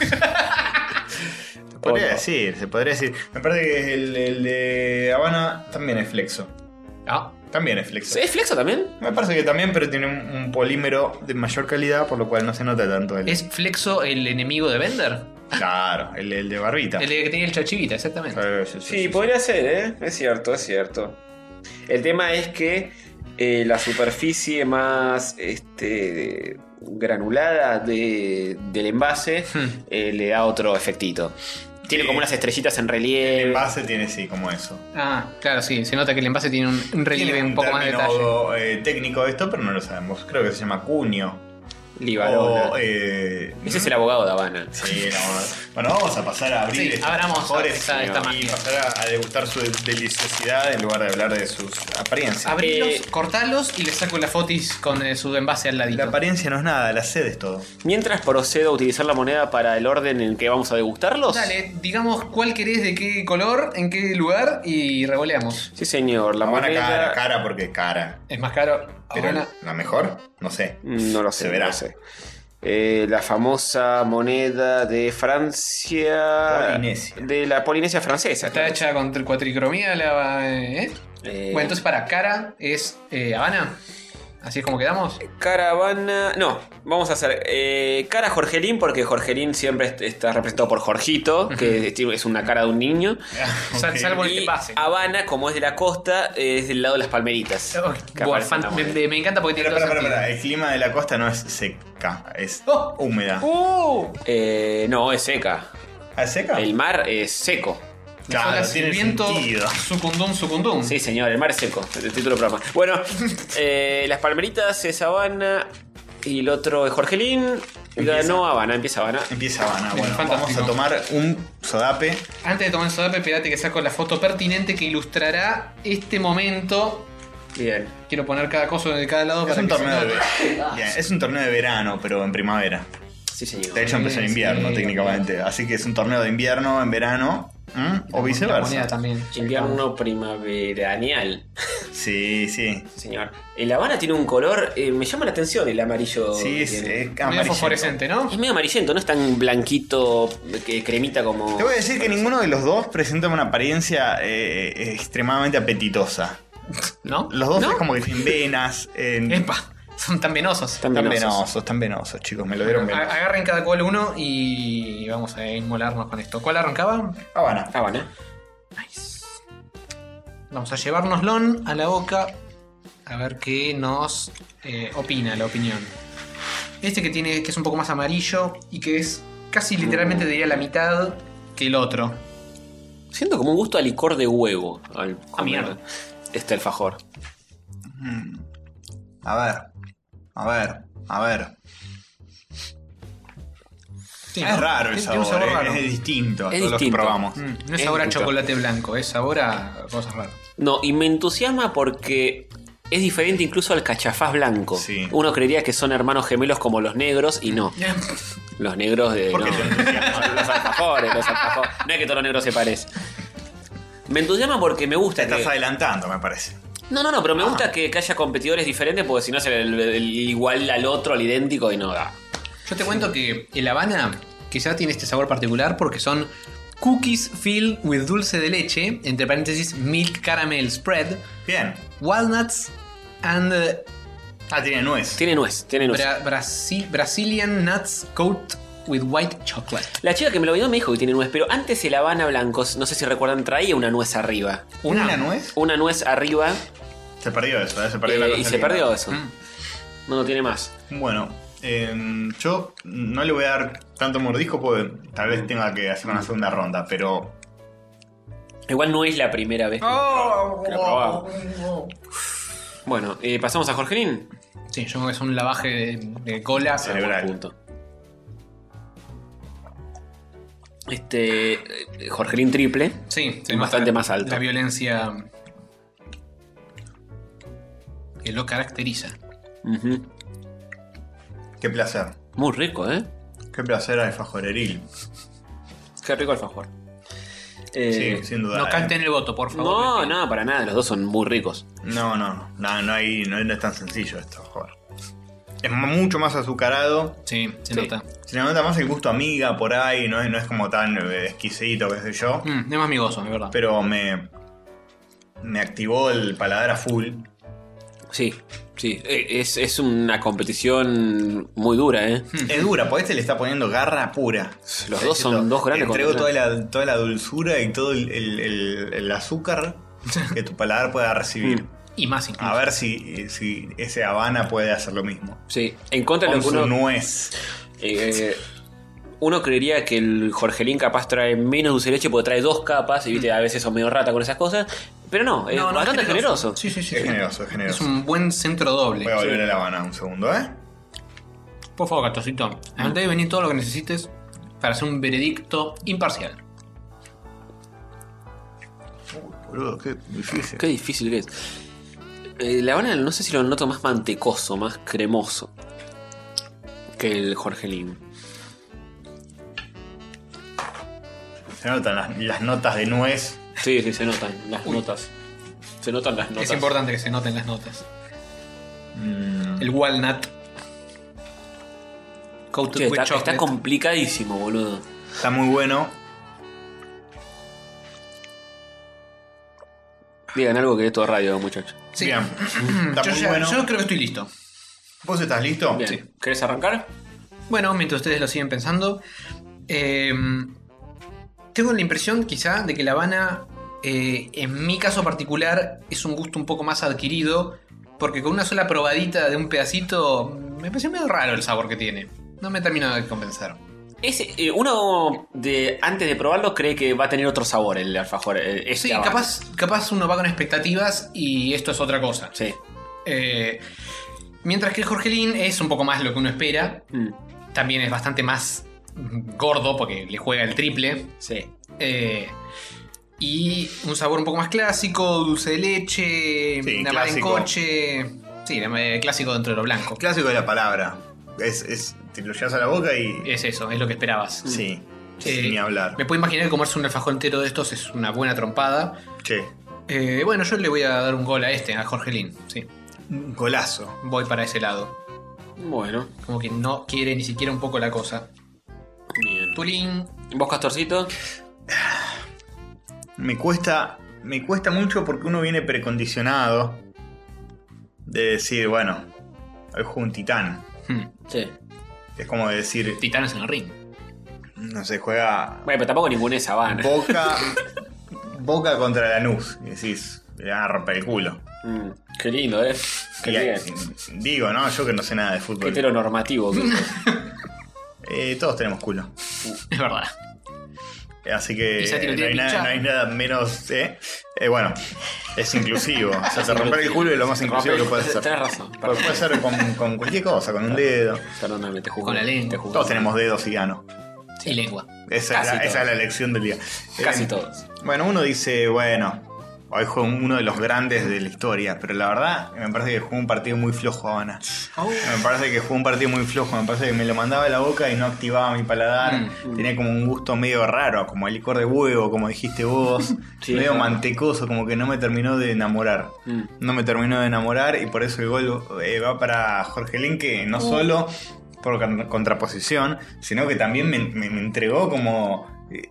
S4: Podría
S2: ¿O no?
S4: decir, se podría decir. Me parece que el, el de Habana también es flexo.
S3: Ah,
S4: También es flexo.
S2: ¿Es flexo también?
S4: Me parece que también, pero tiene un, un polímero de mayor calidad, por lo cual no se nota tanto el.
S3: ¿Es Flexo el enemigo de Bender?
S4: Claro, el, el de barbita.
S3: El que tenía el chachivita, exactamente.
S4: Claro, sí, sí,
S2: Sí,
S4: sí.
S2: podría ser, ¿eh? Es cierto, es cierto. El tema es que eh, la superficie más este, granulada de- del envase
S3: Hmm.
S2: eh, le da otro efectito. Tiene
S4: Sí.
S2: como unas estrellitas en
S4: El
S2: relieve.
S4: envase tiene sí, como eso.
S3: Ah, claro, sí. Se nota que el envase tiene un, un relieve
S4: Tiene
S3: un poco más de
S4: término,
S3: detalle.
S4: eh, técnico de esto, pero no lo sabemos. Creo que se llama cuño.
S2: Libarona.
S4: O, eh,
S2: Ese es el abogado de Habana.
S4: [LAUGHS] Sí, la verdad. Bueno, vamos a pasar a abrir
S3: Sí,
S4: estos
S3: abramos
S4: alfajores
S3: esta- esta
S4: y
S3: magia.
S4: pasar a, a degustar su deliciosidad en lugar de hablar de sus apariencias.
S3: Abrilos,
S2: Eh,
S3: cortalos y le saco las fotis con eh, su envase al
S4: La
S3: ladito.
S4: apariencia no es nada, la sed es todo.
S2: Mientras procedo a utilizar la moneda para el orden en que vamos a degustarlos.
S3: Dale, digamos cuál querés, de qué color, en qué lugar y revoleamos.
S2: Sí, señor. La
S4: La buena
S2: moneda.
S4: cara, cara porque cara.
S3: Es más caro.
S4: Pero
S3: Habana.
S4: la mejor, no
S3: [LAUGHS]
S4: sé.
S2: No lo sé,
S4: Se
S2: no
S4: verá.
S2: lo sé. Eh, la famosa moneda de Francia.
S4: Polinesia.
S2: De la Polinesia francesa.
S3: Está
S2: claro.
S3: hecha con tri- cuatricromía la... ¿eh?
S2: Eh,
S3: Bueno, entonces para cara es eh, Habana. Así es como
S2: Eh,
S3: quedamos.
S2: Caravana. No, vamos a hacer. eh, cara Jorgelín, porque Jorgelín siempre est- está representado por Jorgito, que es una cara de un niño.
S3: Sal-
S4: Ok.
S3: Salvo el
S2: Y
S3: envase.
S2: Habana, como es de la costa, es del lado de las palmeritas.
S3: Oh,
S2: Que
S3: buah,
S2: aparecen
S3: fan-
S2: en la
S3: me,
S2: moneda.
S3: me- me encanta porque tiene
S4: Pero,
S3: todo
S4: pará, pará,
S3: sentido.
S4: pará, el clima de la costa no es seca, es
S3: Oh.
S4: húmeda.
S3: ¡Uh!
S2: Eh, no, es seca.
S4: ¿Ah, ¿Es seca?
S2: El mar es seco.
S4: Claro,
S3: Solas,
S4: tiene
S3: viento,
S4: sentido.
S3: sucundum, sucundum.
S2: Sí, señor, el mar es seco. El título del programa. Bueno,
S4: [LAUGHS]
S2: eh, las palmeritas es Habana y el otro es Jorgelín.
S4: Empieza.
S2: Ganó Habana, empieza Habana.
S4: Empieza Habana,
S3: Es
S4: bueno, vamos
S3: fantástico.
S4: a tomar un sodape.
S3: Antes de tomar el sodape, esperate que saco la foto pertinente que ilustrará este momento.
S2: Bien.
S3: Quiero poner cada cosa de cada lado pues para
S4: Es un
S3: que se
S4: torneo de
S3: note.
S4: verano. Bien, es un torneo de verano, pero en primavera.
S2: Sí, señor.
S4: De hecho empezó en
S3: Sí,
S4: invierno,
S3: sí.
S4: técnicamente. Así que es un torneo de invierno en verano. ¿m? O
S3: La moneda
S4: viceversa.
S3: también.
S2: Invierno primaveranial.
S4: Sí, sí.
S2: Sí, Señor. El Habana tiene un color. eh, me llama la atención el amarillo.
S4: Sí,
S2: que
S4: es,
S2: tiene.
S4: es
S3: Medio
S4: amarillento.
S3: fosforescente, ¿no?
S2: Es medio amarillento, no es tan blanquito, que cremita como.
S4: Te voy a decir que ninguno de los dos presenta una apariencia eh, extremadamente apetitosa.
S3: ¿No?
S4: Los dos
S3: ¿No?
S4: es como que tienen venas. en-
S3: Epa, son tan venosos.
S2: Tan
S4: Están
S2: venosos.
S4: venosos, están venosos, chicos. Me lo dieron
S3: A-
S4: venoso.
S3: Agarren cada cual uno y vamos a inmolarnos con esto. ¿Cuál arrancaba?
S4: Habana.
S2: Habana.
S3: Vamos a llevárnoslo a la boca a ver qué nos eh, opina la opinión. Este que tiene que es un poco más amarillo y que es casi literalmente diría la mitad que el otro.
S2: Siento como un gusto a licor de huevo al
S4: Ah,
S2: comer
S3: mierda.
S2: este alfajor.
S4: A ver. A ver. A ver.
S3: Sí,
S4: es
S3: ¿no?
S4: raro el
S3: Ah, Tiene- tiene un
S4: sabor,
S3: sabor
S4: es-
S3: raro.
S4: es, distinto a
S2: Es
S4: todos los que
S2: distinto.
S4: probamos.
S3: Mm, No es
S2: es
S3: sabor a
S2: distinto.
S3: chocolate blanco, es sabor a cosas raras.
S2: No, y me entusiasma porque es diferente incluso al cachafaz blanco.
S4: Sí.
S2: Uno creería que son hermanos gemelos como los negros y no. Los negros de.
S4: ¿Por qué
S2: no,
S4: te
S2: no,
S3: [LAUGHS]
S2: los alfajores, los alfajores. No es que todos los negros se parecen. Me entusiasma porque me
S4: Te
S2: gusta.
S4: estás Ah.
S2: que-
S4: adelantando, me parece.
S2: No, no, no, pero me gusta que, que haya competidores diferentes porque si no será el, el igual al otro, al idéntico y no da.
S3: [LAUGHS] Yo te cuento que el Habana quizá tiene este sabor particular porque son cookies filled with dulce de leche, entre paréntesis milk caramel spread,
S4: Bien.
S3: walnuts and eh,
S4: Ah, tiene nuez.
S2: Tiene nuez, tiene nuez.
S3: Bra- Brasi- Brazilian nuts coat with white chocolate.
S2: La chica que me lo vio me dijo que tiene nuez, pero antes el Habana Blancos, no sé si recuerdan, traía una nuez arriba.
S4: ¿Una, nuez?
S2: Una nuez arriba
S4: Se perdió eso, ¿eh? se perdió
S2: eh,
S4: la Mm.
S2: y
S4: cosa
S2: se
S4: linda.
S2: perdió eso. No, no tiene más.
S4: Bueno, eh, yo no le voy a dar tanto mordisco porque tal vez tenga que hacer una segunda ronda, pero.
S2: Igual no es la primera vez. que lo
S4: Oh,
S2: probamos, que lo probamos. Bueno, eh, pasamos a Jorgelín.
S3: Sí, yo creo que es un lavaje de, de cola.
S4: Cerebral.
S2: Punto. Este. eh, Jorgelín triple.
S3: Sí,
S2: Y bastante más alto.
S3: alta. La violencia que lo caracteriza.
S2: Ujú.
S4: Qué placer.
S2: Muy rico, ¿eh?
S4: Qué placer alfajoreril.
S2: Qué rico alfajor.
S4: sí, sin duda. Eh,
S3: no canten el voto, por favor.
S2: Eh, No, no, para nada. Los dos son muy ricos.
S4: No, no, no, no, hay, no, no es tan sencillo esto, joder. Es mucho más azucarado.
S3: Sí, se nota.
S4: Se le nota más el gusto amiga por ahí, no es, no es como tan eh, exquisito, qué sé yo.
S3: Mm, es más migoso, es verdad.
S4: Pero me, me activó el paladar a full.
S2: Sí, sí. Eh, Es, es una competición muy dura, ¿eh?
S4: Es dura, porque este le está poniendo garra pura.
S2: Los dos son dos grandes
S4: Entrego toda
S2: competidores.
S4: la, toda la dulzura y todo el, el- el-
S2: [LAUGHS]
S4: el azúcar que tu paladar pueda recibir.
S2: Mm.
S3: Y más incluso.
S4: A ver si, si ese Habana puede hacer lo mismo.
S2: Sí, en contra de
S4: Con
S2: lo que
S4: su
S2: uno...
S4: nuez.
S2: Eh, uno creería que el Jorgelín capaz trae menos dulce de leche porque trae dos capas y viste, a veces son medio rata con esas cosas. Pero no, es
S3: No, no,
S2: Eh, bastante
S3: es
S2: generoso.
S3: generoso. Sí, sí,
S2: [LAUGHS]
S3: sí.
S4: Es
S3: sí.
S4: generoso, es
S3: Es
S4: generoso.
S3: un buen centro doble.
S4: Voy a volver
S3: Sí.
S4: a La Habana un segundo, ¿eh?
S3: Por favor, Gatosito. Antes de venir todo lo que necesites para hacer un veredicto imparcial.
S4: Boludo, qué difícil.
S2: Qué difícil que es. Eh, La Habana no sé si lo noto más mantecoso, más cremoso que el Jorgelín.
S4: Se notan las, las notas de nuez.
S2: Sí, sí, se notan las notas. Se notan las notas.
S3: Es importante que se noten las notas.
S4: Mm,
S3: El walnut. Coated
S2: Che,
S3: with
S2: está, está
S3: chocolate.
S2: complicadísimo, boludo.
S4: está muy bueno.
S2: Digan algo que es todo radio, muchachos.
S3: Sí.
S4: Bien. Mm, Está
S3: Yo,
S4: muy
S3: ya-
S4: bueno.
S3: yo creo que estoy listo.
S4: ¿Vos estás listo?
S2: Bien.
S4: Sí.
S2: ¿Querés arrancar?
S3: Bueno, mientras ustedes lo siguen pensando, eh, tengo la impresión quizá de que La Habana, eh, en mi caso particular, es un gusto un poco más adquirido, porque con una sola probadita de un pedacito me pareció medio raro el sabor que tiene. No me termina de compensar.
S2: Es, eh, uno de antes de probarlo cree que va a tener otro sabor el alfajor. eh, este
S3: Sí,
S2: Habana.
S3: capaz, capaz uno va con expectativas y esto es otra cosa.
S2: Sí.
S3: Eh, mientras que el Jorgelín es un poco más lo que uno espera,
S2: Mm,
S3: también es bastante más mm, gordo porque le juega el triple.
S2: sí.
S3: Eh, y un sabor un poco más clásico, dulce de leche,
S4: Sí,
S3: naval en
S4: clásico.
S3: coche. Sí, eh, clásico dentro de lo blanco.
S4: Clásico de la palabra. Es, es, te lo llevas a la boca y.
S3: Es eso, es lo que esperabas.
S4: Sí.
S3: Eh,
S4: Ni hablar.
S3: Me puedo imaginar que comerse un alfajor entero de estos es una buena trompada.
S4: Che.
S3: Eh, bueno, yo le voy a dar un gol a este, a Jorgelín. Sí,
S4: Un golazo.
S3: voy para ese lado.
S2: Bueno,
S3: Como que no quiere ni siquiera un poco la cosa.
S2: bien.
S3: Tulín.
S2: ¿Vos, Castorcito?
S4: Me cuesta. Me cuesta mucho porque uno viene precondicionado de decir, bueno, hoy juego un titán.
S3: Hmm,
S2: Sí.
S4: Es como decir,
S3: Titanes en el ring. [LAUGHS]
S4: no sé, juega
S2: Bueno, pero tampoco ninguna es Habana.
S4: Boca, Boca contra Lanús. Y decís, le van a romper el culo.
S2: Mm, qué lindo, ¿eh? Qué
S4: Y
S2: bien.
S4: ahí- digo, ¿no? Yo que no sé nada de
S2: Qué
S4: fútbol.
S2: heteronormativo. que sos.
S4: Eh, todos tenemos culo.
S3: Es verdad.
S4: Así que eh,
S3: Quizá te lo
S4: no
S3: tiene
S4: hay, nada,
S3: pinchado.
S4: no hay nada menos. ¿eh? Eh, bueno, es inclusivo. O sea, te romper el culo es lo más inclusivo que puede ser.
S2: [LAUGHS] Tenés razón.
S4: Pero puede ser con, con cualquier cosa, con un dedo.
S2: Perdóname, te juzgo.
S3: Con la lengua.
S2: Te juzgo.
S4: Todos tenemos dedos y gano.
S3: Y lengua.
S4: Esa, es
S2: Casi
S4: la, esa
S2: todos.
S4: es la lección del día.
S2: Casi
S4: Eh,
S2: todos.
S4: Bueno, uno dice, bueno, hoy juega uno de los grandes de la historia, pero la verdad me parece que jugó un partido muy flojo Habana.
S2: Oh.
S4: Me parece que jugó un partido muy flojo, me parece que me lo mandaba a la boca y no activaba mi paladar.
S2: Mm,
S4: Tenía como un gusto medio raro, como el licor de huevo, como dijiste vos,
S2: [LAUGHS] Sí,
S4: medio
S2: es raro.
S4: mantecoso, como que no me terminó de enamorar.
S2: Mm.
S4: No me terminó de enamorar y por eso el gol eh, va para Jorgelín, que
S2: Oh.
S4: no solo por con- contraposición, sino que también me, me- me entregó como... eh,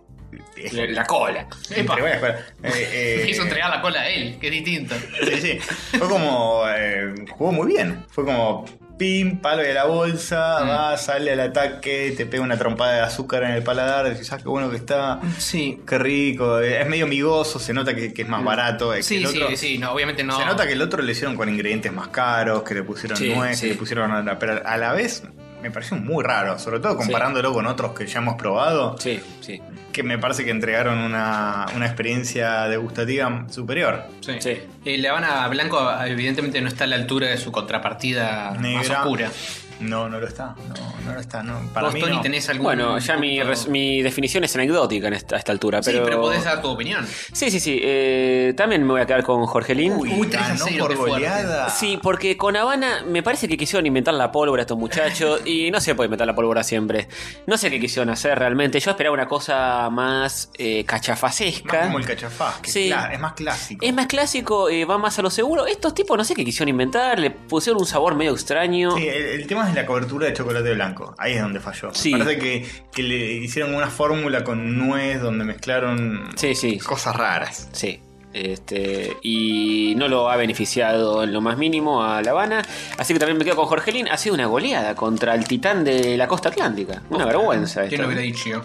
S4: eh,
S2: La, la cola.
S4: me entregó la escuela. Eh, eh,
S3: Me hizo entregar la cola a él, que es distinto.
S4: Sí, sí. Fue como. eh, jugó muy bien. Fue como. Pim, palo de la bolsa,
S3: Mm.
S4: va, sale al ataque, te pega una trompada de azúcar en el paladar, decís, ah, qué bueno que está,
S3: Sí.
S4: qué rico, eh, es medio migoso, se nota que, que es más barato. eh, que
S3: Mm. Sí,
S4: el otro-
S3: sí, sí, no, obviamente no.
S4: Se nota que el otro le hicieron con ingredientes más caros, que le pusieron
S2: Sí,
S4: nuez,
S2: sí.
S4: que le pusieron otra, pero a la vez me pareció muy raro, sobre todo comparándolo con otros que ya hemos probado,
S2: Sí, sí.
S4: que me parece que entregaron una, una experiencia degustativa superior.
S3: Sí.
S2: Sí.
S3: Eh, La Habana Blanco evidentemente no está a la altura de su contrapartida más
S4: Negra.
S3: oscura.
S4: No, no lo está. No, no
S3: no está, no. Para
S2: Vos,
S3: mí
S2: Tony,
S3: no.
S2: tenés algún Bueno, ya mi, res- mi definición es anecdótica en esta, a esta altura.
S3: Sí,
S2: Pero...
S3: pero podés dar tu opinión.
S2: Sí, sí, sí. eh, también me voy a quedar con Jorgelín.
S3: Uy, 3 a 0, qué fuerte.
S2: Sí, porque con Habana me parece que quisieron inventar la pólvora estos muchachos y no se puede inventar la pólvora siempre. No sé qué quisieron hacer realmente. Yo esperaba una cosa más eh, cachafacesca.
S4: Más como el cachafaz, que
S2: Sí.
S4: cla- es más clásico.
S2: Es más clásico, eh, va más a lo seguro. Estos tipos no sé qué quisieron inventar, le pusieron un sabor medio extraño.
S4: Sí, el, el tema es la cobertura de chocolate blanco. Ahí es donde falló.
S2: Sí.
S4: Parece que, que le hicieron una fórmula con nuez donde mezclaron cosas raras.
S2: Sí. Este, y no lo ha beneficiado en lo más mínimo a La Habana. Así que también me quedo con Jorgelín. Ha sido una goleada contra el titán de la costa atlántica. Una vergüenza. esto.
S3: ¿Quién lo hubiera dicho yo?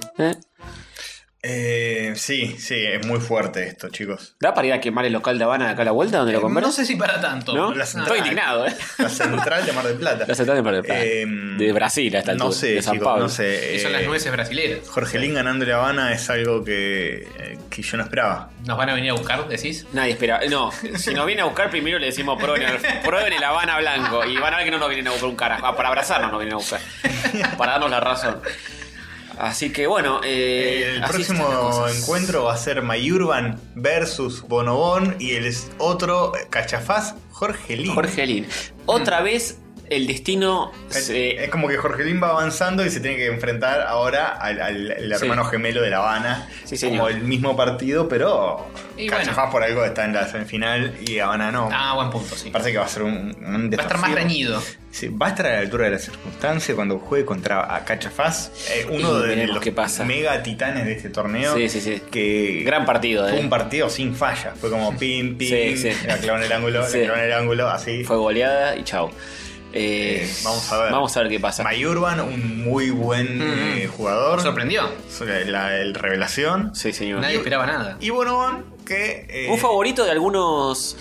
S4: Eh, sí, sí, es muy fuerte esto, chicos.
S2: ¿Da para ir a quemar el local de Habana de acá a la vuelta
S4: Eh,
S2: donde lo compraron?
S3: Eh, No sé si para tanto. Ah,
S2: ¿No?
S3: La
S2: Estoy indignado, ¿eh? [LAUGHS]
S4: La central de Mar del Plata. Em,
S2: La central de Mar del Plata. de Brasil hasta el
S4: no sé,
S2: de San
S4: chicos,
S2: Pablo.
S4: no sé.
S3: Que son
S4: eh,
S3: las nueces brasileras.
S4: Jorgelín ganándole a Habana es algo que, eh, que yo no esperaba.
S3: ¿Nos van a venir a buscar, decís?
S2: Nadie espera. eh, No, si nos viene a buscar, primero le decimos prueben el, prueben el Habana Blanco. Y van a ver que no nos vienen a buscar un carajo. Ah, Para abrazarnos nos vienen a buscar. Para darnos la razón. Así que bueno. eh,
S4: El
S2: así están las
S4: próximo
S2: cosas.
S4: encuentro va a ser Mayurban versus Bonobón y el es- otro cachafaz, Jorgelín.
S2: Jorgelín. Otra
S4: Mm.
S2: vez el destino.
S4: Es, es como que Jorgelín va avanzando y se tiene que enfrentar ahora al, al- al hermano gemelo de La Habana. Como el mismo partido, pero
S3: Y
S4: Cachafaz por algo está en la semifinal y Habana no.
S3: Ah, buen punto, sí.
S4: Parece que va a ser un, un
S3: Va a estar más
S4: desafío.
S3: reñido.
S4: Sí, va a estar a la altura de la circunstancia cuando juegue contra a Cachafaz, eh, uno
S2: Y
S4: de
S2: veremos
S4: los
S2: qué pasa.
S4: mega titanes de este torneo.
S2: Sí, sí, sí.
S4: Que
S2: Gran partido,
S4: Fue
S2: eh.
S4: un partido sin falla. Fue como pim,
S2: Sí,
S4: pim,
S2: sí.
S4: la clavó en el ángulo,
S2: Sí.
S4: la clavó en el ángulo, así.
S2: Fue goleada y chao. Eh,
S4: Eh, vamos a ver.
S2: Vamos a ver qué pasa.
S4: Mayurban, un muy
S3: Mm,
S4: buen eh, jugador. eh,
S3: Sorprendió.
S4: La, el revelación.
S2: Sí, señor.
S3: Nadie esperaba nada.
S4: Y Bonobón, que. eh,
S2: Un favorito de algunos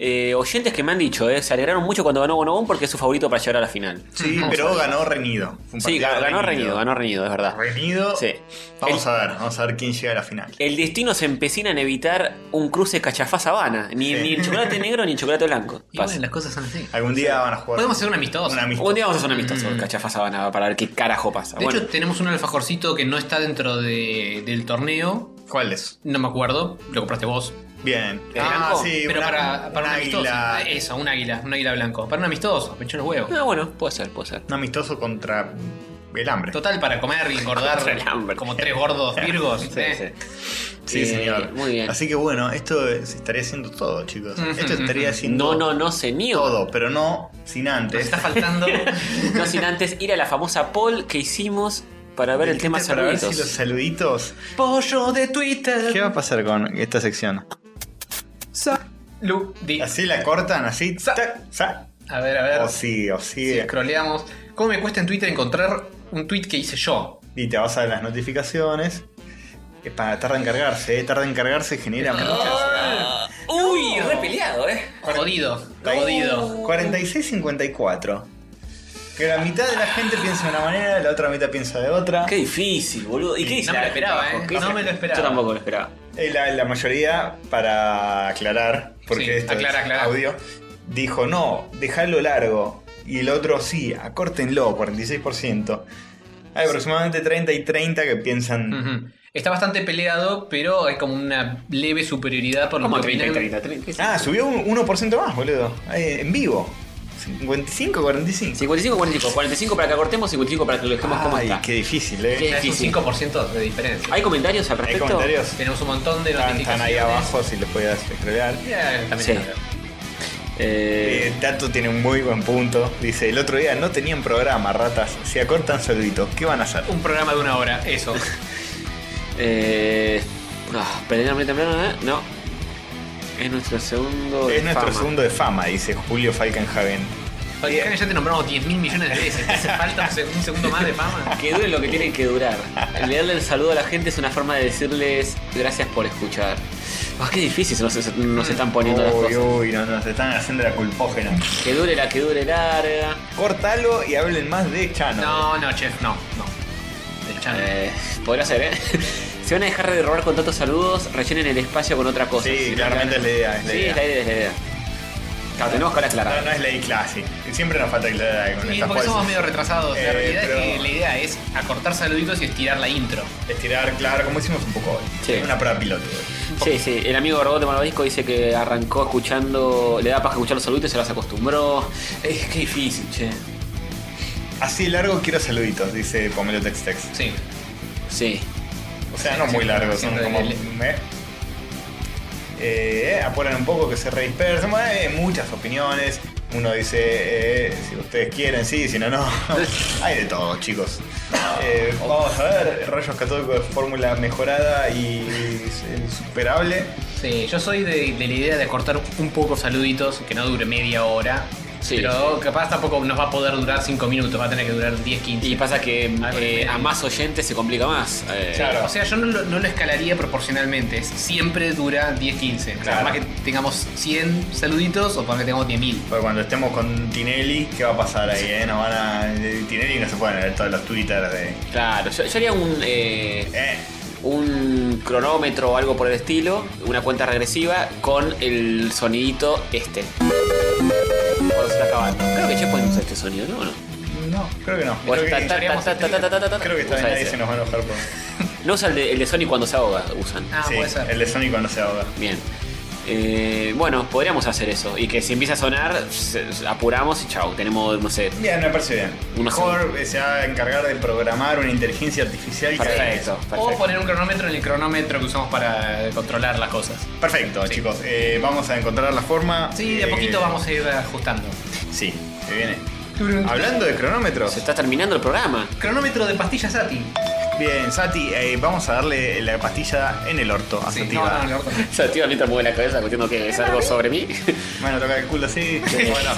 S2: eh, oyentes que me han dicho, eh, se alegraron mucho cuando ganó Bonobón porque es su favorito para llegar a la final.
S4: Sí,
S2: Vamos a
S4: pero
S2: ver.
S4: ganó reñido. Fue un
S2: Sí,
S4: partido
S2: ganó ganó reñido, ganó reñido, es verdad.
S4: Reñido.
S2: Sí.
S4: Vamos a ver, vamos a ver quién llega a la final.
S2: El destino se empecina en evitar un cruce cachafaz-habana. Ni,
S4: Sí.
S2: ni el chocolate negro ni el chocolate blanco.
S3: Y
S2: Pasa.
S3: bueno, las cosas son así.
S4: Algún día van a jugar.
S3: Podemos hacer un amistoso.
S4: Una amistosa.
S2: Un día vamos a hacer un amistoso
S4: Mm.
S2: cachafaz-habana para ver qué carajo pasa.
S3: De
S2: bueno,
S3: hecho, tenemos un alfajorcito que no está dentro de- del torneo.
S4: ¿Cuál es?
S3: No me acuerdo. Lo compraste vos.
S4: Bien.
S2: ¿El
S4: Ah,
S2: blanco?
S4: sí,
S3: Pero
S4: una-
S3: para, para un,
S4: un
S3: amistoso. Eh,
S4: águila.
S3: Eso, un águila. Un águila blanco. Para un amistoso. Me echó los huevos.
S2: ah, bueno, puede ser, puede ser.
S4: Un amistoso contra el hambre.
S3: Total, para comer
S2: [LAUGHS]
S3: y engordar
S2: Contra el hambre.
S3: como tres gordos virgos.
S2: [LAUGHS] Sí,
S3: ¿eh?
S4: Sí,
S2: Eh,
S4: señor.
S2: Muy bien.
S4: Así que bueno, esto se estaría haciendo todo, chicos.
S3: Ujú,
S4: Esto estaría haciendo
S2: No, no, no, señor.
S4: todo, pero no sin
S3: Nos
S4: antes.
S3: está
S4: [LAUGHS]
S3: faltando.
S2: No sin antes ir a la famosa poll que hicimos para ver el tema
S4: Para ver si
S2: saluditos.
S4: los saluditos.
S3: Pollo de Twitter.
S4: ¿Qué va a pasar con esta sección?
S3: Lu, di.
S4: ¿Así Oh, la cortan? ¿Así? tac, sa.
S3: A ver, a ver.
S4: O sí, o sí.
S3: Si scrolleamos. ¿Cómo me cuesta en Twitter encontrar un tweet que hice yo?
S4: Y te vas a las notificaciones. Es para tarda en cargarse, eh. tarda en cargarse genera muchas.
S2: Uy, re peleado, eh.
S3: Jodido. Jodido.
S4: 46-54. Que la mitad de la gente piensa de una manera, la otra mitad piensa de otra.
S2: Qué difícil, boludo. ¿Y qué dice
S3: No me
S2: la
S3: lo
S2: gente
S3: esperaba,
S2: abajo?
S3: eh.
S2: ¿Qué
S3: No
S2: dice?
S3: me lo esperaba.
S2: Yo tampoco lo esperaba.
S4: Eh, La, la mayoría, para aclarar, porque
S3: Sí,
S4: esto
S3: aclara,
S4: es
S3: aclara.
S4: audio, dijo no, dejadlo largo. Y el otro sí, acórtenlo, 46%. Hay aproximadamente 30 y 30 que piensan.
S3: Ujú. Está bastante peleado, pero hay como una leve superioridad por lo
S2: ¿Cómo
S3: que
S2: 30 y
S3: opinan.
S2: 30? 30?
S4: Ah, subió un 1% más, boludo. Ahí, en vivo. 55, 45.
S2: 55, 45. 45 para que acortemos, 55 para que lo dejemos como
S4: Ay,
S2: está.
S4: qué difícil, eh.
S2: Qué
S3: Ya Es un
S2: difícil.
S3: 5% de diferencia.
S2: ¿Hay comentarios al
S4: Hay
S2: respecto?
S4: comentarios.
S3: Tenemos un montón de
S4: Están,
S3: notificaciones.
S4: están ahí abajo si los podías scrollear.
S3: Ya, también
S2: Sí.
S3: está.
S2: Eh,
S4: Eh, Tato tiene un muy buen punto. Dice, el otro día no tenían programa, ratas. Si acortan saluditos, ¿qué van a hacer?
S3: Un programa de una hora,
S4: [LAUGHS]
S3: eso.
S2: eh, ah, perdón, perdón, perdón, ¿eh? No. Es nuestro segundo. de
S4: Es nuestro
S2: fama.
S4: segundo de fama, dice Julio Falkenhagen.
S3: Falcone, ya te nombramos 10 mil millones de veces. ¿Te hace falta un seg- un segundo más de
S4: [LAUGHS]
S3: fama?
S2: Que dure lo que tiene que durar. Leerle el saludo a la gente es una forma de decirles gracias por escuchar. Ah, qué difícil se nos, se
S3: Mm.
S2: nos están poniendo las
S4: Uy,
S2: cosas.
S4: uy, no, nos están haciendo la culpógena.
S2: Que dure la que dure larga.
S4: Cortalo y hablen más de Chano.
S3: No, no, chef, no, no. El channel.
S2: Eh, podría ser, ¿eh? [LAUGHS] Se van a dejar de robar con tantos saludos, rellenen el espacio con otra cosa.
S4: Sí, claramente es la idea, es la
S2: Sí,
S4: idea.
S2: es la idea, es la idea. Claro, tenemos que aclarar.
S4: No, no es ley clase. Siempre nos falta aclarar algo. en
S3: Sí,
S4: estas
S3: porque somos
S4: cosas.
S3: medio retrasados.
S4: Eh,
S3: la realidad
S4: pero-
S3: es que la idea es acortar saluditos y estirar la intro.
S4: Estirar, claro, como hicimos un poco hoy.
S2: Sí.
S4: Una prueba piloto.
S2: Sí, sí, el amigo Robot de Malvadisco dice que arrancó escuchando, le da paja escuchar los saluditos y se las acostumbró. Es que difícil, che.
S4: Así de largo quiero saluditos, dice Pomelo Tex Tex.
S3: Sí.
S2: Sí.
S4: O sea, no muy largos, son como. me- Eh, apuran un poco que se redispersen. Bueno, hay muchas opiniones. Uno dice, eh, si ustedes quieren, sí, si no, no. hay de todo, chicos. Eh, vamos a ver, Rayos Católicos de fórmula mejorada y superable.
S3: Sí, yo soy de, de la idea de acortar un poco saluditos, que no dure media hora. pero capaz tampoco nos va a poder durar 5 minutos, va a tener que durar 10, 15.
S2: Y pasa que eh, a más oyentes se complica más. eh.
S3: O sea, yo no lo, no lo escalaría proporcionalmente. es Siempre dura 10, 15. O sea,
S4: Claro.
S3: Más que tengamos 100 saluditos o para que tengamos 10.000.
S4: Pero cuando estemos con Tinelli, ¿qué va a pasar ahí? Eh? Nos van a. Tinelli no se pueden ver todos los Twitter de.
S2: Claro, yo, yo haría un. eh, Un cronómetro o algo por el estilo, una cuenta regresiva con el sonidito este. Cuando se está acabando. Creo que Checkpoint usa este sonido, ¿no? ¿O no?
S4: No, creo que no.
S2: Bueno,
S4: Creo que,
S2: ta, ta, ta, ta, ta, ta, ta, ta, ta.
S4: creo que esta vez
S2: Usa
S4: nadie
S2: ese.
S4: se nos va a enojar por.
S2: No usa el de, el de Sony cuando se ahoga, usan.
S3: Ah,
S4: Sí, puede ser. el de Sony cuando se ahoga.
S2: Bien. Eh, bueno, podríamos hacer eso. Y que si empieza a sonar, se- se- apuramos y chau. Tenemos, no sé.
S4: Bien, me parece bien.
S2: Una
S4: Mejor eh, se va a encargar de programar una inteligencia artificial que haga
S2: Perfecto,
S4: eso.
S3: O poner un cronómetro en el cronómetro que usamos para controlar las cosas.
S4: Perfecto, chicos. Eh, vamos a encontrar la forma.
S3: Sí, de a
S4: Eh,
S3: poquito vamos a ir ajustando.
S4: Sí, se viene. Hablando de cronómetros.
S2: Se está terminando el programa. [LAUGHS]
S3: Cronómetro de pastillas Sati.
S4: Bien, Sati, eh, vamos a darle la pastilla en el orto a Sativa.
S3: no, no, en el orto
S2: O sea, tío, mientras mueve la cabeza, cuestión que es algo sobre mí.
S4: Bueno, toca el culo así. bueno,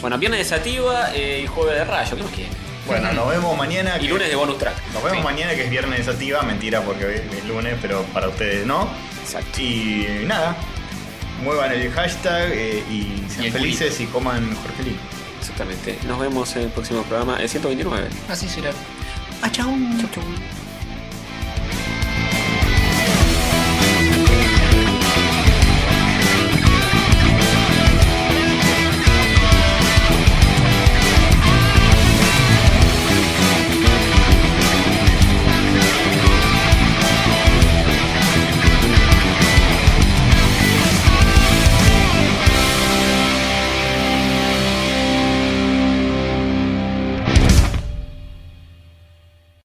S2: Bueno, viernes de Sativa eh, y jueves de Rayo, ¿qué más quieren?
S4: bueno, nos vemos mañana.
S2: Y
S4: que-
S2: lunes de bonus track.
S4: Nos vemos mañana que es viernes de Sativa, mentira porque hoy es lunes, pero para ustedes no.
S2: Exacto.
S4: Y nada, muevan el hashtag eh, y sean
S2: Y el
S4: felices y coman Jorgelino.
S2: Exactamente. Nos vemos en el próximo programa, el 129.
S3: Así será.
S5: Chau, chau.